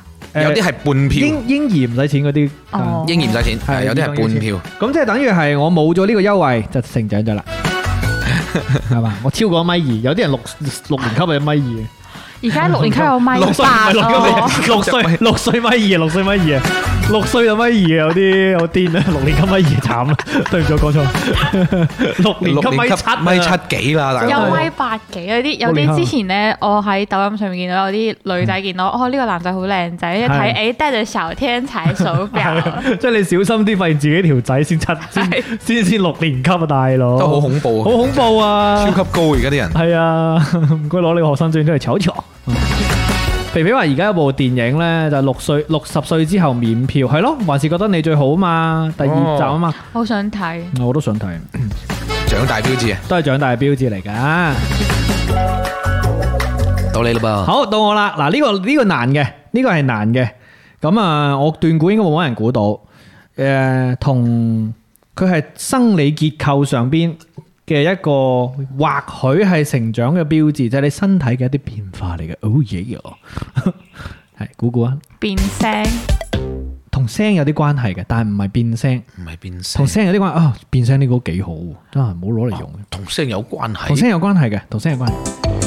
[SPEAKER 3] 有啲係半票，
[SPEAKER 5] 嬰嬰兒唔使錢嗰啲。啊
[SPEAKER 4] 哦，
[SPEAKER 3] 嬰兒唔使錢，係有啲係半票，
[SPEAKER 5] 咁即係等於係我冇咗呢個優惠就成長 咗啦，係嘛？我超過一米二，有啲人六六年級係一米
[SPEAKER 4] 而家六年級有米
[SPEAKER 5] 二，六歲唔
[SPEAKER 4] 八啊
[SPEAKER 5] 係六
[SPEAKER 4] 咯，
[SPEAKER 5] 級，六歲六歲米二，六歲米二啊，六歲就米二，有啲好癲啊！六年級米二慘啦，對唔住我講錯，六年級
[SPEAKER 3] 六
[SPEAKER 5] 米
[SPEAKER 3] 年
[SPEAKER 5] 七
[SPEAKER 3] 級
[SPEAKER 5] 啊
[SPEAKER 3] 米七幾啦，大佬
[SPEAKER 4] 有米八幾有啲有
[SPEAKER 5] 六年級
[SPEAKER 4] 啲之前咧，我喺抖音上面見到有啲女仔見到，哦呢個男仔好靚仔，一
[SPEAKER 5] 係
[SPEAKER 4] 睇誒戴着小天才手 錶。
[SPEAKER 5] 係啊即係你小心啲，發現自己條仔先七先先先六年級啊，大佬
[SPEAKER 3] 都好恐怖
[SPEAKER 5] 好
[SPEAKER 3] 啊，
[SPEAKER 5] 恐怖啊！
[SPEAKER 3] 超級高而家啲人。
[SPEAKER 5] 係 啊，唔該攞你個學生證出嚟瞧一瞧。肥肥話而家有部電影咧，就係六歲六十歲之後免票，係咯，還是覺得你最好啊嘛，第二集啊嘛，
[SPEAKER 4] 好想睇，
[SPEAKER 5] 我都想睇，
[SPEAKER 3] 長大標誌啊，
[SPEAKER 5] 都係長大嘅標誌嚟噶。
[SPEAKER 3] 到你啦噃。
[SPEAKER 5] 好，到我啦，嗱呢、個呢、個難嘅，呢、個係難嘅，咁啊，我斷估應該冇乜人估到，誒、同佢係生理結構上邊嘅一個或許係成長嘅標誌，就係、你身體嘅一啲變化嚟嘅。哦耶，係估估啊！
[SPEAKER 4] 變聲
[SPEAKER 5] 同聲有啲關係嘅，但係唔係變聲，
[SPEAKER 3] 唔係變聲
[SPEAKER 5] 同，聲有啲關啊，變聲呢個幾好喎，真係唔好攞嚟用嘅。
[SPEAKER 3] 同聲有關啊係。
[SPEAKER 5] 同聲有關係嘅，同聲有關係，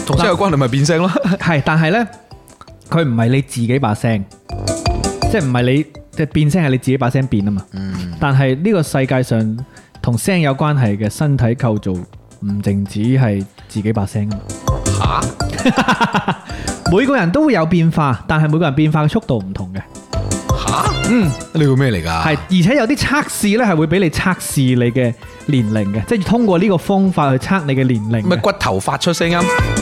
[SPEAKER 3] 同聲有關係咪變聲咯？
[SPEAKER 5] 係，但係呢，佢唔係你自己把聲，即係唔係你即係變聲係你自己把聲變啊嘛。
[SPEAKER 3] 嗯，
[SPEAKER 5] 但係呢個世界上同聲有關係嘅身體構造，唔淨止係自己把聲啊嘛。
[SPEAKER 3] 吓，
[SPEAKER 5] 每個人都會有變化，但係每個人變化嘅速度唔同嘅。嗯。
[SPEAKER 3] 呢個咩嚟㗎？
[SPEAKER 5] 係，而且有啲測試咧係會俾你測試你嘅年齡嘅，即係通過呢個方法去測你嘅年齡
[SPEAKER 3] 咪
[SPEAKER 5] 嘅。
[SPEAKER 3] 骨頭發出聲音？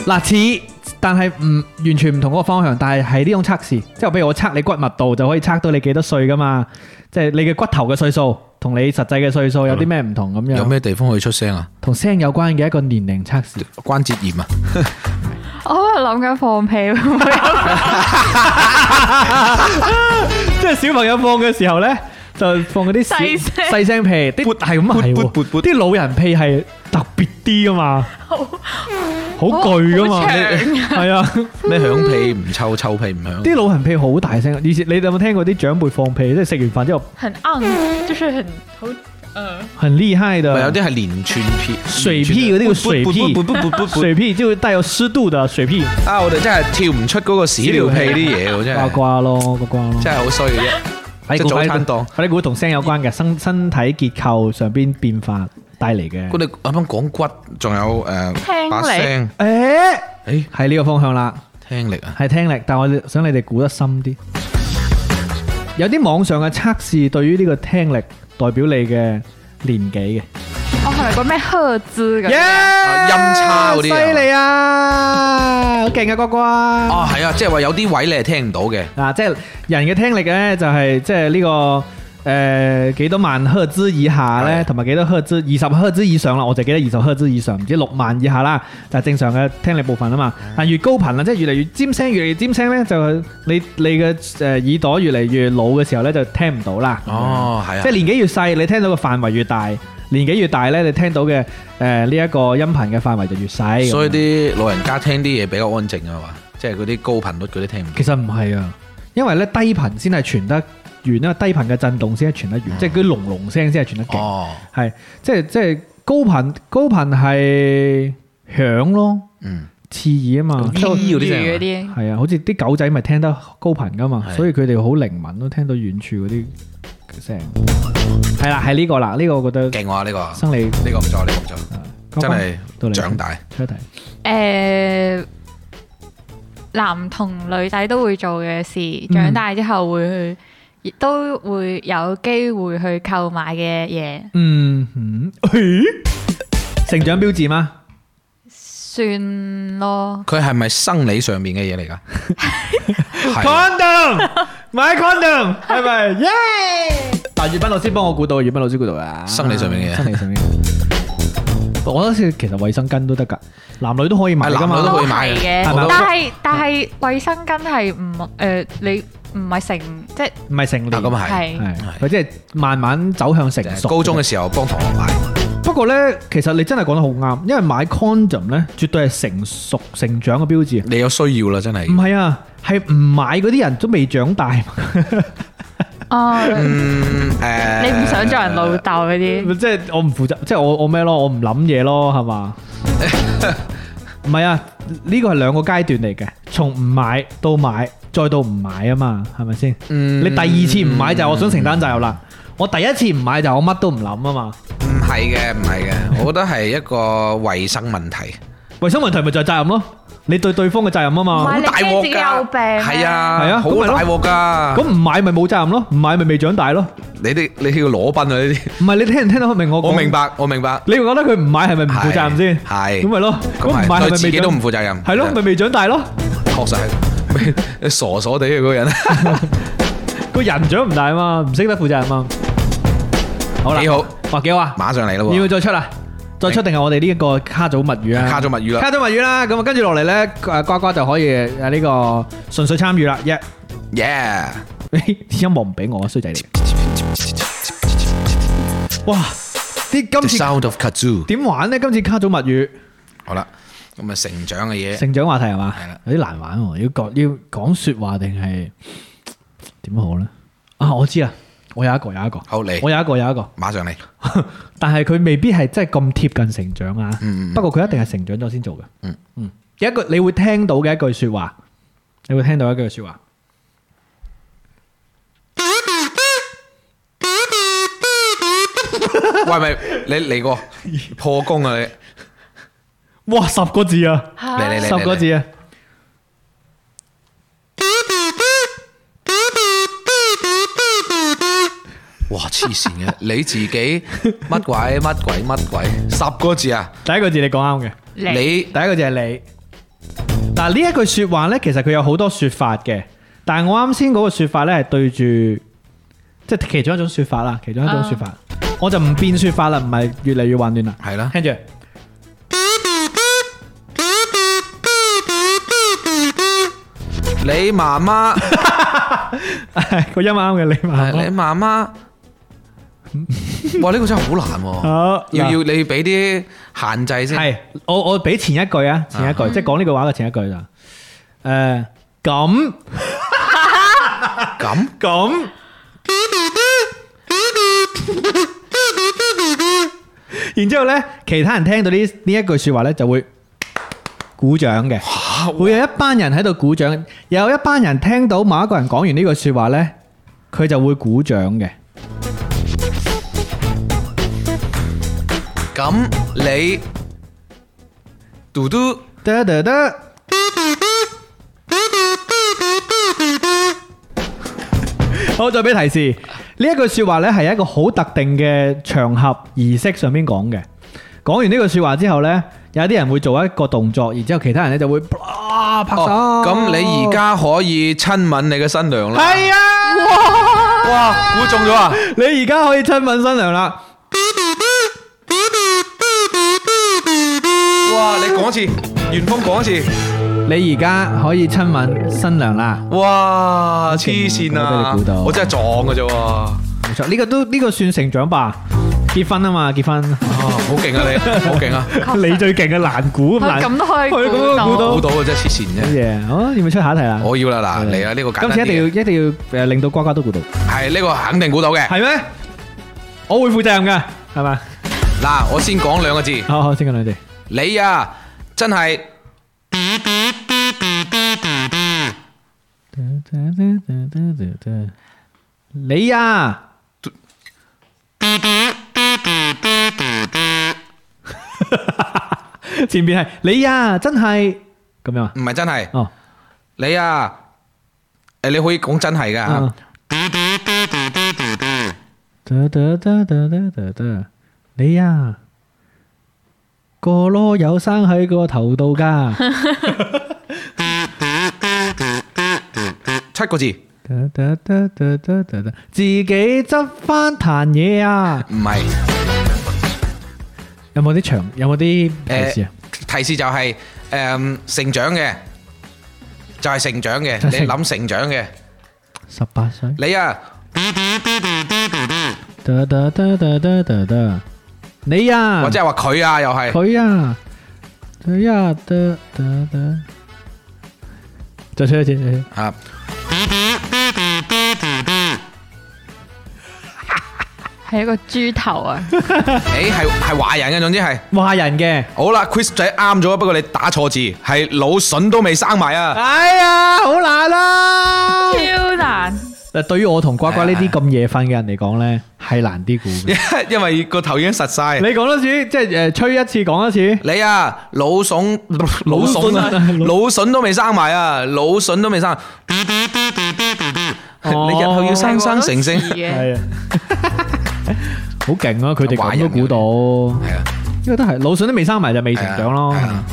[SPEAKER 5] 嗱似，但係唔完全唔同嗰個方向，但係係呢種測試，即係譬如我測你骨密度就可以測到你幾多歲噶嘛，即係你嘅骨頭嘅歲數同你實際嘅歲數有啲咩唔同咁樣。
[SPEAKER 3] 嗯有咩地方可以出聲啊？
[SPEAKER 5] 同聲有關嘅一個年齡測試？
[SPEAKER 3] 關節炎啊？
[SPEAKER 4] 我喺度諗緊放屁會唔會有
[SPEAKER 5] 即係小朋友放嘅時候咧，就放嗰啲小
[SPEAKER 4] 細聲
[SPEAKER 5] 細聲屁，啲係咁啊係
[SPEAKER 3] 撥撥
[SPEAKER 5] 喎，
[SPEAKER 3] 撥
[SPEAKER 5] 啲老人屁係特別啲噶嘛，好巨噶嘛，
[SPEAKER 4] 好長
[SPEAKER 5] 係啊，
[SPEAKER 3] 咩響屁唔臭，臭屁唔響？
[SPEAKER 5] 啲老人屁好大聲。以前你有冇聽過啲長輩放屁，即係食完飯之後
[SPEAKER 4] 很
[SPEAKER 5] 嗯
[SPEAKER 4] 硬，就是很好，呃，
[SPEAKER 5] 很厲害
[SPEAKER 3] 咪
[SPEAKER 5] 的，
[SPEAKER 3] 有啲係連串屁，
[SPEAKER 5] 啊水屁嗰啲叫水屁
[SPEAKER 3] 撥撥撥撥撥撥撥
[SPEAKER 5] 水屁就帶有濕度的水屁，
[SPEAKER 3] 啊！我哋真係跳唔出嗰個屎尿屁啲嘢喎，真
[SPEAKER 5] 呱
[SPEAKER 3] 係
[SPEAKER 5] 呱咯，呱呱咯。
[SPEAKER 3] 真係好衰嘅啫。
[SPEAKER 5] 快
[SPEAKER 3] 即
[SPEAKER 5] 啲
[SPEAKER 3] 係
[SPEAKER 5] 估
[SPEAKER 3] 早餐
[SPEAKER 5] 快啲估
[SPEAKER 3] 檔
[SPEAKER 5] 快啲估同聲有關嘅身身體結構上邊變化帶嚟嘅
[SPEAKER 3] 我。哋啱啱講骨，仲有誒
[SPEAKER 4] 聽
[SPEAKER 3] 把
[SPEAKER 4] 力
[SPEAKER 3] 聲，
[SPEAKER 5] 誒，
[SPEAKER 3] 誒，
[SPEAKER 5] 係呢個方向啦。
[SPEAKER 3] 聽力啊，
[SPEAKER 5] 係聽力，但我想你哋估得深啲。有啲網上嘅測試對於呢個聽力代表你嘅年紀嘅，
[SPEAKER 4] 我係咪個咩赫茲咁？
[SPEAKER 3] 啊音叉嗰啲啊
[SPEAKER 5] 犀利啊，好勁啊，哥哥啊！
[SPEAKER 3] 啊係啊，即係話有啲位你係聽唔到嘅，
[SPEAKER 5] 嗱，即係人嘅聽力咧，就係即係呢個誒幾多萬赫茲以下咧，
[SPEAKER 3] 係
[SPEAKER 5] 同埋幾多赫茲二十赫茲以上啦，我就記得二十赫茲以上，唔知六萬以下啦，就係正常嘅聽力部分啊嘛。
[SPEAKER 3] 嗯
[SPEAKER 5] 但越高頻啦，即係越嚟越尖聲，越嚟越尖聲咧，就係你你嘅誒耳朵越嚟越老嘅時候咧，就聽唔到啦。
[SPEAKER 3] 哦係啊
[SPEAKER 5] 即係，年紀越細，你聽到嘅範圍越大；年紀越大咧，你聽到嘅誒呢一個音頻嘅範圍就越細。
[SPEAKER 3] 所以
[SPEAKER 5] 咁樣
[SPEAKER 3] 啲老人家聽啲嘢比較安靜啊嘛，即係嗰啲高頻率嗰啲聽唔到。
[SPEAKER 5] 其實唔係啊，因為咧低頻先係傳得遠啦，低頻嘅震動先係傳得遠，即係嗰啲隆隆聲先係傳得 勁，
[SPEAKER 3] 哦，
[SPEAKER 5] 係即係即係高頻高頻係響咯，
[SPEAKER 3] 嗯，
[SPEAKER 5] 刺耳啊嘛，
[SPEAKER 3] 咁
[SPEAKER 4] 英
[SPEAKER 3] 嗰啲聲
[SPEAKER 4] 語
[SPEAKER 3] 係
[SPEAKER 4] 嗰啲，
[SPEAKER 5] 係啊，好似啲狗仔咪聽得高頻噶嘛，
[SPEAKER 3] 係
[SPEAKER 5] 所以佢哋好靈敏咯，聽到遠處嗰啲聲，係啦，係呢個啦，呢個我覺得
[SPEAKER 3] 勁喎 呢個，
[SPEAKER 5] 生理
[SPEAKER 3] 呢個唔錯，呢個唔錯，真
[SPEAKER 5] 到
[SPEAKER 3] 係
[SPEAKER 5] 你
[SPEAKER 3] 長大。
[SPEAKER 5] 出一題，
[SPEAKER 4] 誒男同女仔都會做嘅事，長大之後會去，亦都會有機會去購買嘅嘢，
[SPEAKER 5] 嗯嗯， 咦成長標誌嗎？
[SPEAKER 4] 算咯。
[SPEAKER 3] 佢係咪生理上面嘅嘢嚟㗎？ 係啊
[SPEAKER 5] condom 買 condom 係咪？耶！嗱，粵斌老師幫我估到，粵斌老師估到啊，
[SPEAKER 3] 生理上面嘅嘢
[SPEAKER 5] 生理上面嘅嘢。我覺得其實衞生巾都得㗎，男女都可以買㗎
[SPEAKER 3] 係男女
[SPEAKER 5] 嘛
[SPEAKER 3] 都可。以
[SPEAKER 4] 都
[SPEAKER 3] 買
[SPEAKER 4] 係嘅，
[SPEAKER 5] 係咪
[SPEAKER 4] 但係但係衛生巾係唔誒你唔係成即係
[SPEAKER 5] 唔係成
[SPEAKER 3] 嗱
[SPEAKER 5] 年，
[SPEAKER 3] 啊咁係，
[SPEAKER 4] 係
[SPEAKER 5] 係佢即係慢慢走向成
[SPEAKER 3] 就係
[SPEAKER 5] 熟。
[SPEAKER 3] 高中嘅時候幫同學買，
[SPEAKER 5] 不過咧，其實你真係講得好啱，因為買 condom 咧，絕對係成熟成長嘅標誌。
[SPEAKER 3] 你有需要啦，真係
[SPEAKER 5] 唔。係啊，係唔買嗰啲人都未長大，
[SPEAKER 4] 哦，
[SPEAKER 3] 嗯誒，
[SPEAKER 4] 你唔想做人老豆 嗰
[SPEAKER 5] 即
[SPEAKER 4] 啲，
[SPEAKER 5] 係我唔負責，即係我我咩咯，我唔諗嘢咯， 係嘛？唔係啊，呢個係兩個階段嚟嘅，從唔買到買，再到唔買啊嘛，係咪先？
[SPEAKER 3] 嗯
[SPEAKER 5] 你第二次唔買就係我想承擔責任啦，我第一次唔買就係我乜都唔諗啊嘛。
[SPEAKER 3] 唔係嘅，唔係嘅，我覺得係一個衞生問題，
[SPEAKER 5] 衞生問題咪就係責任咯，你對對方嘅責任啊
[SPEAKER 4] 唔
[SPEAKER 5] 嘛。
[SPEAKER 4] 係你
[SPEAKER 3] 大
[SPEAKER 4] 驚自
[SPEAKER 3] 鑊
[SPEAKER 4] 己有
[SPEAKER 3] 㗎，
[SPEAKER 4] 病咩
[SPEAKER 3] 係
[SPEAKER 5] 係啊
[SPEAKER 3] 啊，好
[SPEAKER 5] 咁咪咯
[SPEAKER 3] 大鑊㗎。
[SPEAKER 5] 咁唔買咪冇責任咯，唔買咪未長大咯。
[SPEAKER 3] 你啲你要裸奔啊！呢啲，
[SPEAKER 5] 唔係你聽唔聽得明我講？
[SPEAKER 3] 我明。白，我明白，
[SPEAKER 5] 你會覺得佢唔買係咪唔負責任先？
[SPEAKER 3] 係係
[SPEAKER 5] 咁咪咯，咁
[SPEAKER 3] 咁
[SPEAKER 5] 唔
[SPEAKER 3] 係
[SPEAKER 5] 買係咪
[SPEAKER 3] 對
[SPEAKER 5] 未
[SPEAKER 3] 自己
[SPEAKER 5] 長
[SPEAKER 3] 都唔負責任
[SPEAKER 5] 係咯，咪未長大咯，
[SPEAKER 3] 確實係 傻傻地嘅 嗰個人，
[SPEAKER 5] 個人長唔大啊嘛，唔識得負責任啊嘛。好啦，
[SPEAKER 3] 幾好，
[SPEAKER 5] 哇幾好啊！
[SPEAKER 3] 馬上嚟啦
[SPEAKER 5] 要唔要
[SPEAKER 3] 喎！
[SPEAKER 5] 再出啊？再出定係我哋呢一個卡組物語啊？
[SPEAKER 3] 卡咗物語啦，
[SPEAKER 5] 卡組物語啦，咁啊跟住落嚟咧，誒瓜瓜就可以誒呢個純粹參與啦。一
[SPEAKER 3] yeah，
[SPEAKER 5] 音樂唔俾我，啊衰仔嚟。哇！啲
[SPEAKER 3] The
[SPEAKER 5] 今次
[SPEAKER 3] sound of kazoo，
[SPEAKER 5] 點玩咧？今次卡組物語
[SPEAKER 3] 好啦，咁啊成長嘅嘢，
[SPEAKER 5] 成長話題係嘛
[SPEAKER 3] 係啦？
[SPEAKER 5] 有啲難玩喎，要講要講説話定係點好咧？啊，我知啦，我有一個有一個，
[SPEAKER 3] 好嚟
[SPEAKER 5] 我，有一個有一個。
[SPEAKER 3] 馬上嚟，
[SPEAKER 5] 但係佢未必係真係咁貼近成長啊。
[SPEAKER 3] 嗯嗯嗯
[SPEAKER 5] 不過佢一定係成長咗先做嘅。
[SPEAKER 3] 嗯
[SPEAKER 5] 嗯，有一句你會聽到嘅一句説話，你會聽到一句説話。
[SPEAKER 3] 喂咪你嚟過破功啊你，
[SPEAKER 5] 哇，十個字啊，
[SPEAKER 3] 嚟嚟嚟，
[SPEAKER 5] 十個
[SPEAKER 3] 個
[SPEAKER 5] 字啊！
[SPEAKER 3] 哇黐線嘅，你自己乜鬼乜鬼乜鬼，十個字啊，
[SPEAKER 5] 第一個字你講啱嘅，
[SPEAKER 3] 你
[SPEAKER 5] 第一個字係你。嗱呢一句説話呢，其實佢有好多説法嘅，但係我啱先嗰個説法呢，係對住，即係其中一種説法啦，其中一種説法，我就唔變説法啦，唔係越嚟越混亂啦。
[SPEAKER 3] 啊係啦，
[SPEAKER 5] 聽住。
[SPEAKER 3] 你媽媽。
[SPEAKER 5] 個音啱嘅，你
[SPEAKER 3] 係
[SPEAKER 5] 嘛？
[SPEAKER 3] 你媽 媽，哇！呢個真係好難喎，
[SPEAKER 5] 好，嗱
[SPEAKER 3] 要要你俾啲限制先。
[SPEAKER 5] 係我我俾前一句啊，前一句即係講呢句話嘅前一句咋？誒咁
[SPEAKER 3] 咁
[SPEAKER 5] 咁，然之後咧，其他人聽到呢呢一句説話咧，就會鼓掌嘅，會有一班人喺度鼓掌，有一班人聽到某一個人講完呢句説話咧，佢就會鼓掌嘅。
[SPEAKER 3] 咁你嘟嘟
[SPEAKER 5] 得得得，好，再俾提示，呢一句说話呢係一個好特定嘅場合儀式上面講嘅。講完呢句说話之後呢，有啲人會做一個動作，然之后其他人呢就會啊拍手。
[SPEAKER 3] 哦，咁你而家可以親吻你嘅新娘啦。
[SPEAKER 5] 係啊，
[SPEAKER 3] 哇，估中咗啊！
[SPEAKER 5] 你而家可以親吻新娘啦。
[SPEAKER 3] 哇，你講一次，元峰講一次。
[SPEAKER 5] 你而家可以親吻新娘啦。
[SPEAKER 3] 哇，黐線
[SPEAKER 5] 我
[SPEAKER 3] 啊
[SPEAKER 5] 俾你估到！
[SPEAKER 3] 我真係撞嘅啫喎，啊，
[SPEAKER 5] 冇錯，呢、個都呢、個算成長吧。結婚啊嘛，結婚。
[SPEAKER 3] 好勁啊你，好勁啊！
[SPEAKER 5] 你最勁嘅難估
[SPEAKER 4] 佢咁都可以
[SPEAKER 5] 佢咁 都估
[SPEAKER 4] 估
[SPEAKER 5] 到
[SPEAKER 4] 到。
[SPEAKER 3] 估到嘅啫，黐線啫。
[SPEAKER 5] 嘢，好，要唔要出下一題啦？
[SPEAKER 3] 我要啦，
[SPEAKER 5] Dạ.
[SPEAKER 3] 嗱嚟啦，呢個
[SPEAKER 5] 今
[SPEAKER 3] 簡
[SPEAKER 5] 次一
[SPEAKER 3] 單
[SPEAKER 5] 定要
[SPEAKER 3] 啲嘅，
[SPEAKER 5] 一定要誒令到瓜瓜都估到，
[SPEAKER 3] 係呢個肯定估到嘅。
[SPEAKER 5] 係咩？我會負責任嘅，係咪？
[SPEAKER 3] 嗱，我先講兩個字，
[SPEAKER 5] 好好，先講兩哋。
[SPEAKER 3] 你啊，真係
[SPEAKER 5] 你 啊，前面係你啊，真係咁樣啊？
[SPEAKER 3] 唔係真係？
[SPEAKER 5] 哦，
[SPEAKER 3] 你啊，誒你可以講真係㗎
[SPEAKER 5] 啊
[SPEAKER 3] 嚇。
[SPEAKER 5] 得得得得得得得，你呀、個箩有生喺個頭度噶。
[SPEAKER 3] 七個字，唔
[SPEAKER 5] 得得得得得得得，自己執翻壇嘢啊！
[SPEAKER 3] 係
[SPEAKER 5] 有冇啲長？有冇啲提示啊？
[SPEAKER 3] 提示就係誒成長嘅，就係成長嘅，
[SPEAKER 5] 就係成
[SPEAKER 3] 你諗成長嘅，
[SPEAKER 5] 十八歲。
[SPEAKER 3] 你啊，
[SPEAKER 5] 得得得得得得得，你呀、
[SPEAKER 3] 或者係話佢啊，又係
[SPEAKER 5] 佢呀、佢呀、得得得，再吹一次。再吹一次
[SPEAKER 3] 啊，
[SPEAKER 4] 係一個豬頭啊！
[SPEAKER 3] 誒係係華人嘅，總之係。
[SPEAKER 5] 話人嘅。
[SPEAKER 3] 好啦，Chris 仔啱咗，不過你打錯字，係腦筍都未生埋啊！
[SPEAKER 5] 哎呀，好難啦、
[SPEAKER 4] 超難，
[SPEAKER 5] 嗱，對於我同瓜瓜呢啲咁夜瞓嘅人嚟講咧，係難啲估 嘅。
[SPEAKER 3] 因為個頭已經實晒
[SPEAKER 5] 你。講多次，即係誒吹一次講一次。
[SPEAKER 3] 你啊，腦筍腦筍啊，
[SPEAKER 5] 筍啊
[SPEAKER 3] 腦筍都未生埋啊，腦筍都未生。你
[SPEAKER 5] 哦
[SPEAKER 3] 日後要生生成性。
[SPEAKER 4] 係喎都似嘅
[SPEAKER 5] 係啊， 好勁啊！佢哋
[SPEAKER 3] 玩
[SPEAKER 5] 咁都
[SPEAKER 3] 人
[SPEAKER 5] 估到，
[SPEAKER 3] 係啊，
[SPEAKER 5] 因為都係老筍都未生埋就未成長咯。
[SPEAKER 3] 係啊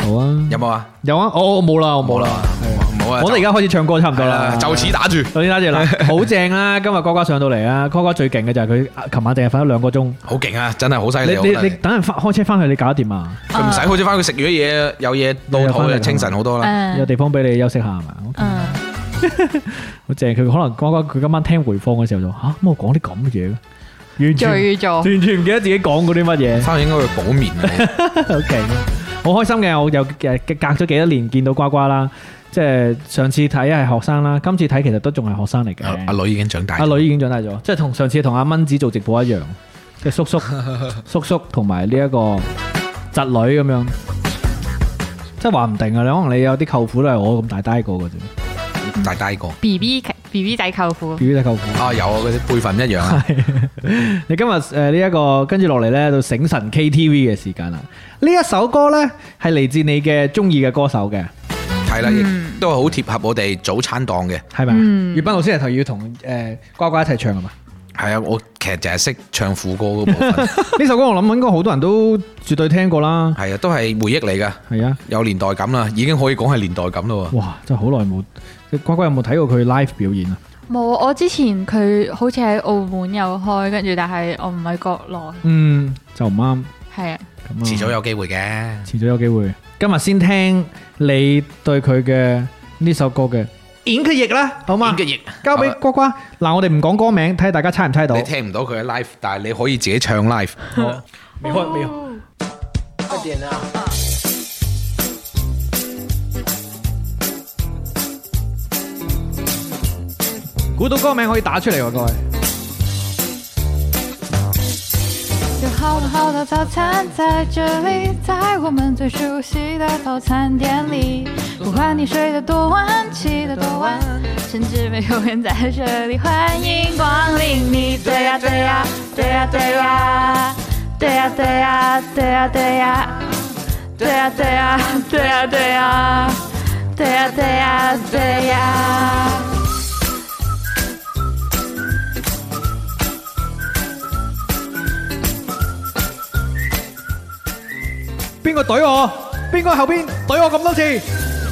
[SPEAKER 5] 好啊，
[SPEAKER 3] 有冇啊？
[SPEAKER 5] 有啊，我我冇啦，我冇啦。
[SPEAKER 3] 冇啊！
[SPEAKER 5] 我哋而家
[SPEAKER 3] 家
[SPEAKER 5] 開始唱歌差唔多啦，
[SPEAKER 3] 就此打住。
[SPEAKER 5] 首先打住 啦，好正啦！今日瓜瓜上到嚟啊，瓜瓜最勁嘅就係佢琴晚淨係瞓咗兩個鐘。
[SPEAKER 3] 好勁啊！真係好犀利，我
[SPEAKER 5] 你
[SPEAKER 3] 覺
[SPEAKER 5] 你
[SPEAKER 3] 得
[SPEAKER 5] 你
[SPEAKER 3] 你
[SPEAKER 5] 等人翻開車翻去，你搞得掂啊？
[SPEAKER 3] 佢唔使好似翻佢食咗嘢，有嘢到
[SPEAKER 5] 你又
[SPEAKER 3] 肚
[SPEAKER 5] 返嚟啊
[SPEAKER 3] 就
[SPEAKER 5] 啦
[SPEAKER 3] 清晨好多啦。
[SPEAKER 5] 有
[SPEAKER 4] 嗯
[SPEAKER 5] 地方俾你休息下係嘛？
[SPEAKER 4] 嗯，
[SPEAKER 5] 好正，佢可能瓜瓜佢今晚聽回放嘅時候就吓，乜我講啲咁嘅嘢嘅，完全
[SPEAKER 4] 醉咗。
[SPEAKER 5] 完全唔記得自己講過啲乜嘢，
[SPEAKER 3] 翻去應該會補眠嘅。
[SPEAKER 5] 好勁啊！好開心嘅，我又誒隔咗幾多年見到瓜瓜啦，即係上次睇係學生啦，今次睇其實都仲係學生嚟
[SPEAKER 3] 阿啊阿
[SPEAKER 5] 嘅。
[SPEAKER 3] 女已經長大
[SPEAKER 5] 阿。女已經長大咗，即係同上次同阿蚊子做直播一樣，即係叔 叔叔叔同埋呢一個侄女咁樣，即係話唔定啊！你可能你有啲舅父都係我咁大低個嘅啫，
[SPEAKER 3] 大大個
[SPEAKER 4] B B B B 仔舅父，
[SPEAKER 5] 表姐舅父。
[SPEAKER 3] 啊，有啊，嗰啲輩份一樣啊。
[SPEAKER 5] 你今日誒呢一個跟住落嚟呢，到醒神 KTV 嘅時間啦。呢一首歌呢，係嚟自你嘅中意嘅歌手嘅，
[SPEAKER 3] 係啦，亦都係好貼合我哋早餐檔嘅。
[SPEAKER 5] 係咪啊？月斌老師係頭要同誒瓜瓜一齊唱啊嘛。
[SPEAKER 3] 係啊，我其實就係識唱副歌嗰 部分。
[SPEAKER 5] 呢首歌我諗應該好多人都絕對聽過啦。
[SPEAKER 3] 係啊，都係回憶嚟㗎，
[SPEAKER 5] 係啊，
[SPEAKER 3] 有年代感啦，已經可以講係年代感咯喎。
[SPEAKER 5] 哇！真係好耐冇，即係瓜瓜有冇睇過佢 live 表演啊？
[SPEAKER 4] 冇我之前佢好似喺澳門有開，跟住但係我唔喺國內，
[SPEAKER 5] 嗯，就唔啱
[SPEAKER 4] 係啊，
[SPEAKER 5] 咁啊。
[SPEAKER 3] 遲早有機會嘅。
[SPEAKER 5] 遲早有機會。今日先聽你對佢嘅呢首歌嘅演繹啦，好嘛？
[SPEAKER 3] 演繹
[SPEAKER 5] 交俾
[SPEAKER 3] 好啊
[SPEAKER 5] 瓜瓜。嗱，我哋唔講歌名，睇下大家猜唔猜到
[SPEAKER 3] 你。聽唔到佢嘅 live，但係你可以自己唱 live。
[SPEAKER 5] 未開未開。估到歌名可以打出嚟喎，各位。
[SPEAKER 4] 有好多好多早餐在这里，在我们最熟悉的早餐店里，不管你睡得多晚，起得多晚，甚至没有人在这里，欢迎光临你。对呀、对呀、对呀、对呀、对呀、对呀、对呀、对呀、对呀、对呀、对呀、对呀、对呀、对呀、对呀、
[SPEAKER 5] 邊個懟我？邊個喺後邊懟我咁多次？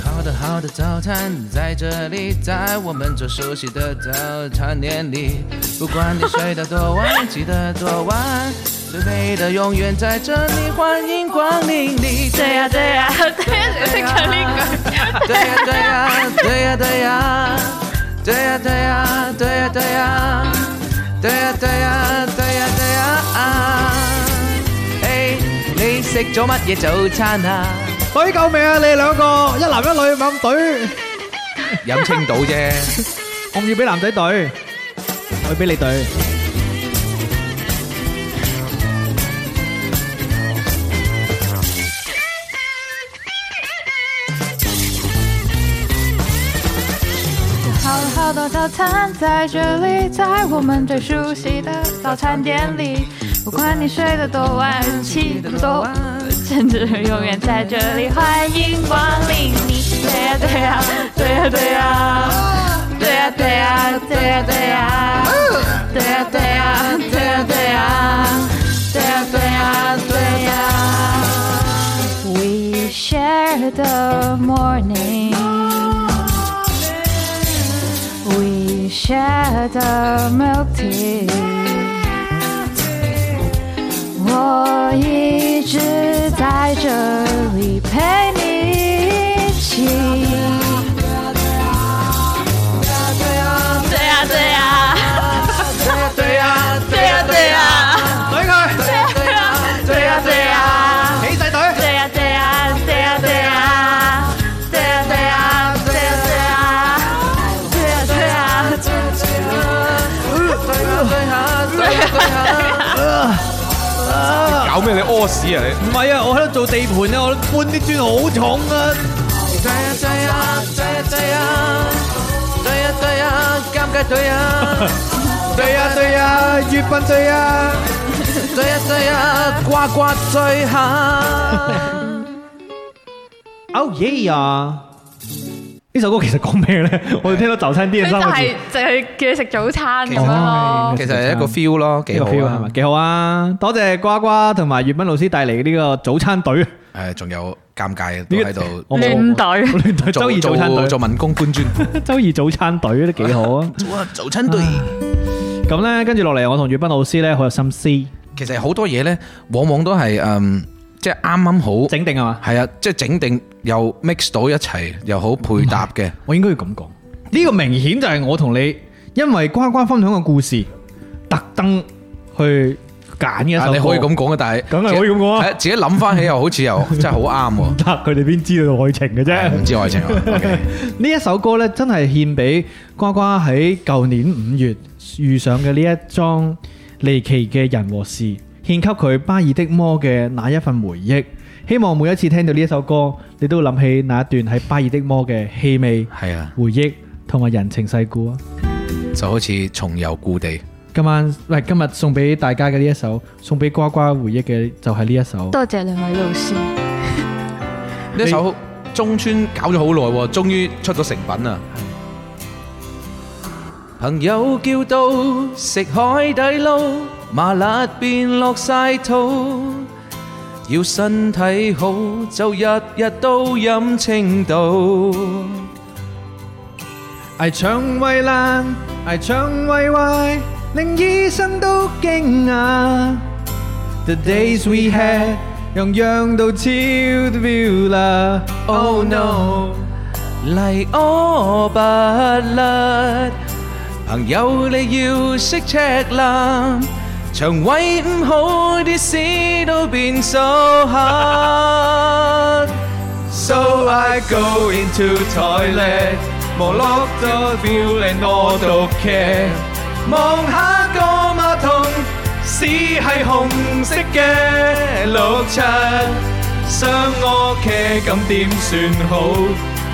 [SPEAKER 10] 好的好的早餐在这里，在我们这熟悉的早餐店里。不管你睡得多晚，起得多晚，最美的永远在这里，欢迎光临你。
[SPEAKER 4] 对呀對呀，對呀你識唱呢
[SPEAKER 10] 对呀对呀对呀对呀，对呀对呀对呀对呀，对呀对呀对呀对呀啊！哎，你食咗乜嘢早餐啊？
[SPEAKER 5] 懟夠未啊？你哋兩個一男一女咁懟，
[SPEAKER 3] 飲青島啫，
[SPEAKER 5] 我唔要俾男仔懟，我要俾你懟。
[SPEAKER 4] 好好的早餐在这里，在我们最熟悉的早餐店里。不管你睡得多晚，起得多晚，甚至永远在这里，欢迎光临你。对呀对呀，对呀对呀，对呀对呀，对呀对呀，对呀对呀，对呀对呀，对呀对呀对呀。We share the morning. We share the milk tea。我一直在这里陪你一起。对呀对呀，
[SPEAKER 10] 对呀
[SPEAKER 4] 对呀对呀，
[SPEAKER 5] 懟佢，
[SPEAKER 10] 对呀
[SPEAKER 4] 对呀对呀。
[SPEAKER 5] 起勢懟。
[SPEAKER 4] 对呀对呀对呀对呀，对呀对呀对呀对呀，对呀对呀对呀
[SPEAKER 3] 搞咩你屙屎啊
[SPEAKER 5] 唔
[SPEAKER 3] 你？
[SPEAKER 5] 係啊，我喺度做地盤啊，我搬啲磚好重啊。
[SPEAKER 10] 对呀对呀对呀对呀，对呀对呀，尴尬对呀，
[SPEAKER 5] 對啊對啊，越笨對啊。
[SPEAKER 10] 对呀对呀，呱呱最好。
[SPEAKER 5] Oh yeah！呢首歌其實講咩咧？我哋聽到早餐店三個字，
[SPEAKER 4] 就係叫你食早餐咁樣
[SPEAKER 5] 哦
[SPEAKER 4] 咯。
[SPEAKER 3] 其實係一個 feel 咯，幾
[SPEAKER 5] 呢個
[SPEAKER 3] 好
[SPEAKER 5] feel 係
[SPEAKER 3] 啊
[SPEAKER 5] 咪。幾好啊？多謝瓜瓜同埋粵斌老師帶嚟呢個早餐隊，
[SPEAKER 3] 誒，仲有尷尬都
[SPEAKER 5] 呢個
[SPEAKER 3] 喺度
[SPEAKER 5] 我
[SPEAKER 4] 亂隊，
[SPEAKER 5] 亂隊周
[SPEAKER 3] 做
[SPEAKER 5] 二早餐
[SPEAKER 3] 做做
[SPEAKER 5] 隊，
[SPEAKER 3] 民 工搬磚，
[SPEAKER 5] 周二早餐隊都幾好啊！
[SPEAKER 3] 做啊早餐隊。
[SPEAKER 5] 咁咧，跟住落嚟，我同粵斌老師咧好有心思，
[SPEAKER 3] 其實好多嘢咧，往往都係誒，即係啱啱好。
[SPEAKER 5] 整定係嘛？
[SPEAKER 3] 系啊，即系整定又 mix 到一齊，又好配搭嘅。
[SPEAKER 5] 我應該要咁講，呢個明顯就係我同你，因為瓜瓜分享個故事，特登去揀嘅一首
[SPEAKER 3] 啊
[SPEAKER 5] 歌。
[SPEAKER 3] 你可以咁講嘅，但係
[SPEAKER 5] 梗係可以咁講啊
[SPEAKER 3] 係自己諗翻起又好似又真係好啱喎
[SPEAKER 5] 得，佢哋邊知道愛情嘅
[SPEAKER 3] 係，唔
[SPEAKER 5] 啫。
[SPEAKER 3] 知愛情啊。OK
[SPEAKER 5] 呢一首歌咧，真係獻俾瓜瓜喺舊年五月遇上嘅呢一桩離奇嘅人和事，獻給佢巴爾的摩嘅那一份回憶。希望每一次聽到呢一首歌，你都諗起那一段喺巴爾的摩嘅氣味、
[SPEAKER 3] 係啊，
[SPEAKER 5] 回憶同埋人情世故啊！
[SPEAKER 3] 就好似重遊故地，
[SPEAKER 5] 今晚喂，今日送俾大家嘅呢一首，送俾瓜瓜回憶嘅就係呢一首。
[SPEAKER 4] 多謝兩位老師。
[SPEAKER 3] 呢首中村搞咗好耐喎，終於出咗成品啦。
[SPEAKER 10] 朋友叫到食海底撈，麻辣變落晒肚。要身體好，就日日都飲青島。
[SPEAKER 5] 挨腸胃爛，挨腸胃壞，令醫生都驚訝。The days we had，樣樣都超標啦。
[SPEAKER 10] Oh no，嚟屙不甩。朋友你要識 check 啦，腸胃唔好啲屎都變 so hard。So I go into toilet，望落都 feeling 我都 care，望下個馬桶，屎係紅色嘅六七，想我嘅咁點算好？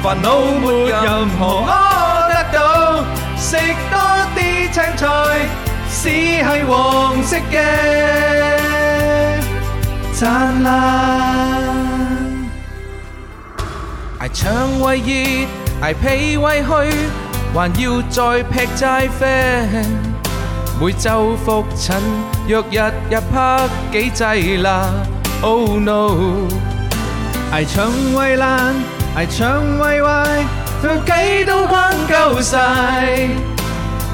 [SPEAKER 10] 煩惱沒任何
[SPEAKER 3] à,
[SPEAKER 10] 我得到，食多啲青菜，屎係黃色嘅，讚啦！挨腸胃熱，挨脾胃虛，還要再劈齋啡。每週復診，若日日拍幾劑啦，Oh no！
[SPEAKER 5] 挨腸胃爛，挨腸胃壞，條計都關夠晒。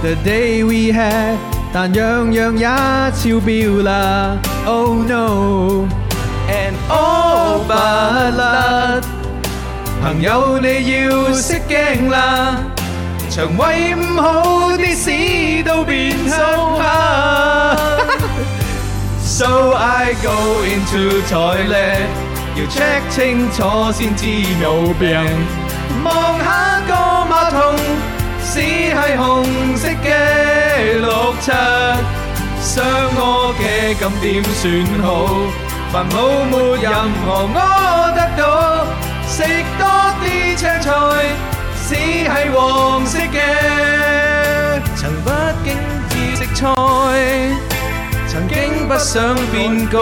[SPEAKER 5] The day we had，但樣樣也超標啦。Oh no，and all but love。朋友你要識驚啦，腸胃唔好啲屎都變收 黑。So I go into toilet，要 check 清楚先知有病。望下個馬桶，屎係紅色嘅綠漆，想屙嘅咁點算好？煩惱沒任何屙得到，食多啲青菜，屎係黃色嘅，曾不經意食菜。曾經不想變改，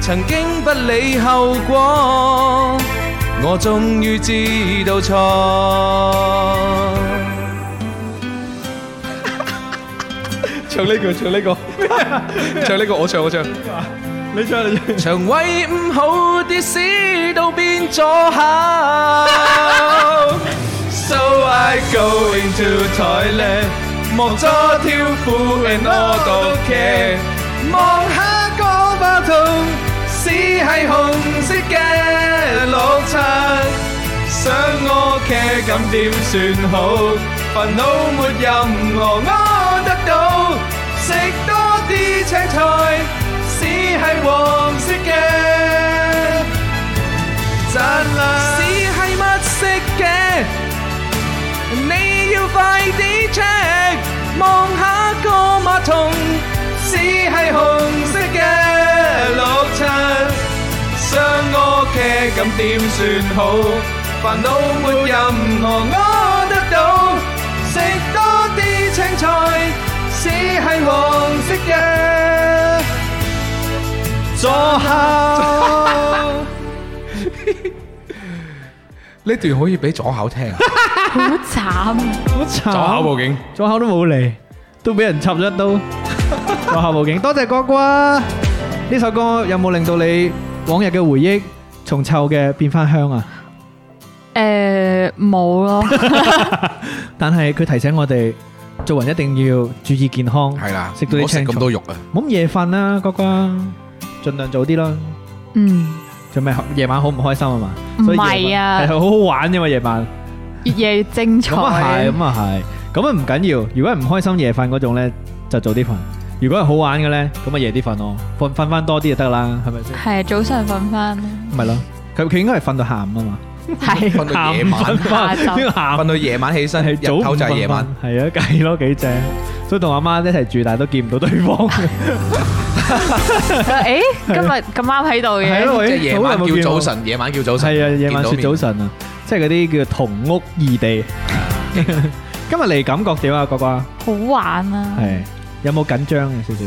[SPEAKER 5] 曾經不理後果，我終於知道錯。
[SPEAKER 3] 唱呢句，唱呢個，唱呢個，我唱，我唱。
[SPEAKER 5] 你唱你唱，
[SPEAKER 10] 腸胃唔好啲屎都變咗口。so I go into toilet，望咗條褲 and 屙到茄，望下個馬桶，屎係紅色嘅綠漆，想屙茄咁點算好？煩惱沒任何屙得到，食多啲青菜，屎係黃色嘅。讚啦！屎係乜色嘅？你要快啲 check，望下個馬桶，屎係紅色嘅綠漆，想屙嘅咁點算好？煩惱沒任何屙得到，食多啲青菜，屎係黃色嘅左口。
[SPEAKER 3] 呢段可以俾左考聽啊！
[SPEAKER 4] 好慘，
[SPEAKER 5] 好
[SPEAKER 3] 左考報警，
[SPEAKER 5] 左口都冇嚟，都俾人插咗一刀。左口報警，多謝呱呱。呢首歌有冇令到你往日嘅回憶從臭嘅變翻香啊？
[SPEAKER 4] 誒冇咯，
[SPEAKER 5] 但係佢提醒我哋，做人一定要注意健康。
[SPEAKER 3] 係啦，
[SPEAKER 5] 食到
[SPEAKER 3] 唔
[SPEAKER 5] 啲
[SPEAKER 3] 好食
[SPEAKER 5] 青
[SPEAKER 3] 咁
[SPEAKER 5] 菜
[SPEAKER 3] 多肉啊！
[SPEAKER 5] 冇咁夜瞓啦，呱呱，盡量早啲啦。
[SPEAKER 4] 嗯，
[SPEAKER 5] 做咩？夜晚好唔開心啊嘛？
[SPEAKER 4] 唔
[SPEAKER 5] 所以
[SPEAKER 4] 係啊
[SPEAKER 5] 夜晚係好好玩啫嘛，夜晚。
[SPEAKER 4] 越夜越精
[SPEAKER 5] 咁啊係，
[SPEAKER 4] 彩，
[SPEAKER 5] 咁啊係，咁啊唔緊要。如果係唔開心夜瞓嗰種咧，就早啲瞓；如果係好玩嘅咧，咁啊夜啲瞓咯，瞓瞓翻多啲就得啦，係咪先？
[SPEAKER 4] 係早上瞓翻，
[SPEAKER 5] 咪咯，佢佢應該係瞓到下午啊嘛，
[SPEAKER 4] 係
[SPEAKER 3] 瞓到夜
[SPEAKER 5] 瞓
[SPEAKER 3] 晚，
[SPEAKER 5] 翻
[SPEAKER 4] 下
[SPEAKER 5] 呢
[SPEAKER 4] 晝
[SPEAKER 5] 個下午
[SPEAKER 3] 瞓到夜晚起身，
[SPEAKER 5] 係
[SPEAKER 3] 日
[SPEAKER 5] 早
[SPEAKER 3] 頭
[SPEAKER 5] 午
[SPEAKER 3] 就係
[SPEAKER 5] 瞓
[SPEAKER 3] 夜晚。，
[SPEAKER 5] 係啊計咯幾正。所以同阿媽一齊住，但係都見唔到對 方，
[SPEAKER 4] 誒今日咁啱喺度
[SPEAKER 5] 係
[SPEAKER 4] 嘅，
[SPEAKER 5] 咯，
[SPEAKER 3] 即係
[SPEAKER 5] 喂
[SPEAKER 3] 夜
[SPEAKER 5] 好耐
[SPEAKER 3] 晚
[SPEAKER 5] 冇
[SPEAKER 3] 叫
[SPEAKER 5] 見
[SPEAKER 3] 早
[SPEAKER 5] 喎。
[SPEAKER 3] 晨，夜晚叫早晨，
[SPEAKER 5] 係啊，夜晚說早
[SPEAKER 3] 晨。
[SPEAKER 5] 晨啊，即係嗰啲叫同屋異 地。今日嚟感覺點啊，呱呱？
[SPEAKER 4] 好玩啊！
[SPEAKER 5] 係有冇緊張嘅少少？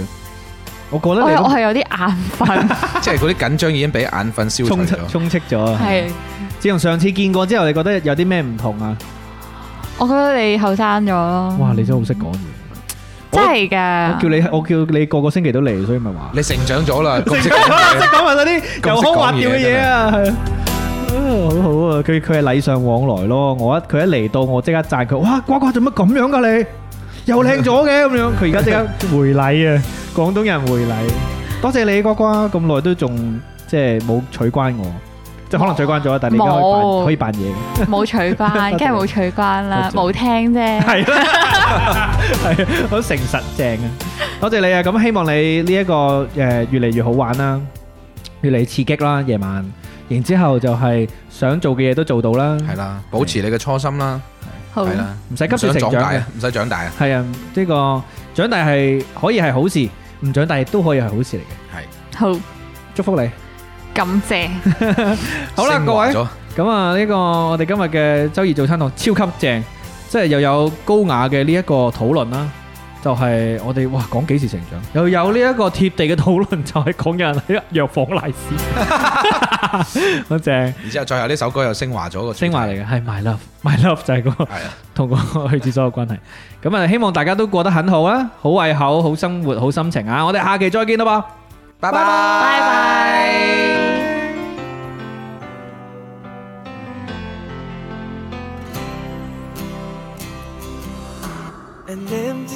[SPEAKER 5] 我覺
[SPEAKER 4] 我
[SPEAKER 5] 得你
[SPEAKER 4] 有我
[SPEAKER 5] 都
[SPEAKER 4] 係有啲眼瞓，
[SPEAKER 3] 即係嗰啲緊張已經俾眼瞓消除
[SPEAKER 5] 充斥
[SPEAKER 3] 咗。
[SPEAKER 5] 充斥咗啊！
[SPEAKER 4] 係
[SPEAKER 5] 自從上次見過之後，你覺得有啲咩唔同啊？
[SPEAKER 4] 我覺得你後生咗咯。
[SPEAKER 5] 哇！你真係好識講嘢，
[SPEAKER 4] 真係
[SPEAKER 5] 我叫
[SPEAKER 4] 㗎，
[SPEAKER 5] 你我叫你個個星期都嚟，所以咪 話
[SPEAKER 3] 你成長咗啦，咁識講嘢
[SPEAKER 5] 識講埋嗰啲油腔滑調嘅嘢啊！係啊好好啊，佢佢係禮尚往來咯。我一佢一嚟到，我即刻讚佢，哇！呱呱做乜咁樣㗎你？又靚咗嘅咁樣，佢而家即刻回 禮啊！廣東人回禮，多謝你呱呱，咁耐都仲即係冇取關我，即係可能取關咗，但係你而家可以扮可
[SPEAKER 4] 冇
[SPEAKER 5] 以扮嘢嘅。
[SPEAKER 4] 冇取關，梗係冇取關啦，
[SPEAKER 5] 多謝
[SPEAKER 4] 冇聽啫。
[SPEAKER 5] 係啦，係好誠實正啊！多謝你啊！咁希望你呢、一個誒、呃越嚟越好玩啦，越嚟越刺激啦，夜晚。然之後就係想做嘅嘢都做到啦，
[SPEAKER 3] 係啦，保持你嘅初心啦，
[SPEAKER 4] 好，
[SPEAKER 3] 係啦，
[SPEAKER 5] 唔使急住
[SPEAKER 3] 唔想
[SPEAKER 5] 成
[SPEAKER 3] 長
[SPEAKER 5] 長
[SPEAKER 3] 大
[SPEAKER 5] 嘅
[SPEAKER 3] 啊。，唔使長大啊，
[SPEAKER 5] 係啊，呢、個長大係可以係好事，唔長大亦都可以係好事嚟嘅。
[SPEAKER 4] 好，
[SPEAKER 5] 祝福你！
[SPEAKER 4] 感謝，
[SPEAKER 5] 好啦，
[SPEAKER 3] 升華
[SPEAKER 5] 各位。
[SPEAKER 3] 咗
[SPEAKER 5] 咁啊，呢個我哋今日嘅周二早餐堂超級正，即係又有高雅嘅呢一個討論啦，就係我哋哇講幾時成長，又有呢一個貼地嘅討論， 就係講人喺藥房賴屎， 好正，
[SPEAKER 3] 然之後最後呢首歌又升華咗個
[SPEAKER 5] 升華嚟嘅係 my love，my love 就係嗰個
[SPEAKER 3] 係啊，
[SPEAKER 5] 同個去廁所嘅關係。咁啊，希望大家都過得很好啊，好胃口，好生活，好心情啊！我哋下期再見啦噃。
[SPEAKER 3] 拜拜。
[SPEAKER 4] 拜拜。
[SPEAKER 10] empty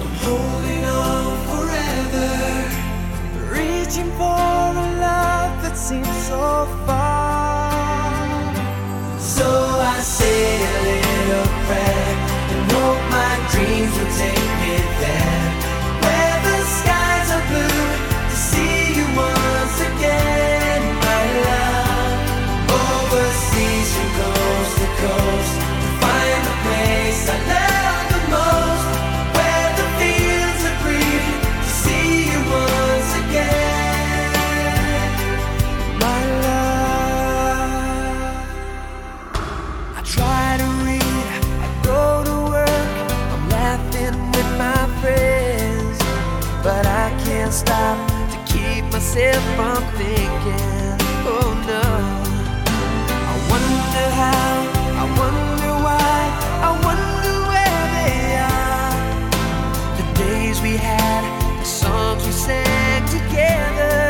[SPEAKER 10] I'm holding on forever. Reaching for a love that seems so far. So I say a little prayer and hope my dreams will take me there. Where the skies are blue to see you once again, my love. Overseas from coast to coast to find the place I love the most. Where the fields are green to see you once again, my love. I try to read, I go to work, I'm laughing with my friends, but I can't stop to keep myself from thinking. Oh no, I wonder how, I wonder why, I wonder where they are. The days we had, the songs we sang together.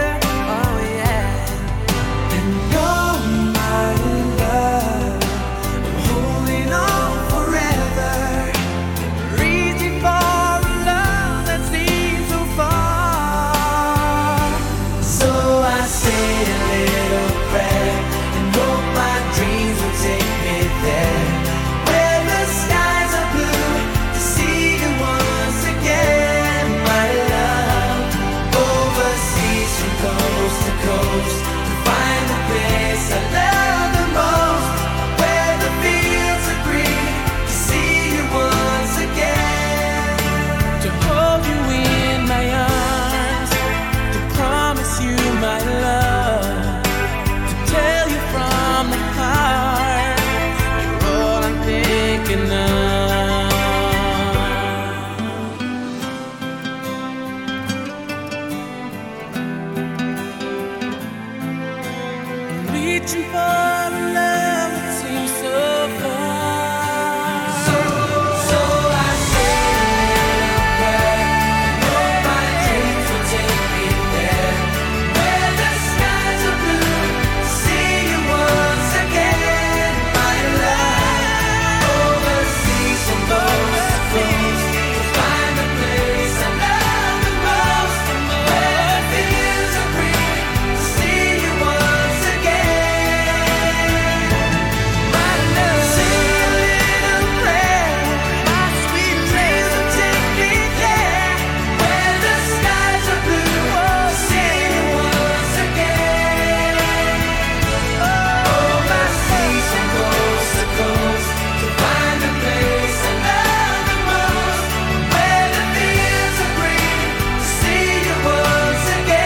[SPEAKER 10] Oh yeah, and oh my love. Holding on forever, reaching for a love that seems so far. So I say a little prayer and hope my dreams will take me there, where the skies are blue to see you once again, my love. Overseas from coast to coast to find the place I love the most, where the fields are green to see you once again, to hold you in my arms, to promise you my love, to tell you from the heart you're all I'm thinking of. reaching for love that seems so far. So, so I say that my dreams will take me there, where the skies are blue. See you once again, my love. Overseas and those things, find the place I love the most, where it feels a breeze. See you once again. My love, say a little prayer. My sweet dreams will take me there, where the skies are blue. See you once again. Overseas and coast to coast to find the place I love the most, where the fields are green. See you once again.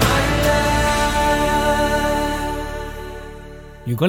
[SPEAKER 10] My love.
[SPEAKER 11] 如果